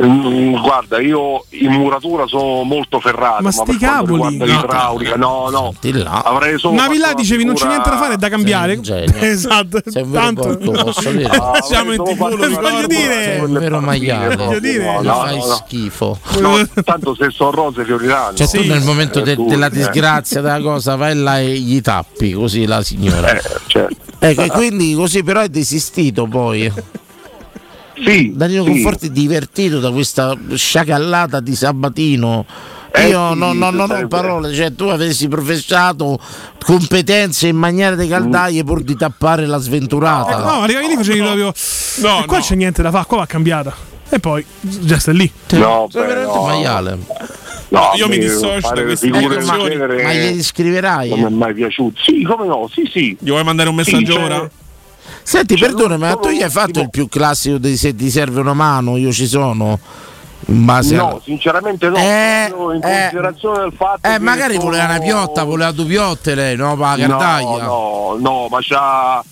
Speaker 26: Mm, Guarda, io in muratura sono molto ferrato, ma,
Speaker 3: Ma sti
Speaker 26: per quanto
Speaker 3: cavoli!
Speaker 26: riguarda
Speaker 3: No.
Speaker 26: l'idraulica, no, no, avrei solo
Speaker 3: Ma vi là
Speaker 26: fatto una
Speaker 3: dicevi non c'è
Speaker 26: figura-
Speaker 3: niente da fare, è da cambiare. esatto, tanto
Speaker 5: porco, posso dire?
Speaker 3: no.
Speaker 5: Ah,
Speaker 3: siamo in
Speaker 5: avrei
Speaker 3: tv,
Speaker 5: solo
Speaker 3: lo
Speaker 5: fatto
Speaker 3: voglio
Speaker 5: una
Speaker 3: dire.
Speaker 5: Sei un vero maiale.
Speaker 26: Voglio dire-
Speaker 5: Lo
Speaker 26: No, no,
Speaker 5: fai
Speaker 26: no.
Speaker 5: schifo.
Speaker 26: No, tanto se sono rose fioriranno.
Speaker 5: Cioè, tu nel momento
Speaker 26: Eh,
Speaker 5: de-
Speaker 26: tu,
Speaker 5: della
Speaker 26: eh.
Speaker 5: disgrazia della cosa vai là e gli tappi così la signora.
Speaker 26: Eh, certo.
Speaker 5: Ecco, e quindi così però è desistito poi.
Speaker 26: Sì,
Speaker 5: Danilo
Speaker 26: sì.
Speaker 5: Conforti è divertito da questa sciacallata di Sabatino.
Speaker 26: Eh
Speaker 5: Io
Speaker 26: sì,
Speaker 5: non, non- non ho
Speaker 26: sarebbe-
Speaker 5: parole, cioè tu avessi professato competenze in maniera di caldaie pur di tappare la sventurata.
Speaker 3: No, arrivavi lì facevi proprio. No, qua c'è niente da fare, qua va cambiata. E poi già stai lì.
Speaker 5: Cioè,
Speaker 26: No, Sei beh, veramente no. un maiale. No,
Speaker 3: Io mi
Speaker 26: a me
Speaker 3: dissocio da
Speaker 26: fare
Speaker 3: queste
Speaker 26: figure del
Speaker 3: situazioni.
Speaker 26: genere
Speaker 3: Ma glieli
Speaker 5: scriverai?
Speaker 26: Non mi è mai piaciuto. Sì, come no? Sì, sì.
Speaker 6: Gli vuoi mandare un messaggio
Speaker 26: cioè-
Speaker 6: ora?
Speaker 5: Senti, perdona, ma tu gli hai fatto il più classico di se ti serve una mano, io ci sono. In base
Speaker 26: no,
Speaker 5: al-
Speaker 26: sinceramente no.
Speaker 5: Ah, Eh,
Speaker 26: Io in
Speaker 5: eh.
Speaker 26: considerazione del fatto
Speaker 5: Eh,
Speaker 26: che
Speaker 5: magari
Speaker 26: sono-
Speaker 5: voleva una piotta, voleva due piotte lei, no? Per la
Speaker 26: No,
Speaker 5: cartaglia.
Speaker 26: no, no, ma c'ha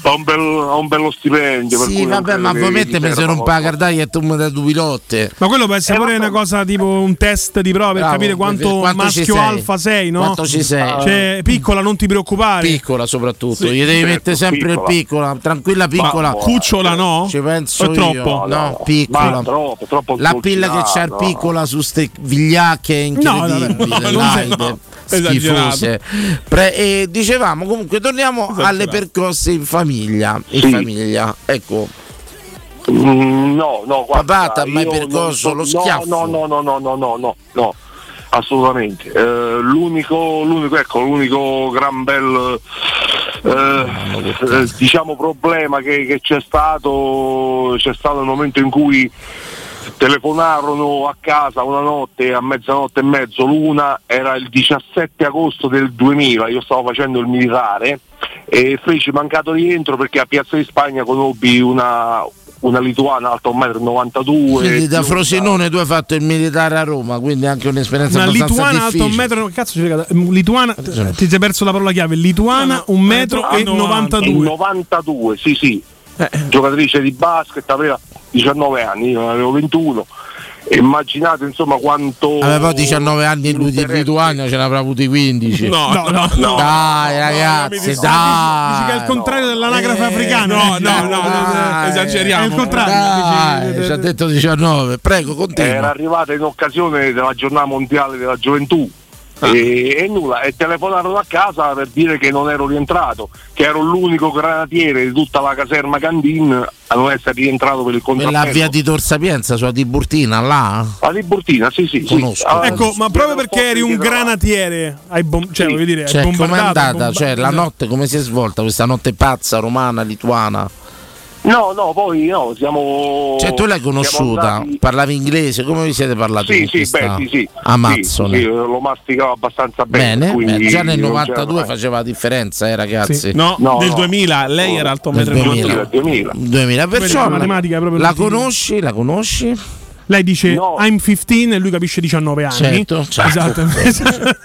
Speaker 26: ha un, bel- ha un bello stipendio. per
Speaker 5: Sì,
Speaker 26: cui non
Speaker 5: vabbè,
Speaker 26: credo
Speaker 5: ma
Speaker 26: che
Speaker 5: voi
Speaker 26: gli
Speaker 5: mettete mi
Speaker 26: serva
Speaker 5: se rompa la
Speaker 26: molto.
Speaker 5: cartaglia e tu mi dai due pilotte.
Speaker 3: Ma quello può essere pure una cosa tipo un test di prova per
Speaker 5: Bravo,
Speaker 3: capire quanto,
Speaker 5: per- quanto ci
Speaker 3: maschio
Speaker 5: sei.
Speaker 3: alfa sei, no?
Speaker 5: Quanto ci sei.
Speaker 3: Cioè, piccola, non ti preoccupare.
Speaker 5: Piccola soprattutto, gli devi mettere sempre il certo, piccola, tranquilla piccola.
Speaker 3: Ma cucciola no?
Speaker 5: Ci penso
Speaker 3: O è troppo?
Speaker 5: io.
Speaker 3: No,
Speaker 5: No,
Speaker 3: no.
Speaker 5: piccola.
Speaker 3: Ma
Speaker 26: troppo, troppo
Speaker 5: la pilla che c'ha il
Speaker 26: no.
Speaker 5: piccola su ste vigliacche
Speaker 26: No, vabbè,
Speaker 5: incredibili,
Speaker 26: no, non
Speaker 5: laide,
Speaker 26: sei- no,
Speaker 5: schifose.
Speaker 26: esagerato.
Speaker 5: Pre- e dicevamo comunque torniamo alle percosse in famiglia, in
Speaker 26: Sì.
Speaker 5: famiglia. Ecco.
Speaker 26: Mm, No, no, guarda.
Speaker 5: Papà, t'ha mai
Speaker 26: Ah, io
Speaker 5: percosso
Speaker 26: non-
Speaker 5: lo
Speaker 26: no,
Speaker 5: schiaffo?
Speaker 26: No, no, no, no, no, no, no, no, assolutamente. Eh, l'unico, l'unico, ecco, l'unico gran bel eh, eh, diciamo problema che, che c'è stato c'è stato il momento in cui telefonarono a casa una notte a mezzanotte e mezzo l'una era il 17 agosto del 2000 io stavo facendo il militare e feci mancato rientro perché a Piazza di Spagna conobbi una, una lituana alta 1,92 m
Speaker 5: Quindi da Frosinone tu hai fatto il militare a Roma, quindi anche un'esperienza
Speaker 3: Una
Speaker 5: abbastanza
Speaker 3: lituana alta un
Speaker 5: difficile.
Speaker 3: metro. che Cazzo, ci regala? Lituana, ti sei perso la parola chiave. Lituana, un metro
Speaker 26: Ah,
Speaker 3: e 92.
Speaker 26: 92, sì sì.
Speaker 5: Eh,
Speaker 26: Giocatrice di basket, aveva 19 anni, io ne avevo 21. Immaginate insomma quanto...
Speaker 5: Aveva poi 19 anni e lui di Lituania ce n'avrà avuti 15.
Speaker 26: No, no, no, no.
Speaker 5: Dai, ragazzi, dai.
Speaker 3: Dici che è il contrario dell'anagrafe africana.
Speaker 6: No, no, no, no,
Speaker 3: È il
Speaker 6: esageriamo.
Speaker 3: contrario.
Speaker 5: Dai, ci ha detto 19. Prego,
Speaker 26: Era
Speaker 5: continua.
Speaker 26: arrivata in occasione della giornata mondiale della gioventù.
Speaker 5: Ah.
Speaker 26: E, e nulla, e telefonarono a casa per dire che non ero rientrato, che ero l'unico granatiere di tutta la caserma Candin a non essere rientrato per il
Speaker 5: Quella
Speaker 26: contratto.
Speaker 5: via di Tor Sapienza, sulla Tiburtina, là.
Speaker 26: La Tiburtina, sì, sì. Ah,
Speaker 5: Conosco.
Speaker 3: Ecco, ma proprio perché eri un granatiere, hai bom- cioè, voglio dire,
Speaker 5: Cioè,
Speaker 3: hai
Speaker 5: com'è
Speaker 3: bombardato.
Speaker 5: andata?
Speaker 3: bomba- esatto.
Speaker 5: Cioè, la notte come si è svolta questa notte pazza romana, lituana?
Speaker 26: No, no, poi no, siamo...
Speaker 5: Cioè, tu l'hai
Speaker 26: siamo
Speaker 5: conosciuta?
Speaker 26: andati-
Speaker 5: Parlavi inglese? Come vi siete parlati?
Speaker 26: Sì,
Speaker 5: con
Speaker 26: sì,
Speaker 5: questa
Speaker 26: beh, sì, sì.
Speaker 5: Amazzone.
Speaker 26: Sì, sì, lo masticavo abbastanza bene.
Speaker 5: Bene,
Speaker 26: quindi
Speaker 5: beh, già nel
Speaker 26: non c'era-
Speaker 5: 92 faceva la differenza, eh, ragazzi.
Speaker 6: Sì. No, del 2000, lei era alto
Speaker 5: Del
Speaker 6: 1,92 m.
Speaker 26: 2000.
Speaker 5: 2000, perciò
Speaker 3: Quella matematica è proprio
Speaker 5: la
Speaker 3: l'ultima.
Speaker 5: conosci, la conosci?
Speaker 3: Lei dice I'm 15 e lui capisce 19 anni.
Speaker 5: Certo, certo.
Speaker 3: Esatto.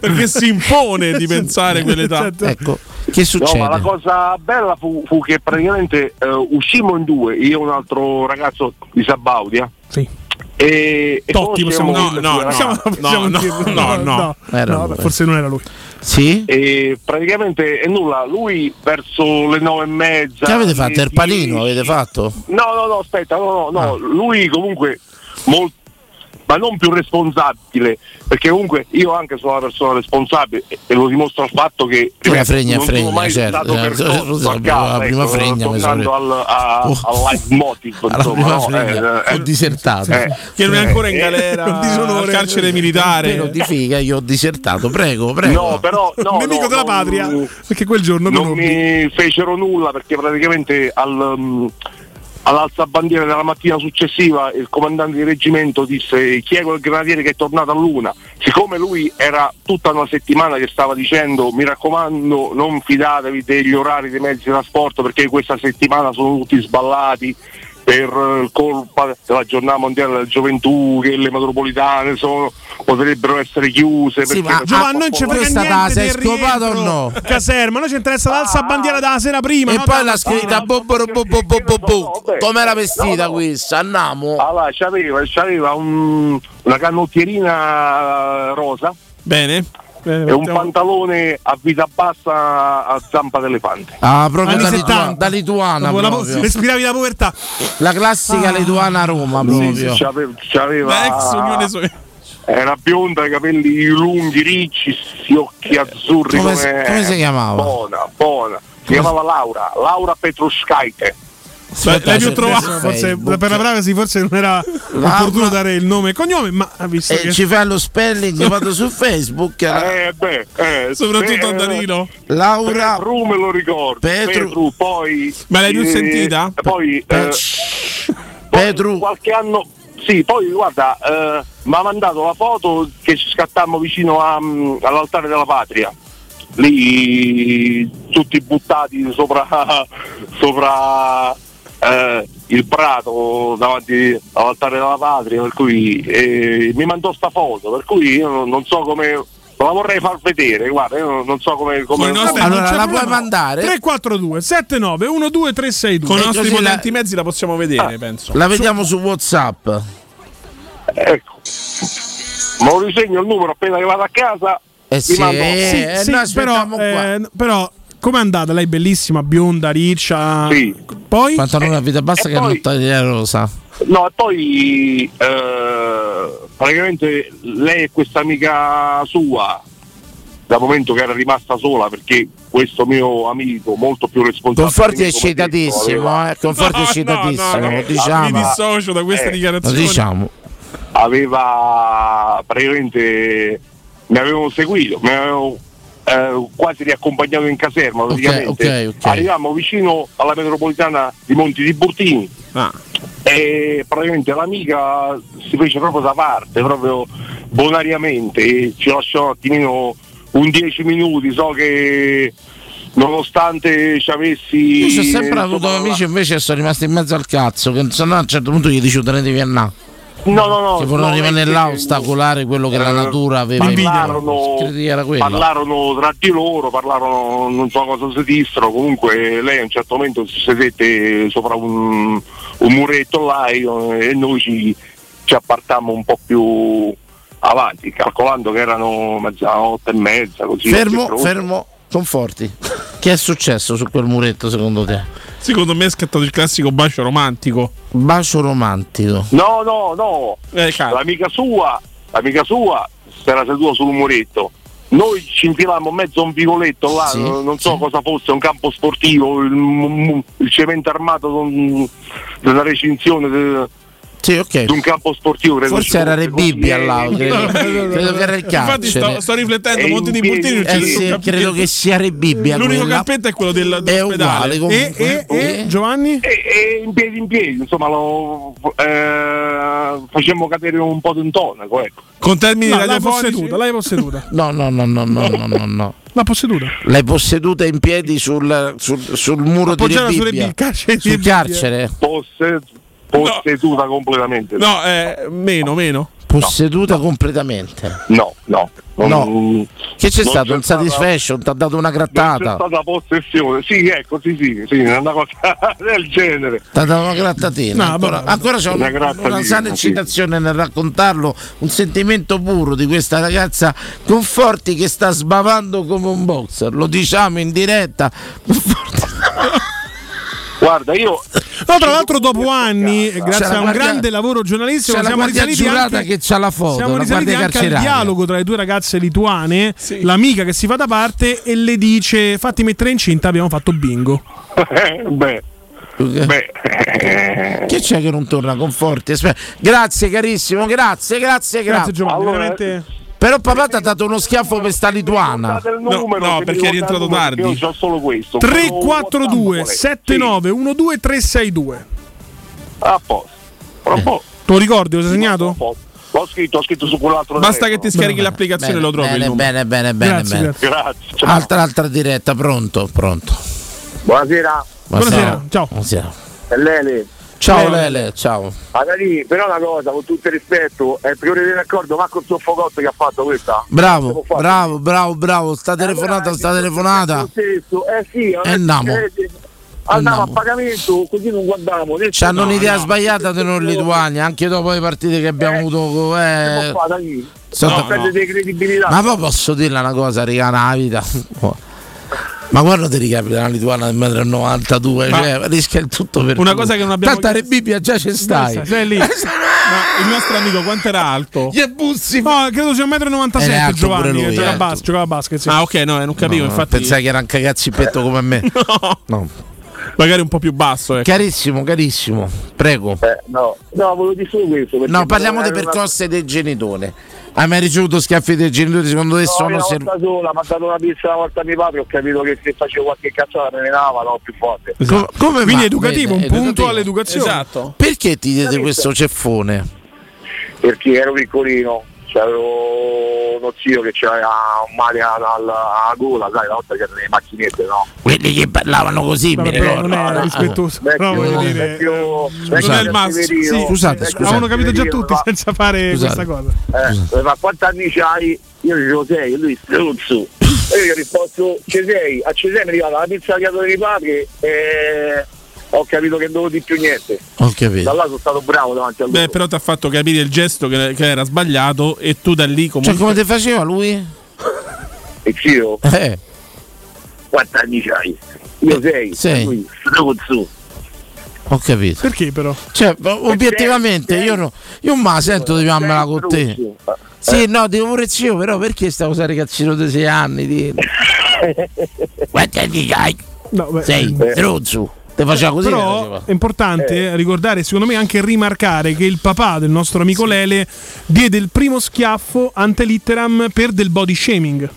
Speaker 6: Perché si impone di pensare quell'età.
Speaker 5: Ecco, che
Speaker 26: No, ma la cosa bella fu, fu che praticamente eh, uscimmo in due, io e un altro ragazzo di Sabaudia.
Speaker 3: Sì.
Speaker 26: E, e
Speaker 3: Totti possiamo dire? No, no,
Speaker 26: possiamo-
Speaker 3: no,
Speaker 26: possiamo
Speaker 3: no,
Speaker 26: dirlo?
Speaker 3: no, no, no. Era No, lui. beh, forse non era lui.
Speaker 5: Sì?
Speaker 26: E praticamente è nulla, lui verso le nove e mezza.
Speaker 5: Che avete fatto?
Speaker 26: le
Speaker 5: Ah. Il panino
Speaker 26: dieci-
Speaker 5: avete fatto?
Speaker 26: No, no, no, aspetta, no, no, no. Lui comunque molto ma non più responsabile, perché comunque io anche sono una persona responsabile e e lo dimostro al fatto che
Speaker 5: Tu la
Speaker 26: ripeto, Cioè,
Speaker 5: fregna
Speaker 26: non sono
Speaker 5: fregna,
Speaker 26: mai
Speaker 5: certo.
Speaker 26: stato
Speaker 5: Eh,
Speaker 26: percorso
Speaker 5: lo so,
Speaker 26: a casa,
Speaker 5: la prima
Speaker 26: ecco,
Speaker 5: fregna mi sono-
Speaker 26: tornando al, a,
Speaker 5: Oh.
Speaker 26: al leitmotiv,
Speaker 5: Alla
Speaker 26: insomma,
Speaker 5: prima
Speaker 26: no?
Speaker 5: fregna,
Speaker 26: Eh, eh,
Speaker 5: ho disertato.
Speaker 26: eh,
Speaker 6: che non è ancora in
Speaker 26: eh,
Speaker 6: galera,
Speaker 26: non disonore.
Speaker 6: al carcere
Speaker 5: Un pelo
Speaker 6: militare.
Speaker 5: di figa, io ho disertato, prego, prego.
Speaker 26: No, però no,
Speaker 3: Nemico
Speaker 26: no,
Speaker 3: della
Speaker 26: non-
Speaker 3: patria. Perché quel giorno
Speaker 26: non
Speaker 3: conobbi.
Speaker 26: mi fecero nulla perché praticamente al, um, all'alzabandiera della mattina successiva il comandante di reggimento disse chi è quel granatiere che è tornato a luna siccome lui era tutta una settimana che stava dicendo mi raccomando non fidatevi degli orari dei mezzi di trasporto perché questa settimana sono tutti sballati per eh, colpa della giornata mondiale della gioventù che le metropolitane sono- potrebbero essere chiuse
Speaker 3: Sì,
Speaker 26: perché-
Speaker 3: ma Giovanni, non ci frega
Speaker 5: Questa
Speaker 3: niente.
Speaker 5: la sei
Speaker 3: del
Speaker 5: scopata o
Speaker 3: rientro.
Speaker 5: no?
Speaker 3: Caserma, noi ci interessa l'alza bandiera della sera prima.
Speaker 5: e
Speaker 3: no?
Speaker 5: poi
Speaker 3: Dalla
Speaker 5: l'ha scritta
Speaker 3: mattina.
Speaker 5: bo bo bo bo bo bo bo.
Speaker 26: vabbè.
Speaker 5: Com'era vestita
Speaker 26: No, no.
Speaker 5: questa? Andiamo.
Speaker 26: Allora, c'aveva, c'aveva un- una canottierina rosa
Speaker 6: Bene.
Speaker 26: e un pantalone a vita bassa a zampa d'elefante.
Speaker 5: Ah, proprio
Speaker 26: Anni
Speaker 5: da,
Speaker 26: 70.
Speaker 5: Litua- da lituana.
Speaker 26: Dopo la
Speaker 5: proprio.
Speaker 26: posi- respiravi
Speaker 3: la povertà.
Speaker 5: La classica
Speaker 6: Ah.
Speaker 5: lituana a Roma, Ah, proprio.
Speaker 26: C'aveva, c'aveva-
Speaker 5: Da ex Unione
Speaker 26: era bionda, capelli lunghi, ricci, sti occhi azzurri.
Speaker 5: Come
Speaker 26: Come,
Speaker 5: si- come si chiamava?
Speaker 26: Buona, buona. Si chiamava Laura, Laura Petroscaite.
Speaker 3: Beh, l'hai più
Speaker 26: cerco
Speaker 3: trovato.
Speaker 26: su
Speaker 3: Forse,
Speaker 26: Facebook.
Speaker 3: per la privacy, forse non era opportuno dare il nome e cognome, ma ha visto
Speaker 5: E
Speaker 3: che
Speaker 5: Eh, ci fa lo spelling, vado su Facebook.
Speaker 26: Eh, beh, eh,
Speaker 3: Soprattutto
Speaker 26: a
Speaker 3: Danilo.
Speaker 5: Laura
Speaker 26: Petru me lo ricordo.
Speaker 5: Petru.
Speaker 26: Petru, poi
Speaker 5: Ma l'hai più
Speaker 26: eh,
Speaker 5: sentita?
Speaker 26: Poi eh, poi qualche anno sì, poi guarda, eh, mi ha mandato la foto che ci scattammo vicino a, mm, all'altare della patria. Lì tutti buttati sopra sopra eh, il prato davanti all'altare della patria, per cui eh, mi mandò sta foto, per cui io non, non so come la vorrei far vedere, guarda, io non- non so come, come
Speaker 3: c'è problema. 342 79 12362
Speaker 5: Con i nostri Così la- potenti
Speaker 3: mezzi la possiamo vedere,
Speaker 5: penso. La vediamo su WhatsApp.
Speaker 26: Ecco. Ma lo disegno il numero appena arrivato a casa.
Speaker 5: Eh
Speaker 26: mi
Speaker 5: sì,
Speaker 26: mando-
Speaker 5: eh, eh,
Speaker 3: sì,
Speaker 5: noi
Speaker 3: però,
Speaker 5: aspettiamo
Speaker 3: eh, n- però com'è andata? Lei bellissima, bionda, riccia. Poi
Speaker 5: Pantalone a vita bassa
Speaker 26: e
Speaker 5: che
Speaker 26: poi-
Speaker 5: hanno tagliato rosa.
Speaker 26: No, e poi eh, praticamente lei e questa amica sua, dal momento che era rimasta sola, perché questo mio amico, molto più responsabile.
Speaker 5: Conforti è
Speaker 26: amico, come detto,
Speaker 5: eccitatissimo,
Speaker 26: aveva-
Speaker 5: eh, Conforti è eccitatissimo, lo diciamo.
Speaker 6: da queste
Speaker 26: Eh,
Speaker 5: Lo diciamo.
Speaker 26: aveva praticamente mi avevano seguito, mi avevano eh, quasi riaccompagnato in caserma praticamente.
Speaker 5: ok, ok.
Speaker 26: Arriviamo vicino alla metropolitana di Monti di Burtini
Speaker 6: Ah,
Speaker 26: e praticamente l'amica si fece proprio da parte, proprio bonariamente, e ci lasciò un attimino un 10 minuti, so che nonostante ci avessi
Speaker 5: Io ho sempre
Speaker 26: insomma,
Speaker 5: avuto
Speaker 26: la-
Speaker 5: amici invece che sono rimasti in mezzo al cazzo, che se no a un certo punto gli dici tenetevi a là.
Speaker 26: No, no, no,
Speaker 5: Che
Speaker 26: no,
Speaker 5: volevano rimanere
Speaker 26: eh,
Speaker 5: là a ostacolare quello che la natura aveva in
Speaker 26: parlarono,
Speaker 5: Credi era quello.
Speaker 26: parlarono tra di loro, parlarono non so cosa si dissero, comunque lei a un certo momento si sedette sopra un, un muretto là io- e noi ci, ci appartammo un po' più avanti, calcolando che erano mezzanotte e mezza così.
Speaker 5: Fermo,
Speaker 26: eccetera.
Speaker 5: fermo, conforti. Che è successo su quel muretto secondo te?
Speaker 6: Secondo me è scattato il classico bacio romantico.
Speaker 5: Bacio romantico.
Speaker 26: No, no, no.
Speaker 6: Eh, cioè.
Speaker 26: l'amica sua, l'amica sua si era seduta sul muretto. Noi ci infilammo in mezzo a un vicoletto là,
Speaker 5: Sì,
Speaker 26: non so cosa fosse, un campo sportivo, il, m- m- il cemento armato con- della recinzione de- di un campo sportivo. credo ci
Speaker 5: Forse era
Speaker 26: fosse, Eh, con
Speaker 5: Rebibbia
Speaker 26: i-
Speaker 5: là, credo. credo che era il
Speaker 6: Infatti
Speaker 5: carcere.
Speaker 6: sto, sto riflettendo,
Speaker 26: E
Speaker 6: Monte di
Speaker 26: in piedi-
Speaker 6: Burtini non c'è
Speaker 5: Eh
Speaker 6: nessun
Speaker 5: sì,
Speaker 6: cappello.
Speaker 5: credo che sia Rebibbia
Speaker 6: L'unico
Speaker 5: quella.
Speaker 6: cappello è quello del,
Speaker 5: È
Speaker 6: dell'ospedale.
Speaker 5: uguale comunque.
Speaker 6: E,
Speaker 5: Eh.
Speaker 6: e, e,
Speaker 3: Giovanni?
Speaker 26: E, e in piedi, in piedi, insomma, lo, eh, facemmo cadere un po' di un tonaco, ecco.
Speaker 6: Con termini
Speaker 3: No, l'hai
Speaker 26: radiofonici?
Speaker 3: posseduta, l'hai posseduta.
Speaker 5: No, no, no, no, no, no, no, no.
Speaker 3: L'ha posseduta.
Speaker 5: L'hai posseduta in piedi sul, sul, sul muro di
Speaker 3: Appoggiata sulle
Speaker 5: Rebibbia.
Speaker 3: bil- carcere di
Speaker 5: Sul
Speaker 3: Rebibbia.
Speaker 5: carcere.
Speaker 26: Posse- posseduta completamente.
Speaker 6: No, eh, meno, meno.
Speaker 5: Posseduta completamente.
Speaker 26: No, no.
Speaker 5: No. Che c'è
Speaker 26: non
Speaker 5: stato? Un satisfaction? Ti ha dato una
Speaker 26: Non c'è
Speaker 5: grattata?
Speaker 26: stata possessione, sì, ecco, sì, sì, sì, una cosa del genere.
Speaker 5: Ti ha dato una grattatina.
Speaker 26: No,
Speaker 5: ancora,
Speaker 26: vabbè.
Speaker 5: ancora c'è
Speaker 26: Una
Speaker 5: un- una,
Speaker 26: grattatina,
Speaker 5: sana
Speaker 26: sì.
Speaker 5: eccitazione nel raccontarlo, un sentimento puro di questa ragazza Conforti che sta sbavando come un boxer. Lo diciamo in diretta.
Speaker 26: Guarda, io.
Speaker 3: No, tra l'altro, dopo anni, eh, grazie
Speaker 5: C'è la
Speaker 3: a un
Speaker 5: guardia-
Speaker 3: grande lavoro giornalistico,
Speaker 5: c'è la
Speaker 3: siamo
Speaker 5: guardia
Speaker 3: risaliti
Speaker 5: giurata
Speaker 3: anche,
Speaker 5: che c'ha la foto,
Speaker 3: siamo
Speaker 5: la
Speaker 3: risaliti
Speaker 5: guardia
Speaker 3: anche al
Speaker 5: carceraria.
Speaker 3: dialogo tra le due ragazze lituane, l'amica che si fa da parte e le dice: Fatti mettere incinta, abbiamo fatto bingo.
Speaker 26: Beh. Beh.
Speaker 5: Che c'è che non torna Conforti? Aspetta. Grazie carissimo, grazie, grazie, grazie.
Speaker 3: Grazie, Giovanni, veramente-
Speaker 5: Però papà ti ha dato uno schiaffo per sta lituana.
Speaker 26: Io so solo questo.
Speaker 3: 342 79 12362.
Speaker 26: A posto. Tra
Speaker 5: Eh.
Speaker 26: un po'.
Speaker 3: Te lo ricordi? Lo sei segnato?
Speaker 26: L'ho scritto, ho scritto su quell'altro.
Speaker 3: Basta
Speaker 26: telefono.
Speaker 3: che ti scarichi l'applicazione
Speaker 5: Bene, bene, bene, bene, bene,
Speaker 26: Grazie,
Speaker 5: bene.
Speaker 26: grazie. Grazie, ciao.
Speaker 5: Altra, altra diretta, pronto, pronto.
Speaker 26: Buonasera.
Speaker 5: Buonasera,
Speaker 3: ciao.
Speaker 5: Buonasera.
Speaker 26: È Lele.
Speaker 5: Ciao Lele, ciao.
Speaker 26: Allora lì, però una cosa, con tutto il rispetto, è il priore del raccordo, ma con il soffocotto che ha fatto questa.
Speaker 5: Bravo, bravo, bravo, bravo. Sta telefonata, sta telefonata.
Speaker 26: Stesso, eh sì,
Speaker 5: E
Speaker 26: Andiamo
Speaker 5: andiamo.
Speaker 26: a
Speaker 5: Andiamo.
Speaker 26: pagamento, così non guardiamo.
Speaker 5: Ci hanno un'idea sbagliata di non Lituania, anche dopo le partite che abbiamo avuto. Eh,
Speaker 26: Fata lì.
Speaker 5: Sono-
Speaker 26: Non perdete credibilità.
Speaker 5: Ma poi posso dirle una cosa, raga, una vita. Ma quando ti ricapita una lituana del metro e 92,
Speaker 6: Ma-
Speaker 5: cioè, rischia il tutto per
Speaker 6: Una
Speaker 5: tutto.
Speaker 6: cosa che non abbiamo
Speaker 5: Tanta Rebibbia già ci stai.
Speaker 6: Sei lì. Ma il nostro amico quanto era alto?
Speaker 5: Gli bussi.
Speaker 3: No, credo sia 1,97
Speaker 5: Era
Speaker 3: m.
Speaker 5: alto pure
Speaker 3: Giovanni.
Speaker 5: lui, eh.
Speaker 3: che giocava a
Speaker 5: alto.
Speaker 3: bas- giocava a basket. sì.
Speaker 6: certo. Ah, ok, no, eh, non capivo.
Speaker 5: No, no,
Speaker 6: infatti,
Speaker 5: pensai che era un cagazzipetto come me. No.
Speaker 6: magari un po' più basso. Ecco.
Speaker 5: Carissimo, carissimo, prego.
Speaker 26: No, no, volevo dire solo questo. perché
Speaker 5: No, parliamo
Speaker 26: era
Speaker 5: di
Speaker 26: Eh, una-
Speaker 5: percosse del genitore. Hai mai ricevuto schiaffi dei genitori? Secondo te
Speaker 26: No,
Speaker 5: sono
Speaker 26: una
Speaker 5: ser-
Speaker 26: volta sola, mi ha dato una pizza una volta a mio padre, ho capito che se facevo qualche cazzata me ne dava, no, più forte.
Speaker 5: Co- come
Speaker 26: Quindi
Speaker 5: va?
Speaker 26: educativo, un punto
Speaker 5: educativo.
Speaker 26: all'educazione. Esatto.
Speaker 5: Perché ti diede questo ceffone?
Speaker 26: Perché ero piccolino, c'avevo uno zio che c'aveva un male alla, alla- alla gola, sai, la volta che erano le macchinette, no?
Speaker 5: Quelli che parlavano così, mi ricordo. Ah,
Speaker 26: Vecchio,
Speaker 5: voglio dire,
Speaker 26: vecchio, vecchio
Speaker 5: non è il
Speaker 3: Mazzi,
Speaker 26: cattiverio.
Speaker 3: sì.
Speaker 5: Scusate,
Speaker 26: Vecchio
Speaker 5: scusate.
Speaker 3: Avevano capito già
Speaker 26: cattiverio,
Speaker 3: tutti
Speaker 26: va.
Speaker 3: senza fare
Speaker 26: Scusate.
Speaker 3: questa cosa.
Speaker 26: Eh, ma quanti anni c'hai? Io dicevo sei, lui struzzo. E io gli ho risposto ce sei, a Cesei mi è arrivata la pizza di dei padri e ho capito che non devo di più niente.
Speaker 5: Ho capito.
Speaker 26: Da là sono stato bravo davanti a lui.
Speaker 6: Beh, però ti ha fatto capire il gesto che, che era sbagliato e tu da lì comunque. Ah,
Speaker 5: Cioè, come ti faceva lui?
Speaker 26: E zio?
Speaker 5: Eh.
Speaker 26: Quanti anni c'hai? Io sei,
Speaker 5: sei.
Speaker 26: e lui struzzo.
Speaker 5: Ho capito.
Speaker 3: Perché però?
Speaker 5: Cioè, obiettivamente, io, no, io ma sento di farmela con te.
Speaker 3: Eh.
Speaker 5: Sì, no, devo pure zio, però perché sta usare ragazzino di 6 anni? Di... Quanti anni hai?
Speaker 3: beh.
Speaker 5: Sei,
Speaker 3: Eh.
Speaker 5: rozzo. Te faceva così? te
Speaker 3: Però eh,
Speaker 5: faceva?
Speaker 3: è
Speaker 26: Eh.
Speaker 3: importante ricordare, secondo me, anche rimarcare che il papà del nostro amico Lele diede il primo schiaffo ante litteram per del body shaming.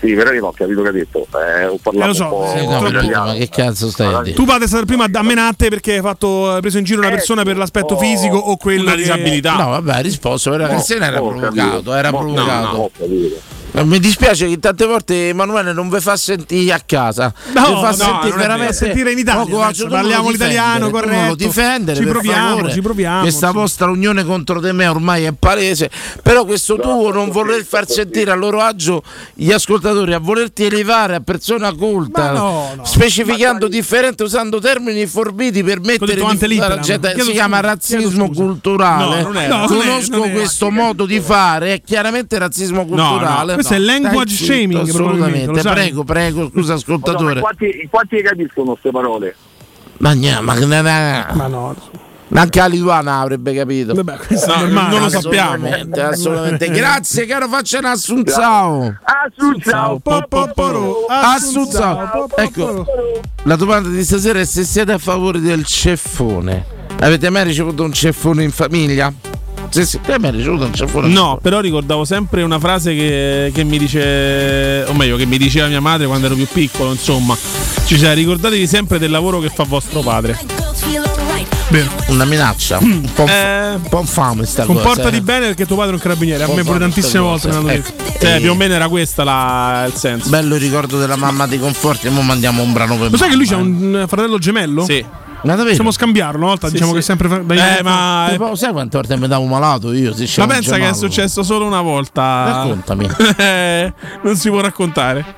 Speaker 26: Sì, però io non ho capito che ha detto. Eh, ho parlato
Speaker 3: Eh, lo so,
Speaker 26: un po'
Speaker 3: sì,
Speaker 5: No,
Speaker 26: italiano.
Speaker 5: capito, ma che cazzo stai a dire?
Speaker 3: Tu padre è stato il primo a da menate perché hai fatto, hai preso in giro una persona per l'aspetto fisico o quello che-
Speaker 5: Oh. No, vabbè, ha risposto, però
Speaker 3: Mo-
Speaker 5: la sera era
Speaker 3: mo ho
Speaker 5: provocato,
Speaker 3: capito.
Speaker 5: era
Speaker 3: Mo- no,
Speaker 5: provocato.
Speaker 3: no, ho
Speaker 5: Eh, Mi dispiace che tante volte Emanuele non ve fa sentire a casa,
Speaker 3: No,
Speaker 5: vi fa
Speaker 3: no, non è
Speaker 5: sentire
Speaker 3: vero.
Speaker 5: veramente
Speaker 3: Sentire in Italia,
Speaker 5: poco agio. Tu
Speaker 3: parliamo
Speaker 5: non lo difendere,
Speaker 3: l'italiano,
Speaker 5: tu non
Speaker 3: corretto.
Speaker 5: lo difendere,
Speaker 3: Ci
Speaker 5: per
Speaker 3: proviamo,
Speaker 5: favore.
Speaker 3: ci proviamo,
Speaker 5: Questa vostra unione contro di me ormai è palese, però questo tuo non voler far sentire a loro agio gli ascoltatori, a volerti elevare a persona colta,
Speaker 3: no, no.
Speaker 5: specificando differente usando termini forbiti per mettere
Speaker 3: detto ante
Speaker 5: di- alla
Speaker 3: litteram.
Speaker 5: gente,
Speaker 3: Chiedo
Speaker 5: si chiama
Speaker 3: scusa, chiedo
Speaker 5: razzismo
Speaker 3: scusa.
Speaker 5: culturale.
Speaker 3: No, non era. No, non era,
Speaker 5: Conosco
Speaker 3: non era.
Speaker 5: questo modo di fare, è chiaramente
Speaker 3: No,
Speaker 5: razzismo
Speaker 3: no,
Speaker 5: culturale.
Speaker 3: questo è language
Speaker 5: Stai zitto,
Speaker 3: shaming, probabilmente, lo
Speaker 5: Assolutamente,
Speaker 3: sai.
Speaker 5: prego, prego, scusa
Speaker 26: No, ma
Speaker 5: ascoltatore.
Speaker 26: quanti, quanti capiscono queste parole?
Speaker 5: Ma gna- ma ma
Speaker 3: no.
Speaker 5: Neanche la Lituana avrebbe capito.
Speaker 3: questo è No, normale. non lo sappiamo.
Speaker 5: Assolutamente, assolutamente. Grazie, caro, faccia un assunzao.
Speaker 26: Assunzao,
Speaker 5: po, po, poro. Assunzao. Ecco, la domanda di stasera è se siete a favore del ceffone. Avete mai ricevuto un ceffone in famiglia? Se siete mai ricevuto un ceffone?
Speaker 6: No, però ricordavo sempre una frase che, che mi dice, o meglio, che mi diceva mia madre quando ero più piccolo, insomma. Ci cioè, ricordatevi sempre del lavoro che fa vostro padre. Mm.
Speaker 5: Una minaccia. Un po'
Speaker 6: Eh,
Speaker 5: infa- un po' infame sta cosa.
Speaker 6: Comportati
Speaker 5: eh.
Speaker 3: bene perché tuo padre è un carabiniere, a me pure tantissime volte me l'hanno detto.
Speaker 6: Cioè, più o meno era questa la, il senso.
Speaker 5: Bello il ricordo della mamma di Conforti, e mo mandiamo un brano per
Speaker 3: Lo sai che lui c'ha un eh, fratello gemello?
Speaker 6: Sì.
Speaker 5: Ma davvero?
Speaker 3: Possiamo scambiarlo una volta,
Speaker 5: Sì,
Speaker 3: diciamo
Speaker 5: sì.
Speaker 3: che è sempre fra- dai-
Speaker 5: Eh, ma. Tipo, sai quante volte mi davo malato io? Se
Speaker 6: Ma
Speaker 5: c'era un
Speaker 6: pensa che è
Speaker 5: gemallo?
Speaker 6: successo solo una volta.
Speaker 5: Raccontami.
Speaker 6: Eh, non si può raccontare.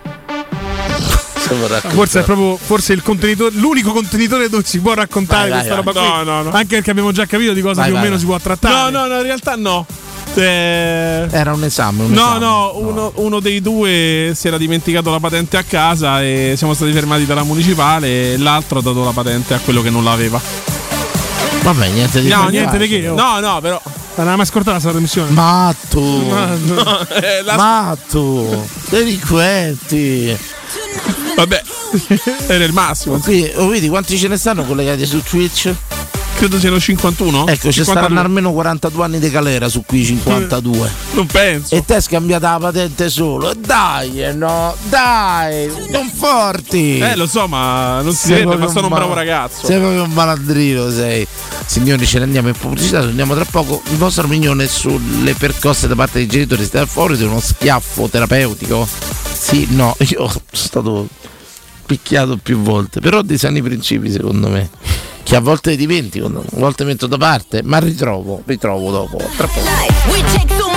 Speaker 3: Forse è proprio forse il contenitore, l'unico contenitore dove si può raccontare
Speaker 6: Vai, vai,
Speaker 3: questa
Speaker 6: vai.
Speaker 3: roba qui.
Speaker 6: No, no, no.
Speaker 3: Anche perché abbiamo già capito di cosa
Speaker 6: Vai,
Speaker 3: più o
Speaker 6: vai,
Speaker 3: meno
Speaker 6: vai.
Speaker 3: si può trattare.
Speaker 6: No, no, no, in realtà no. Eh,
Speaker 5: Era un esame. un
Speaker 6: No,
Speaker 5: esame.
Speaker 6: no, uno, uno dei due si era dimenticato la patente a casa e siamo stati fermati dalla municipale e l'altro ha dato la patente a quello che non l'aveva.
Speaker 5: Vabbè, niente di
Speaker 6: No,
Speaker 5: particolare.
Speaker 6: niente di che. oh. No, no, però.
Speaker 3: Non l'ha mai ascoltata questa trasmissione.
Speaker 5: Matto.
Speaker 3: No,
Speaker 6: eh, la-
Speaker 5: Matto. Delinquenti.
Speaker 6: Vabbè, era il massimo.
Speaker 5: Qui, oh, vedi quanti ce ne stanno collegati su Twitch?
Speaker 6: Credo siano 51.
Speaker 5: Ecco,
Speaker 6: 52.
Speaker 5: ci staranno almeno 42 anni di calera su qui 52.
Speaker 6: Non penso.
Speaker 5: E te hai scambiata la patente solo. E Dai, eh, no, dai, non forti.
Speaker 6: Eh, lo so, ma non si
Speaker 5: Sei
Speaker 6: vede, ma
Speaker 5: proprio
Speaker 6: sono un
Speaker 5: ma-
Speaker 6: bravo ragazzo.
Speaker 5: Sei proprio un malandrino, sei. Signori, ce ne andiamo in pubblicità, torniamo tra poco. Il vostro opinione sulle percosse da parte dei genitori sta fuori di uno schiaffo terapeutico? Sì, no, io sono stato picchiato più volte, però dei sani principi secondo me. Che a volte dimentico, a volte metto da parte, ma ritrovo, ritrovo dopo, tra poco.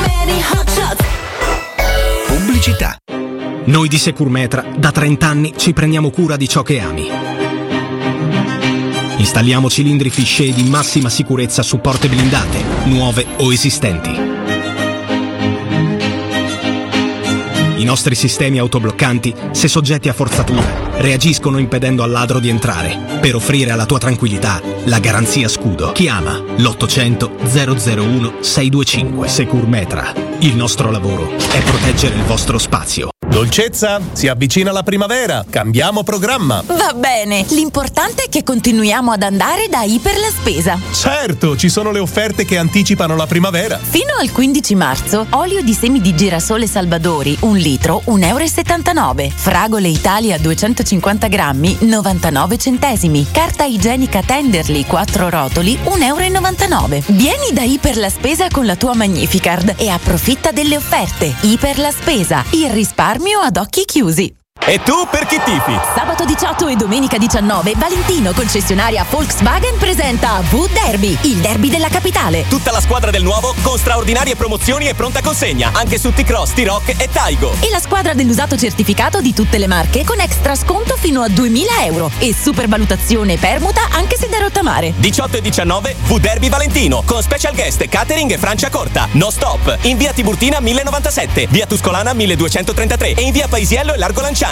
Speaker 31: Pubblicità. Noi di Securmetra da 30 anni ci prendiamo cura di ciò che ami. Installiamo cilindri fisce di massima sicurezza su porte blindate, nuove o esistenti. I nostri sistemi autobloccanti, se soggetti a forzatura, reagiscono impedendo al ladro di entrare, per offrire alla tua tranquillità la garanzia scudo. Chiama l'800 001 625 Securmetra. Il nostro lavoro è proteggere il vostro spazio.
Speaker 11: Dolcezza, si avvicina la primavera, cambiamo programma.
Speaker 12: Va bene, l'importante è che continuiamo ad andare da Iper la Spesa.
Speaker 11: Certo, ci sono le offerte che anticipano la primavera.
Speaker 12: Fino al 15 marzo, olio di semi di girasole Salvadori, 1 litro, 1,79 euro. Fragole Italia 250 grammi, 99 centesimi. Carta igienica Tenderly, 4 rotoli, 1,99 euro. Vieni da Iper la Spesa con la tua Magnificard e approfitta delle offerte. Iper la Spesa, il risparmio ad occhi chiusi.
Speaker 11: E tu per chi tifi?
Speaker 12: Sabato 18 e domenica 19 Valentino concessionaria Volkswagen presenta V-Derby, il derby della capitale.
Speaker 11: Tutta la squadra del nuovo con straordinarie promozioni e pronta consegna anche su T-Cross, T-Rock e Taigo.
Speaker 12: E la squadra dell'usato certificato di tutte le marche con extra sconto fino a 2000 euro e supervalutazione permuta anche se da rottamare.
Speaker 11: 18 e 19 V Derby Valentino con special guest catering e Francia Corta. No stop in via Tiburtina 1097, via Tuscolana 1233 e in via Paisiello e Largo Lanciani.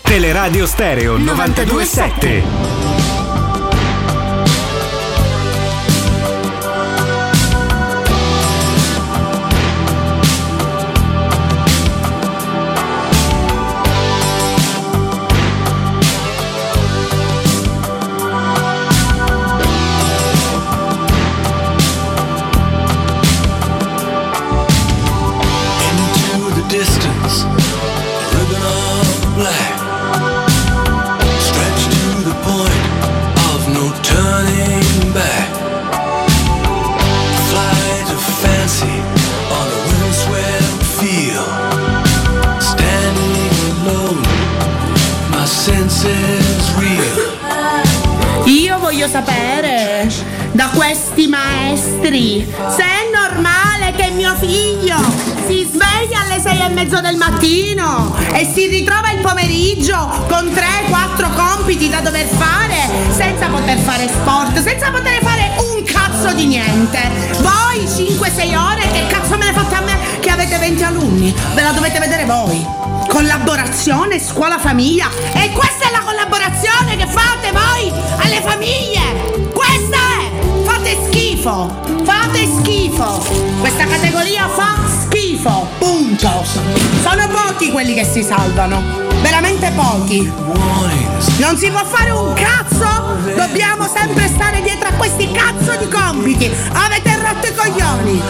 Speaker 15: Teleradio Stereo 927.
Speaker 32: into the distance, ribbon of black, stretched to the point of no turning back. Flight of fancy on a windswept field, standing alone, my senses reel.
Speaker 19: Io voglio sapere da questi maestri se è normale che mio figlio si sveglia alle sei e mezzo del mattino e si ritrova il pomeriggio con 3-4 compiti da dover fare senza poter fare sport, senza poter fare un cazzo di niente. Voi 5-6 ore che cazzo me ne fate a me che avete 20 alunni? Ve la dovete vedere voi. Collaborazione scuola-famiglia e questa è la collaborazione che fate voi alle famiglie. Questa è! Fate schifo! Fate schifo! Questa categoria fa schifo! Punto! Sono pochi quelli che si salvano, veramente pochi. Non si può fare un cazzo, dobbiamo sempre stare dietro a questi cazzo di compiti. Avete rotto i coglioni.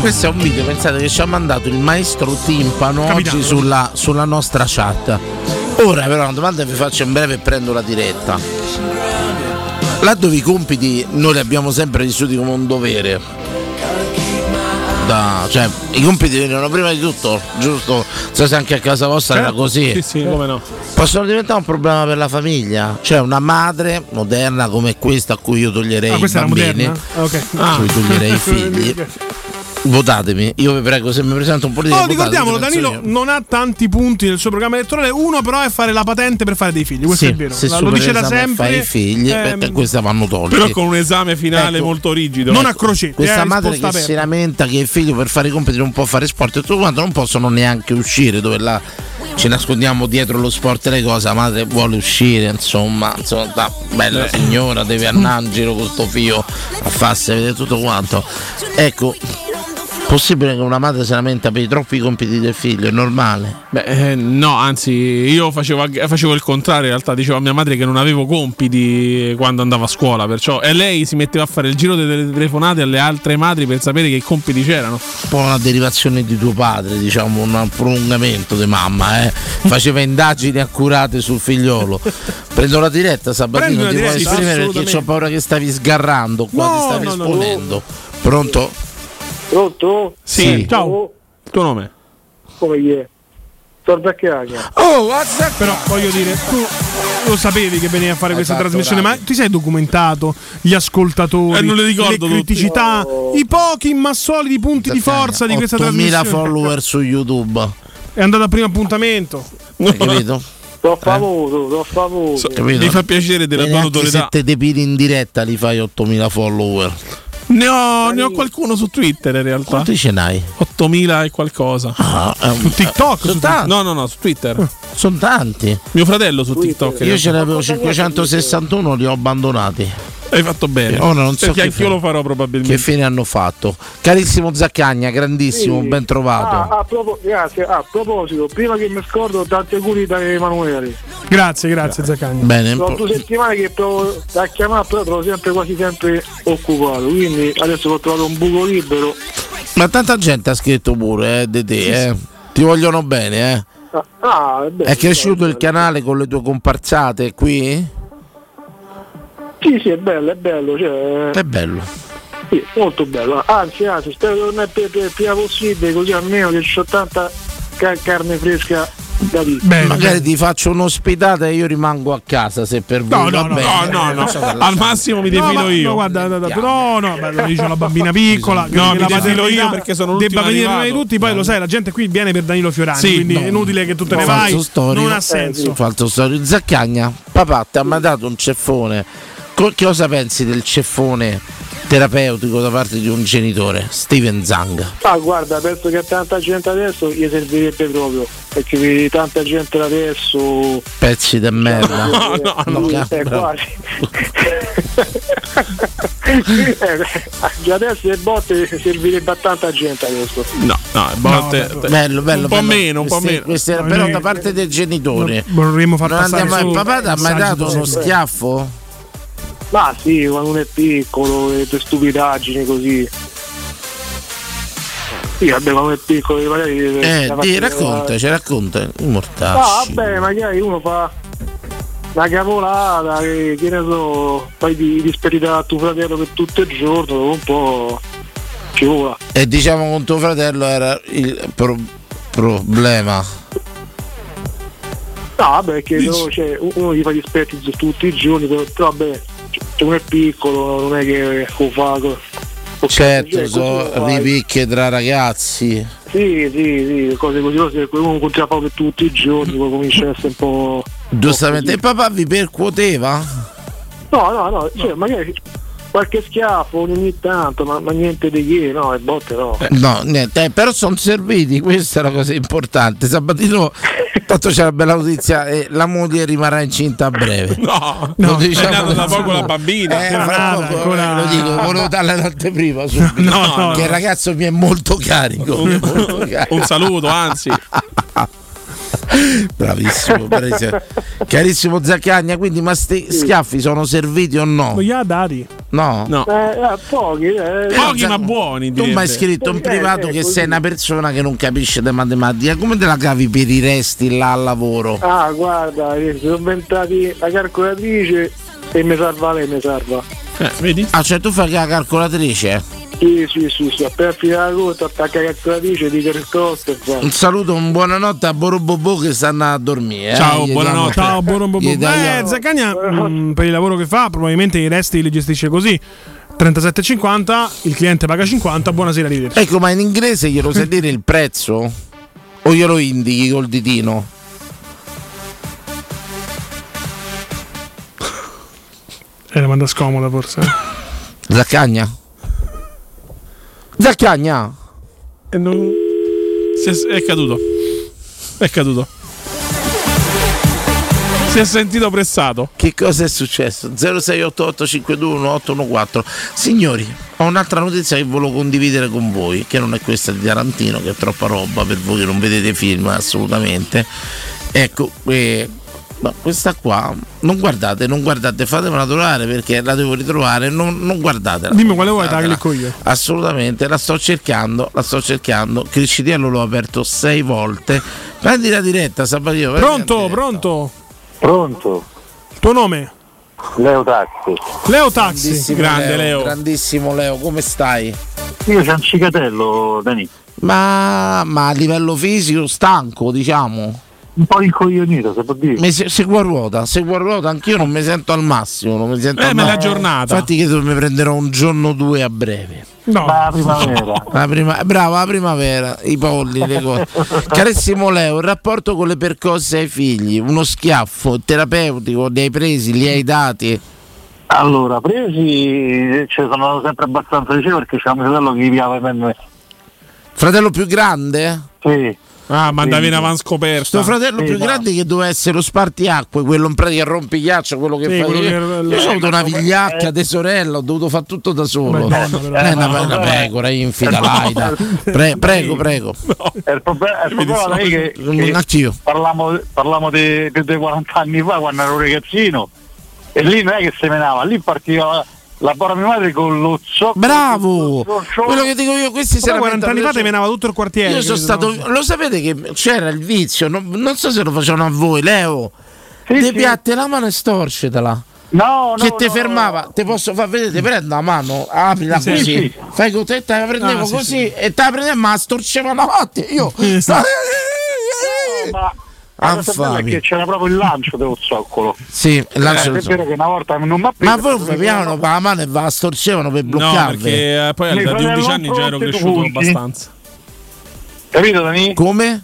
Speaker 5: Questo è un video, pensate che ci ha mandato il maestro Timpano
Speaker 3: Capitano.
Speaker 5: oggi sulla, sulla nostra chat. Ora però una domanda vi faccio in breve e prendo la diretta. Laddove i compiti noi li abbiamo sempre vissuti come un dovere. Da- cioè, i compiti venivano prima di tutto, giusto? Non so se anche a casa vostra era
Speaker 6: Certo,
Speaker 5: così.
Speaker 6: sì, sì, come no.
Speaker 5: Possono diventare un problema per la famiglia. Cioè una madre moderna come questa a cui io toglierei
Speaker 3: Ah,
Speaker 5: i
Speaker 3: questa era
Speaker 5: bambini.
Speaker 3: moderna? Ah, Ok.
Speaker 5: Ah. Cui toglierei i figli. Votatemi, io vi prego se mi presento un politico.
Speaker 3: Oh,
Speaker 5: votate,
Speaker 3: ricordiamolo,
Speaker 5: che penso
Speaker 3: Danilo
Speaker 5: io.
Speaker 3: non ha tanti punti nel suo programma elettorale. Uno, però, è fare la patente per fare dei figli. Questo
Speaker 5: Sì,
Speaker 3: è vero.
Speaker 5: se
Speaker 3: Lo- Lo
Speaker 5: superi
Speaker 3: dice da
Speaker 5: l'esame e
Speaker 3: sempre.
Speaker 5: fai i figli,
Speaker 3: ehm,
Speaker 5: perché questa vanno tolti.
Speaker 6: Però con un esame finale molto rigido. eh.
Speaker 5: Ecco, Questa madre che si lamenta che il figlio per fare i compiti non può fare sport e tutto quanto non possono neanche uscire dove là ci nascondiamo dietro lo sport e le cose, la madre vuole uscire, insomma, insomma da bella
Speaker 6: Eh.
Speaker 5: signora deve andare in giro con sto figlio a farsi vedere tutto quanto. Ecco, possibile che una madre si lamenta per i troppi compiti del figlio, è normale.
Speaker 6: Beh, eh, no, anzi, io facevo, ag- facevo il contrario. In realtà, dicevo a mia madre che non avevo compiti quando andavo a scuola. Perciò, e lei si metteva a fare il giro delle telefonate alle altre madri per sapere che compiti c'erano.
Speaker 5: un po' una derivazione di tuo padre, diciamo un prolungamento di mamma, eh. faceva indagini accurate sul figliolo. Prendo la diretta
Speaker 3: Prendi
Speaker 5: Sabatino,
Speaker 3: la
Speaker 5: ti puoi
Speaker 3: diretta,
Speaker 5: esprimere perché
Speaker 3: assolutamente.
Speaker 5: ho paura che stavi sgarrando qua,
Speaker 3: No,
Speaker 5: ti stavi
Speaker 3: no, no, no.
Speaker 5: esponendo. Pronto?
Speaker 16: Pronto?
Speaker 5: Sì.
Speaker 16: Ciao.
Speaker 6: Il tuo nome?
Speaker 16: Come gli è? Sorbacchiaglia.
Speaker 5: Oh, WhatsApp!
Speaker 3: Però voglio dire, tu lo sapevi che veniva a fare questa
Speaker 16: fatto
Speaker 5: Esatto,
Speaker 3: trasmissione, ma ti sei documentato gli ascoltatori,
Speaker 6: Eh, non le ricordo
Speaker 3: le criticità,
Speaker 5: Oh.
Speaker 3: i pochi ma solidi punti di forza di questa
Speaker 5: 8000
Speaker 3: trasmissione.
Speaker 5: follower su YouTube.
Speaker 3: È andato al primo appuntamento.
Speaker 5: Hai capito?
Speaker 16: Sono famoso, sono famoso.
Speaker 5: Capito? Bene, anche Se te depili in diretta li fai 8000 follower.
Speaker 6: Ne ho, ne ho qualcuno su Twitter in realtà.
Speaker 5: Quanti ce n'hai?
Speaker 6: 8000 e qualcosa.
Speaker 5: eh, su
Speaker 6: TikTok? Su no, no, no, su Twitter.
Speaker 5: Sono tanti.
Speaker 6: Mio fratello su TikTok.
Speaker 5: Io ce ne avevo 561, li ho abbandonati. Eh,
Speaker 6: Hai fatto bene.
Speaker 5: Ora non so
Speaker 6: perché
Speaker 5: che
Speaker 6: anch'io
Speaker 5: fine.
Speaker 6: lo farò probabilmente.
Speaker 5: Che fine hanno fatto? Carissimo Zaccagna, grandissimo,
Speaker 16: Sì.
Speaker 5: ben trovato.
Speaker 16: Ah, a propo- grazie. Ah, a proposito, prima che mi scordo, tanti auguri da Emanuele.
Speaker 3: Grazie, grazie Zaccagni.
Speaker 5: Bene.
Speaker 16: Sono due settimane che provo a chiamare, però trovo sempre quasi sempre occupato. Quindi adesso ho trovato un buco libero.
Speaker 5: Ma tanta gente ha scritto pure eh, di te, eh. ti vogliono bene. Eh.
Speaker 16: Ah, Ah, è bello.
Speaker 5: È cresciuto il canale con le tue comparsate qui?
Speaker 16: Sì, sì, è bello, è bello. Cioè,
Speaker 5: È bello.
Speaker 16: sì, molto bello. Anzi, anzi, spero che non è per, per prima possibile, così almeno che c'ho tanta ca- carne fresca da lì.
Speaker 5: Magari ti faccio un'ospitata e io rimango a casa se per voi va bene. Non so se la-
Speaker 6: Al massimo mi
Speaker 3: No,
Speaker 6: defilo
Speaker 3: ma-
Speaker 6: io.
Speaker 3: No, guarda, no, no, no, no, beh, lo dice la bambina piccola.
Speaker 6: No,
Speaker 3: credo che
Speaker 6: mi
Speaker 3: la
Speaker 6: defilo
Speaker 3: paternità
Speaker 6: io perché sono l'ultimo
Speaker 3: Debba venire prima di
Speaker 6: arrivato. Eh.
Speaker 3: tutti, poi lo sai, la gente qui viene per Danilo Fiorani,
Speaker 5: Sì,
Speaker 3: quindi
Speaker 5: no.
Speaker 3: è inutile che tu te ne vai.
Speaker 5: Falso storico.
Speaker 3: Non ha
Speaker 16: Eh,
Speaker 3: senso.
Speaker 5: Eh, Falso storico. Zaccagna, papà ti ha mandato un ceffone. Co- Che cosa pensi del ceffone terapeutico da parte di un genitore? Steven Zang.
Speaker 16: Ah guarda, penso che a tanta gente adesso gli servirebbe proprio, perché vedi tanta gente adesso
Speaker 5: Pezzi di merda.
Speaker 16: eh, eh, quasi. Eh, già adesso le botte servirebbe a tanta gente adesso.
Speaker 6: No, no, botte-
Speaker 5: bello, bello,
Speaker 6: un po'
Speaker 5: bello.
Speaker 6: meno, un po'
Speaker 5: Queste-
Speaker 6: meno.
Speaker 5: queste-
Speaker 6: No,
Speaker 5: però
Speaker 6: noi-
Speaker 5: da parte del genitore.
Speaker 3: Vorremmo
Speaker 5: Non
Speaker 3: far passare
Speaker 5: andiamo
Speaker 3: su-
Speaker 5: eh, papà ti ha mai
Speaker 3: messaggi
Speaker 5: dato uno
Speaker 3: positivi.
Speaker 5: schiaffo?
Speaker 16: Ma sì, quando uno è piccolo e per stupidaggini così. Sì, vabbè, quando è piccolo magari.
Speaker 5: Eh,
Speaker 16: la
Speaker 5: di,
Speaker 16: faccio-
Speaker 5: raccontaci, racconta.
Speaker 16: Ah,
Speaker 5: Immortacci.
Speaker 16: vabbè, magari uno fa una cavolata, che, che ne so, poi ti disperita a tuo fratello per tutto il giorno, dopo un po' ci vola.
Speaker 5: E diciamo con tuo fratello era il pro- problema.
Speaker 16: No, Ah, vabbè, perché però, cioè, uno gli fa gli spetti su tutti i giorni, però, però vabbè, cioè, uno è piccolo, non è che lo fa. co-
Speaker 5: Certo,
Speaker 16: cioè, così lo
Speaker 5: so,
Speaker 16: fai.
Speaker 5: ripicche tra ragazzi.
Speaker 16: Sì, sì, sì, cose così, cose che uno incontra proprio tutti i giorni, poi comincia a essere un po'.
Speaker 5: Giustamente, e papà vi percuoteva?
Speaker 16: No, no, no, cioè, magari qualche schiaffo ogni tanto, ma, ma niente di che, no, e botte no.
Speaker 5: No, niente, eh, però sono serviti, questa è la cosa importante. Sabatino Tanto c'è la bella notizia, eh, la moglie rimarrà incinta a breve.
Speaker 6: No,
Speaker 5: Lo
Speaker 6: no, è
Speaker 5: diciamo
Speaker 6: nata da
Speaker 5: adesso.
Speaker 6: poco la bambina.
Speaker 5: Eh, fra poco, eh, lo dico, volevo darla d'anteprima subito.
Speaker 6: No, no,
Speaker 5: che
Speaker 6: no.
Speaker 5: il ragazzo mi è molto carico. mi è molto carico.
Speaker 6: Un saluto, anzi.
Speaker 5: Bravissimo, bravissimo. carissimo Zaccagna. Quindi, ma sti schiaffi sono serviti o no?
Speaker 3: Gli ha dati.
Speaker 5: No,
Speaker 16: Eh, eh, pochi, eh.
Speaker 5: Cioè, Tu mi hai scritto in privato
Speaker 16: Eh, eh,
Speaker 5: che
Speaker 16: così.
Speaker 5: sei una persona che non capisce di matematica. Come te la cavi per i resti là al lavoro?
Speaker 16: Ah, guarda, eh, sono inventati la calcolatrice e mi salva lei, mi salva.
Speaker 6: vedi?
Speaker 5: Ah, cioè tu fai la calcolatrice?
Speaker 16: Sì, sì, sì, sì, appena finita la conta, attacca la calcolatrice, dice risposte e va.
Speaker 5: Un saluto, un buonanotte a Borobobò che stanno a dormire. eh. Gli diamo-
Speaker 3: Ciao,
Speaker 5: gli
Speaker 3: buonanotte. Eh,
Speaker 5: diamo-
Speaker 3: Zaccagna, mh, per il lavoro che fa, probabilmente i resti li gestisce così. 37,50, il cliente paga 50, buonasera, arrivederci.
Speaker 5: Ecco, ma in inglese glielo sai dire il prezzo? O glielo indichi col ditino?
Speaker 3: È una domanda scomoda, forse.
Speaker 5: Zaccagna? Zaccagna?
Speaker 3: E non...
Speaker 6: Si è, è caduto. È caduto. Si è sentito pressato.
Speaker 5: Che cosa è successo? 0688521814 Signori, ho un'altra notizia che volevo condividere con voi, che non è questa di Tarantino, che è troppa roba per voi che non vedete film assolutamente. Ecco, eh, ma questa qua, non guardate, non guardate, fatemela trovare perché la devo ritrovare, non, non guardatela.
Speaker 3: Dimmi quale vuoi, te la
Speaker 5: Guardatela.
Speaker 3: clicco io.
Speaker 5: Assolutamente, la sto cercando, la sto cercando. Criscitiello l'ho aperto sei volte. Prendi la diretta, Sabatino. prendi la
Speaker 3: Pronto, pronto.
Speaker 16: Pronto.
Speaker 3: Tuo nome?
Speaker 16: Leo Taxi.
Speaker 3: Leo Taxi.
Speaker 5: Grandissimo
Speaker 3: Grande Leo.
Speaker 5: Grandissimo Leo, come stai?
Speaker 16: Io c'ho un cicatello, Dani.
Speaker 5: Ma, ma a livello fisico stanco, diciamo.
Speaker 16: Un po' incoglionito, se può dire.
Speaker 5: Mi se- seguo a ruota, seguo a ruota, anch'io non mi sento al massimo. Non mi sento
Speaker 6: Eh,
Speaker 5: al
Speaker 6: ma è la
Speaker 5: massimo.
Speaker 6: giornata.
Speaker 5: Infatti, credo mi prenderò un giorno o due a breve.
Speaker 3: No.
Speaker 16: Ma la primavera.
Speaker 5: La prima- brava, la primavera, i polli, le cose. Carissimo Leo, il rapporto con le percosse ai figli, uno schiaffo terapeutico, li hai presi, li hai dati.
Speaker 16: Allora, presi ci sono sempre abbastanza vicino perché c'è un fratello che gli piava per me.
Speaker 5: Fratello più grande?
Speaker 16: Sì.
Speaker 6: Ah, ma andavi in
Speaker 5: Sì.
Speaker 6: avanti scoperta.
Speaker 5: Sto fratello
Speaker 6: Sì,
Speaker 5: più
Speaker 6: no.
Speaker 5: grande che doveva essere lo spartiacque, quello in pratica rompighiaccio, quello che
Speaker 6: Sì,
Speaker 5: fa.
Speaker 6: quello che-
Speaker 5: io ho avuto una vigliacca tesorella, ho dovuto fare tutto da solo.
Speaker 16: Madonna,
Speaker 5: Eh,
Speaker 16: però.
Speaker 5: una, una pecora infida,
Speaker 16: No.
Speaker 5: laida. Pre- prego, prego.
Speaker 16: E Il problema, il problema è che, che
Speaker 5: Anch'io.
Speaker 16: parliamo, parliamo di più di 40 anni fa quando ero un ragazzino e lì non è che semenava, lì partiva la buona mia madre con lo zocco.
Speaker 5: Bravo! Quello che dico io, questi
Speaker 16: Vabbè,
Speaker 5: si era
Speaker 16: 40 anni fa te menava
Speaker 3: tutto il quartiere.
Speaker 5: Io sono
Speaker 16: capito?
Speaker 5: stato. Lo sapete che c'era il vizio, non, non so se lo facevano a voi, Leo. Ti
Speaker 16: sì.
Speaker 5: piatte la mano e storcetela.
Speaker 16: No,
Speaker 5: che ti fermava, ti posso far vedere, ti prendo la mano, aprila
Speaker 16: Sì,
Speaker 5: così,
Speaker 16: sì.
Speaker 5: fai con te, te la prendevo
Speaker 16: Ah, sì,
Speaker 5: così
Speaker 16: sì.
Speaker 5: e te la prendevo, ma la storceva davanti. Io stavo-
Speaker 16: La cosa bella è
Speaker 5: Anfami.
Speaker 16: che c'era proprio il lancio dello zoccolo.
Speaker 5: Sì, il lancio
Speaker 16: Eh,
Speaker 5: dello
Speaker 16: è vero
Speaker 5: zoccolo.
Speaker 16: che una volta non mi ha
Speaker 5: Ma
Speaker 16: preso,
Speaker 5: voi vi piavano con la mano e va la storcevano per bloccarvi.
Speaker 6: perché, eh, poi all'età di 11 anni già ero cresciuto abbastanza.
Speaker 16: Capito Dani?
Speaker 5: Come?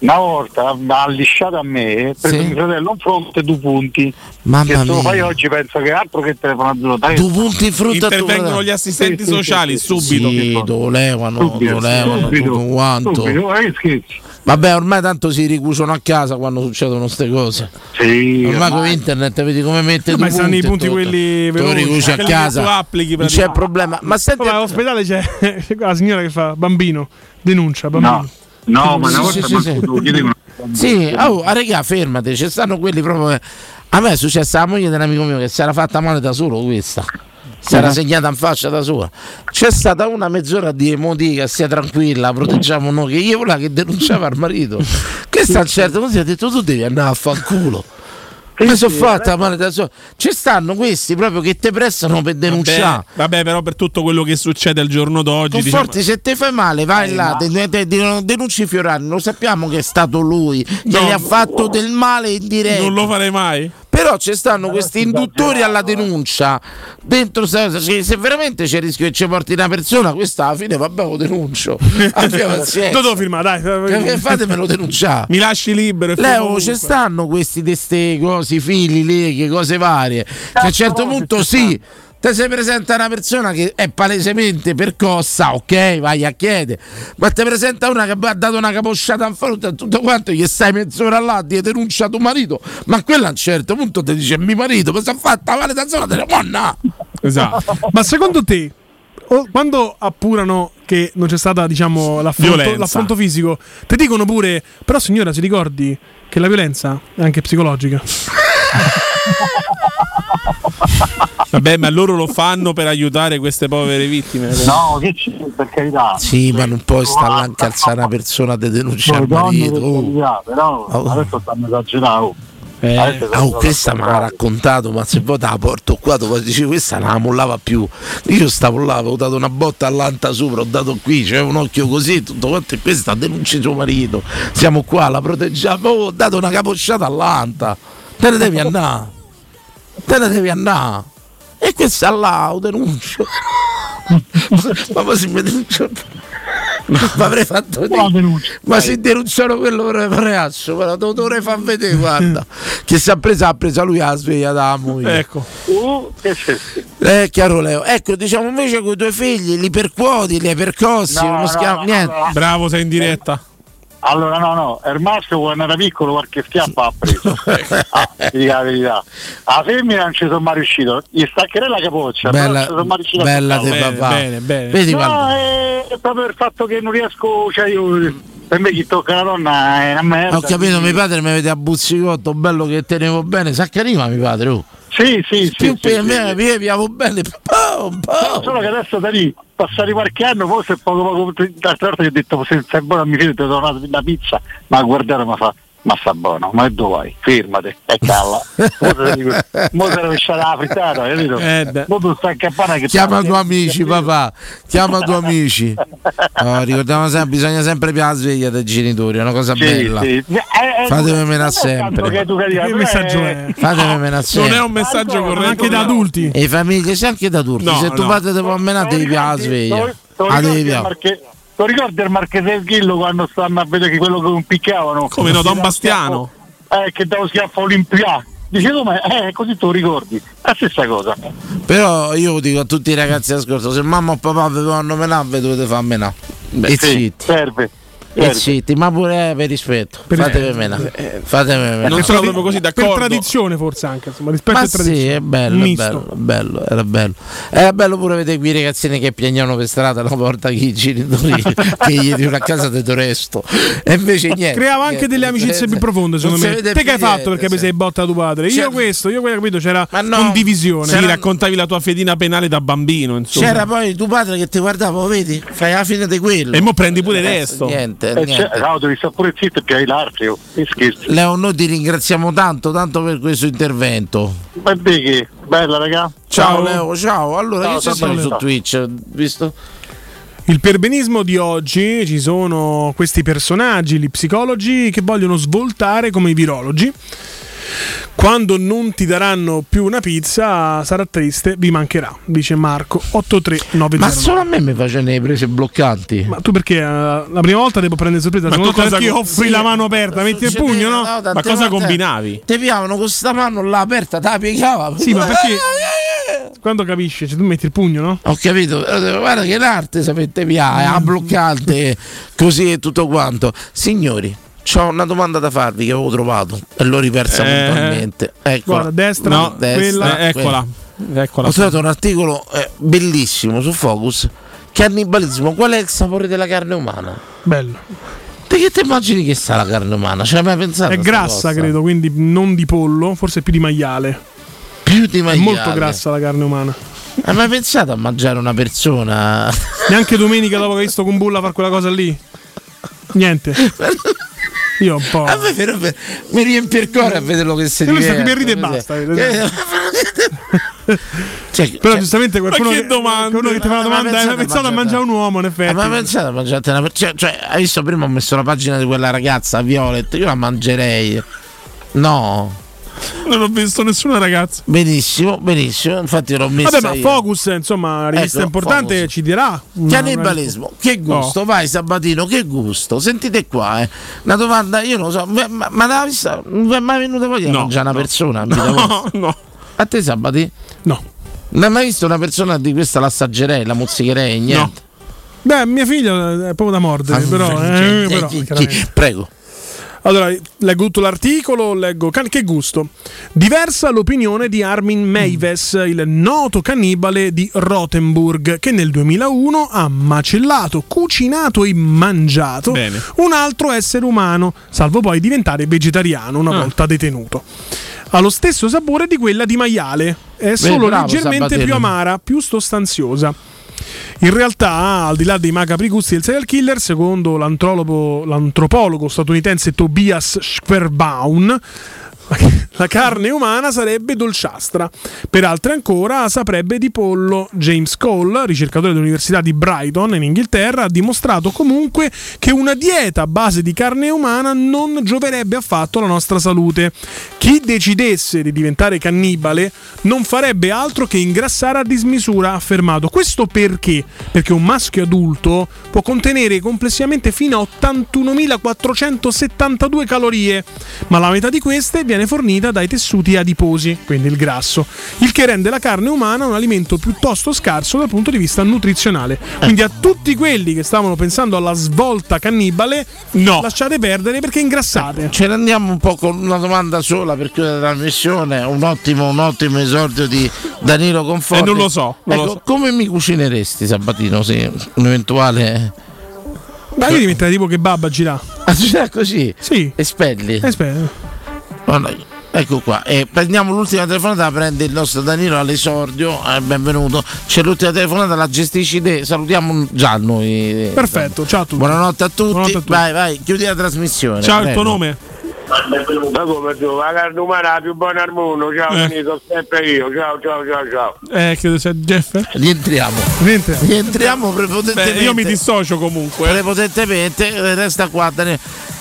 Speaker 16: Una volta ha lisciato a me, ho preso
Speaker 5: Sì.
Speaker 16: mio fratello un fronte e due punti.
Speaker 5: Mamma
Speaker 16: che se lo
Speaker 5: mia.
Speaker 16: fai oggi penso che altro che telefonato dai.
Speaker 5: Due punti in frutta
Speaker 6: Intervengono gli assistenti sociali subito.
Speaker 5: Sì, dolevano,
Speaker 6: Subito,
Speaker 5: dolevano
Speaker 6: subito,
Speaker 5: tutto quanto.
Speaker 6: subito,
Speaker 5: Vabbè, ormai tanto si ricuciono a casa quando succedono queste cose. ormai con internet vedi come mette
Speaker 3: Ma
Speaker 5: due
Speaker 3: saranno i
Speaker 5: e
Speaker 3: punti
Speaker 5: tutto.
Speaker 3: quelli
Speaker 5: Tu
Speaker 3: veloci.
Speaker 5: ricuci a
Speaker 3: Quelli che tu
Speaker 5: casa.
Speaker 3: applichi
Speaker 5: non c'è
Speaker 3: praticamente.
Speaker 5: problema. Ma senti,
Speaker 3: Vabbè, all'ospedale c'è c'è la signora che fa bambino, denuncia, bambino.
Speaker 16: No, ma
Speaker 5: Sì,
Speaker 16: una
Speaker 5: sì,
Speaker 16: volta
Speaker 5: sì,
Speaker 16: mi ha
Speaker 5: sì.
Speaker 16: fatto chiedere una-
Speaker 5: Sì, oh, ah, regà, fermate, ci stanno quelli proprio. eh. A me è successa la moglie dell'amico mio che si era fatta male da solo questa. Si era
Speaker 16: Eh.
Speaker 5: segnata in faccia da sola. C'è stata una mezz'ora di emotica, stia tranquilla, proteggiamo noi, che io quella che denunciava il marito. Questa a un certo punto si è detto tu devi andare a fanculo. Mi sono fatta male da sola. Ci stanno questi proprio che te prestano per denunciare.
Speaker 6: Vabbè, vabbè, però per tutto quello che succede al giorno d'oggi. diciamo- Eh,
Speaker 5: Conforti, se te fai male, vai là, te- te- te- denunci Fiorani, lo sappiamo che è stato lui, che
Speaker 6: No.
Speaker 5: gli ha fatto del male in diretta.
Speaker 6: Non lo farei mai.
Speaker 5: Però ci stanno questi induttori alla denuncia. Dentro sta cosa, cioè, se veramente c'è il rischio che ci porti una persona, questa alla fine vabbè lo denuncio. Abbia pazienza.
Speaker 3: Lo devo firmare, dai.
Speaker 5: Che- Fatemelo denunciare.
Speaker 6: Ah. Mi lasci libero. e fermo
Speaker 5: Leo,
Speaker 6: ovunque.
Speaker 5: ci stanno questi teste cose, fili, leghe, cose varie. Che a un certo punto sì. Te si presenta una persona che è palesemente percossa, ok, vai a chiedere, ma te presenta una che ha dato una caposciata in fronte a tutto quanto, gli stai mezz'ora là, ti denuncia tuo marito, ma quella a un certo punto ti dice, mio marito, cosa ha fatto? Vale da zona della donna!
Speaker 3: Esatto. Ma secondo te, o- quando appurano che non c'è stata, diciamo, l'affronto,
Speaker 6: Violenza.
Speaker 3: l'affronto fisico, ti dicono pure, però signora, si ricordi che la violenza è anche psicologica.
Speaker 6: Vabbè, ma loro lo fanno per aiutare queste povere vittime.
Speaker 33: No, che c'è, per carità.
Speaker 5: Sì, ma non puoi stare là a incalzare una persona che denuncia
Speaker 33: No,
Speaker 5: il
Speaker 33: donne
Speaker 5: marito.
Speaker 33: per
Speaker 5: oh.
Speaker 33: carità, però
Speaker 5: Oh.
Speaker 33: adesso stanno esagerando.
Speaker 5: Eh,
Speaker 33: Adesso
Speaker 5: ah, oh, questa me l'ha raccontato, ma se poi te la porto qua, tu poi dici questa non la mollava più. Io stavo là, avevo dato una botta all'anta sopra, ho dato qui, c'era un occhio così, tutto quanto, e questa denunci suo marito. Siamo qua, la proteggiamo, oh, ho dato una capocciata all'anta. Te ne devi andare, te ne devi andare. E questa là, lo denuncio. ma poi si mi denuncio. Ma avrei fatto denuncia. Ma se denunciano quello per preasso, però te lo dovrei far vedere, guarda. Che si è presa, ha presa lui alla sveglia da moglie.
Speaker 6: Ecco.
Speaker 33: Uh, che c'è?
Speaker 5: Eh, chiaro Leo. Ecco, diciamo invece con i tuoi figli li percuoti, li hai percossi,
Speaker 33: No,
Speaker 5: uno
Speaker 33: no,
Speaker 5: schia-
Speaker 33: no,
Speaker 5: niente.
Speaker 33: no.
Speaker 6: Bravo, sei in diretta.
Speaker 33: Allora, no, no, il maschio quando era piccolo qualche schiappa ha preso. Ah, ti dico la verità. A femmina non ci sono mai riuscito. Gli staccherei la capoccia, però non ci sono
Speaker 5: Bella,
Speaker 33: mai riuscito
Speaker 5: bella
Speaker 33: a
Speaker 5: te
Speaker 33: staccarlo.
Speaker 5: papà. Vedi
Speaker 33: no,
Speaker 5: guarda.
Speaker 33: è proprio il fatto che non riesco, cioè io per me chi tocca la donna è una merda.
Speaker 5: Ho capito, mio padre mi avete abbuzzicotto, bello che tenevo bene, sa che arriva mio padre. Oh.
Speaker 33: Sì, sì, sì.
Speaker 5: Più
Speaker 33: sì,
Speaker 5: per
Speaker 33: sì,
Speaker 5: me,
Speaker 33: sì.
Speaker 5: mi piavo bene. Pom, pom.
Speaker 33: Solo che adesso da lì, passati qualche anno, forse poco poco l'altra volta gli ho detto se sei buono mi fido ti do una, una pizza, ma guardare mi fa. Ma sta buono, ma dove vai? Fermati, e calla. Mo se rovesciare la frittata, capito?
Speaker 5: Eh, beh.
Speaker 33: Mo tu stai a campana che
Speaker 5: Chiama i tuoi amici, papà. Chiama i tuoi amici. No, ricordiamo sempre, bisogna sempre più la sveglia dei genitori, è una cosa
Speaker 33: Sì,
Speaker 5: bella.
Speaker 33: sì. Eh, eh,
Speaker 5: Fatemi
Speaker 33: non
Speaker 5: menare
Speaker 33: è tanto che
Speaker 5: sempre.
Speaker 33: educativa, però è-
Speaker 5: Fatemi menare sempre.
Speaker 3: corretto, anche da adulti.
Speaker 5: E famiglie, se anche da adulti.
Speaker 3: No,
Speaker 5: se tu
Speaker 3: no.
Speaker 5: padre ti può menare, devi più la sveglia. Ah, devi più.
Speaker 33: Lo ricordi il marchese del Ghillo quando stanno a vedere che quello che un picchiavano?
Speaker 6: Come no, Don Bastiano.
Speaker 33: Eh, che davo schiaffo Olimpia. Dice come? Eh, così tu ricordi. La stessa cosa.
Speaker 5: Però io dico a tutti i ragazzi ascolto, se mamma o papà vi vanno menare, vi dovete far menare. E
Speaker 33: sì,
Speaker 5: zitti.
Speaker 33: Serve.
Speaker 5: E zitti, ma pure eh, per rispetto. Fatemi menare.
Speaker 3: Eh,
Speaker 5: Fatemi menare.
Speaker 3: Per tradizione forse anche, insomma, rispetto
Speaker 5: Ma
Speaker 3: a tradizione.
Speaker 5: sì, è bello, è
Speaker 3: Misto.
Speaker 5: bello, è bello, era bello. Era bello pure vedere qui i ragazzini che piagnano per strada la porta che i genitori che gli dicono a casa te resto. E invece niente.
Speaker 3: Creava anche delle amicizie più profonde, secondo me. Te che hai fatto perché mi sei botta tuo padre? Io
Speaker 5: C'era-
Speaker 3: questo, io quello, capito? C'era
Speaker 5: no,
Speaker 3: condivisione.
Speaker 5: c'era-
Speaker 6: Ti raccontavi la tua fedina penale da bambino, insomma.
Speaker 5: C'era poi tuo padre che ti guardava, "Oh, vedi, fai la fine di quello.
Speaker 6: E mo prendi pure il
Speaker 5: Adesso
Speaker 6: resto.
Speaker 5: Niente,
Speaker 33: Eh,
Speaker 5: niente.
Speaker 33: cioè, no, devi stare pure zitto e piai l'arti. oh. Che scherzo.
Speaker 5: Leo, noi ti ringraziamo tanto, tanto per questo intervento.
Speaker 33: Ma di che? Bella, raga.
Speaker 5: Ciao, Leo, ciao. Allora,
Speaker 33: Ciao,
Speaker 5: che ci
Speaker 33: ciao,
Speaker 5: sono
Speaker 33: Leo.
Speaker 5: su Twitch? Visto?
Speaker 3: Il perbenismo di oggi ci sono questi personaggi, gli psicologi, che vogliono svoltare come i virologi. Quando non ti daranno più una pizza, sarà triste, vi mancherà, dice Marco 8390.
Speaker 5: Ma solo a me mi facevano le prese bloccanti.
Speaker 3: Ma tu perché eh, la prima volta devo prendere sorpresa?
Speaker 5: Ma
Speaker 3: la seconda
Speaker 5: tu
Speaker 3: volta
Speaker 5: cosa
Speaker 3: perché
Speaker 5: con-
Speaker 3: offri
Speaker 5: sì.
Speaker 3: la mano aperta, metti il pugno, no?
Speaker 5: tante volte Ti piavano con sta mano là aperta, te la piegava.
Speaker 3: Sì, ma perché quando capisci, cioè, tu metti il pugno, no?
Speaker 5: Ho capito, eh, guarda che l'arte sapete via, è a bloccante, così e tutto quanto. Signori, ho una domanda da farvi che avevo trovato e l'ho ripersa
Speaker 6: Eh.
Speaker 5: puntualmente. Eccola.
Speaker 6: Guarda, destra,
Speaker 5: No,
Speaker 6: quella, eh, eccola. Eccola.
Speaker 5: Ho trovato un articolo eh, bellissimo su Focus. Cannibalismo, qual è il sapore della carne umana?
Speaker 3: Bello.
Speaker 5: Te che ti immagini che sta la carne umana? Ce l'hai mai pensato?
Speaker 3: È
Speaker 5: a sta
Speaker 3: grassa,
Speaker 5: cosa?
Speaker 3: credo, quindi non di pollo, forse più di maiale.
Speaker 5: Più di
Speaker 3: È
Speaker 5: maiale.
Speaker 3: molto grassa la carne umana.
Speaker 5: Hai mai pensato a mangiare una persona?
Speaker 3: Neanche domenica dopo che hai visto Kumbulla fare quella cosa lì? Niente. Io un po'.
Speaker 5: A me però- mi riempie il cuore a vederlo che si
Speaker 3: E lui sta
Speaker 5: diverte.
Speaker 3: tipo, ride e basta.
Speaker 5: Eh, cioè,
Speaker 3: Però giustamente qualcuno che, qualcuno che ti fa una domanda eh, hai mai pensato a mangiare un uomo in effetti
Speaker 5: Eh, Ma pensate a mangiare una per- cioè, cioè, hai visto prima ho messo la pagina di quella ragazza Violet, io la mangerei. No.
Speaker 6: Non ho visto nessuna ragazza.
Speaker 5: Benissimo, benissimo, infatti l'ho messa
Speaker 3: Vabbè, ma
Speaker 5: io.
Speaker 3: Focus, insomma, rivista
Speaker 5: Ecco,
Speaker 3: importante,
Speaker 5: Focus.
Speaker 3: ci dirà. una-
Speaker 5: Cannibalismo, che gusto, vai Sabatino, che gusto. Sentite qua, eh. una domanda, io non lo so, ma, ma, ma l'ha vista? non vi è mai venuta voglia di
Speaker 6: No,
Speaker 5: mangiare una persona?
Speaker 6: No,
Speaker 5: no. A te Sabati?
Speaker 3: No.
Speaker 5: Non hai mai visto una persona di questa la assaggerei, la mozzicherei, niente.
Speaker 3: Beh, mia figlia eh, è proprio da mordere,
Speaker 5: Ah,
Speaker 3: però,
Speaker 5: sì,
Speaker 3: eh,
Speaker 5: sì,
Speaker 3: però,
Speaker 5: sì, sì.
Speaker 3: chiaramente.
Speaker 5: Prego.
Speaker 3: Allora, leggo tutto l'articolo, leggo can- che gusto. Diversa l'opinione di Armin Meives,
Speaker 6: Mm.
Speaker 3: il noto cannibale di Rothenburg, che nel 2001 ha macellato, cucinato e mangiato
Speaker 6: Bene.
Speaker 3: un altro essere umano, salvo poi diventare vegetariano una
Speaker 6: Ah.
Speaker 3: volta detenuto. Ha lo stesso sapore di quella di maiale, è
Speaker 6: Beh,
Speaker 3: solo
Speaker 6: bravo,
Speaker 3: leggermente
Speaker 6: Sabatino.
Speaker 3: più amara, più sostanziosa. In realtà, al di là dei macabri gusti del serial killer, secondo l'antrolopo- l'antropologo statunitense Tobias Schwerbaum, la carne umana sarebbe dolciastra. Per altre ancora saprebbe di pollo. James Cole, ricercatore dell'Università di Brighton in Inghilterra, ha dimostrato comunque che una dieta a base di carne umana non gioverebbe affatto alla nostra salute. Chi decidesse di diventare cannibale non farebbe altro che ingrassare a dismisura, ha affermato. Questo perché? Perché un maschio adulto può contenere complessivamente fino a 81.472 calorie, ma la metà di queste viene fornita dai tessuti adiposi, quindi il grasso, il che rende la carne umana un alimento piuttosto scarso dal punto di vista nutrizionale. Quindi a tutti quelli che stavano pensando alla svolta cannibale, lasciate perdere perché ingrassate.
Speaker 5: Ce ne andiamo un po' con una domanda sola per chiudere la trasmissione. Un ottimo, un ottimo esordio di Danilo Conforti.
Speaker 6: Eh, non lo so, non lo
Speaker 5: Ecco,
Speaker 6: so.
Speaker 5: come mi cucineresti Sabatino? Se un eventuale.
Speaker 3: Ma io diventerei tipo che babba gira.
Speaker 5: Ah, gira così?
Speaker 3: Sì.
Speaker 5: Espelli.
Speaker 3: Espelli.
Speaker 5: Ecco qua, eh, prendiamo l'ultima telefonata, prende il nostro Danilo all'esordio, eh, benvenuto. C'è l'ultima telefonata, la gestisci te, salutiamo già noi.
Speaker 3: Perfetto, ciao a tutti.
Speaker 5: Buonanotte a tutti, vai vai, chiudi la trasmissione. Prego.
Speaker 9: Ma come tu? La carne umana è la più buona al mondo, ciao
Speaker 6: Eh.
Speaker 9: Nico, sempre io, ciao ciao ciao ciao.
Speaker 6: Eh, credo sia Jeff.
Speaker 5: Rientriamo.
Speaker 3: Rientriamo.
Speaker 5: Rientriamo prepotentemente.
Speaker 6: Beh, io mi dissocio comunque.
Speaker 5: Prepotentemente, eh, resta qua. Danilo.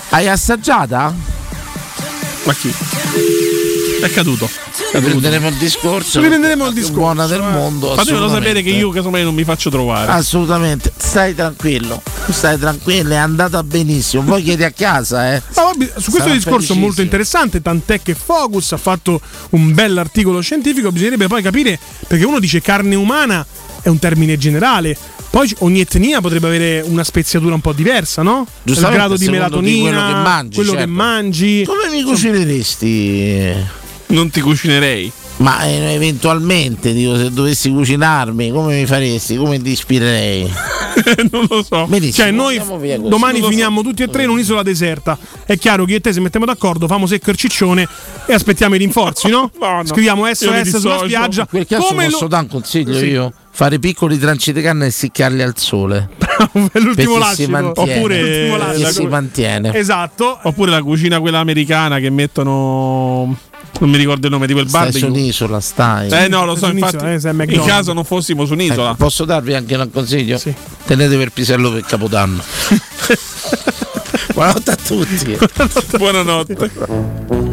Speaker 5: Hai assaggiata?
Speaker 6: Ma chi? È caduto.
Speaker 5: Riprenderemo il discorso.
Speaker 6: Riprenderemo
Speaker 5: il discorso. Buona del mondo.
Speaker 6: Fatemelo
Speaker 5: assolutamente.
Speaker 6: sapere che io casomai non mi faccio trovare.
Speaker 5: Assolutamente, stai tranquillo, stai tranquillo, è andata benissimo. Poi chiedi a casa, eh.
Speaker 3: Ah, vabbè, su questo
Speaker 5: Sarà
Speaker 3: discorso è
Speaker 5: felicissimo.
Speaker 3: molto interessante, tant'è che Focus ha fatto un bell'articolo scientifico, bisognerebbe poi capire, perché uno dice carne umana è un termine generale, poi c- ogni etnia potrebbe avere una speziatura un po' diversa, no? Il
Speaker 5: Giustamente,
Speaker 3: grado di
Speaker 5: secondo di
Speaker 3: melatonina,
Speaker 5: quello che mangi,
Speaker 3: quello
Speaker 5: certo.
Speaker 3: che mangi.
Speaker 5: Come mi cucineresti?
Speaker 6: Non ti cucinerei.
Speaker 5: Ma eh, eventualmente, dico, se dovessi cucinarmi, come mi faresti? Come ti ispirerei?
Speaker 6: non lo so.
Speaker 5: Benissimo,
Speaker 3: Cioè, noi
Speaker 5: andiamo via così.
Speaker 3: domani
Speaker 5: Non lo so. Mm.
Speaker 3: finiamo tutti e tre in un'isola deserta. È chiaro che io e te se mettiamo d'accordo, famo secco il ciccione e aspettiamo i rinforzi, no?
Speaker 5: no.
Speaker 3: Scriviamo
Speaker 5: Io mi
Speaker 3: SOS sulla
Speaker 5: dissocio.
Speaker 3: spiaggia.
Speaker 5: In quel caso
Speaker 3: Come
Speaker 5: posso
Speaker 3: lo-
Speaker 5: dare un consiglio
Speaker 3: Sì.
Speaker 5: io? Fare piccoli tranci di canna e sticcarli al sole.
Speaker 3: è l'ultimo eh,
Speaker 5: Perché si
Speaker 3: lascito.
Speaker 5: mantiene.
Speaker 6: Oppure-
Speaker 3: L'ultimo lascito.
Speaker 5: Che si mantiene.
Speaker 3: Esatto.
Speaker 6: Oppure la cucina quella americana che mettono. Non mi ricordo il nome di quel
Speaker 5: Stai su
Speaker 6: barbecue.
Speaker 5: un'isola, stai.
Speaker 6: Eh no, lo so,
Speaker 5: Su
Speaker 6: infatti.
Speaker 5: un'isola, eh, sei a
Speaker 6: in
Speaker 5: McDonald's.
Speaker 6: caso non fossimo su un'isola.
Speaker 5: Ecco, posso darvi anche un consiglio? Tenetevi il pisello per Capodanno. Buonanotte a tutti.
Speaker 6: Buonanotte.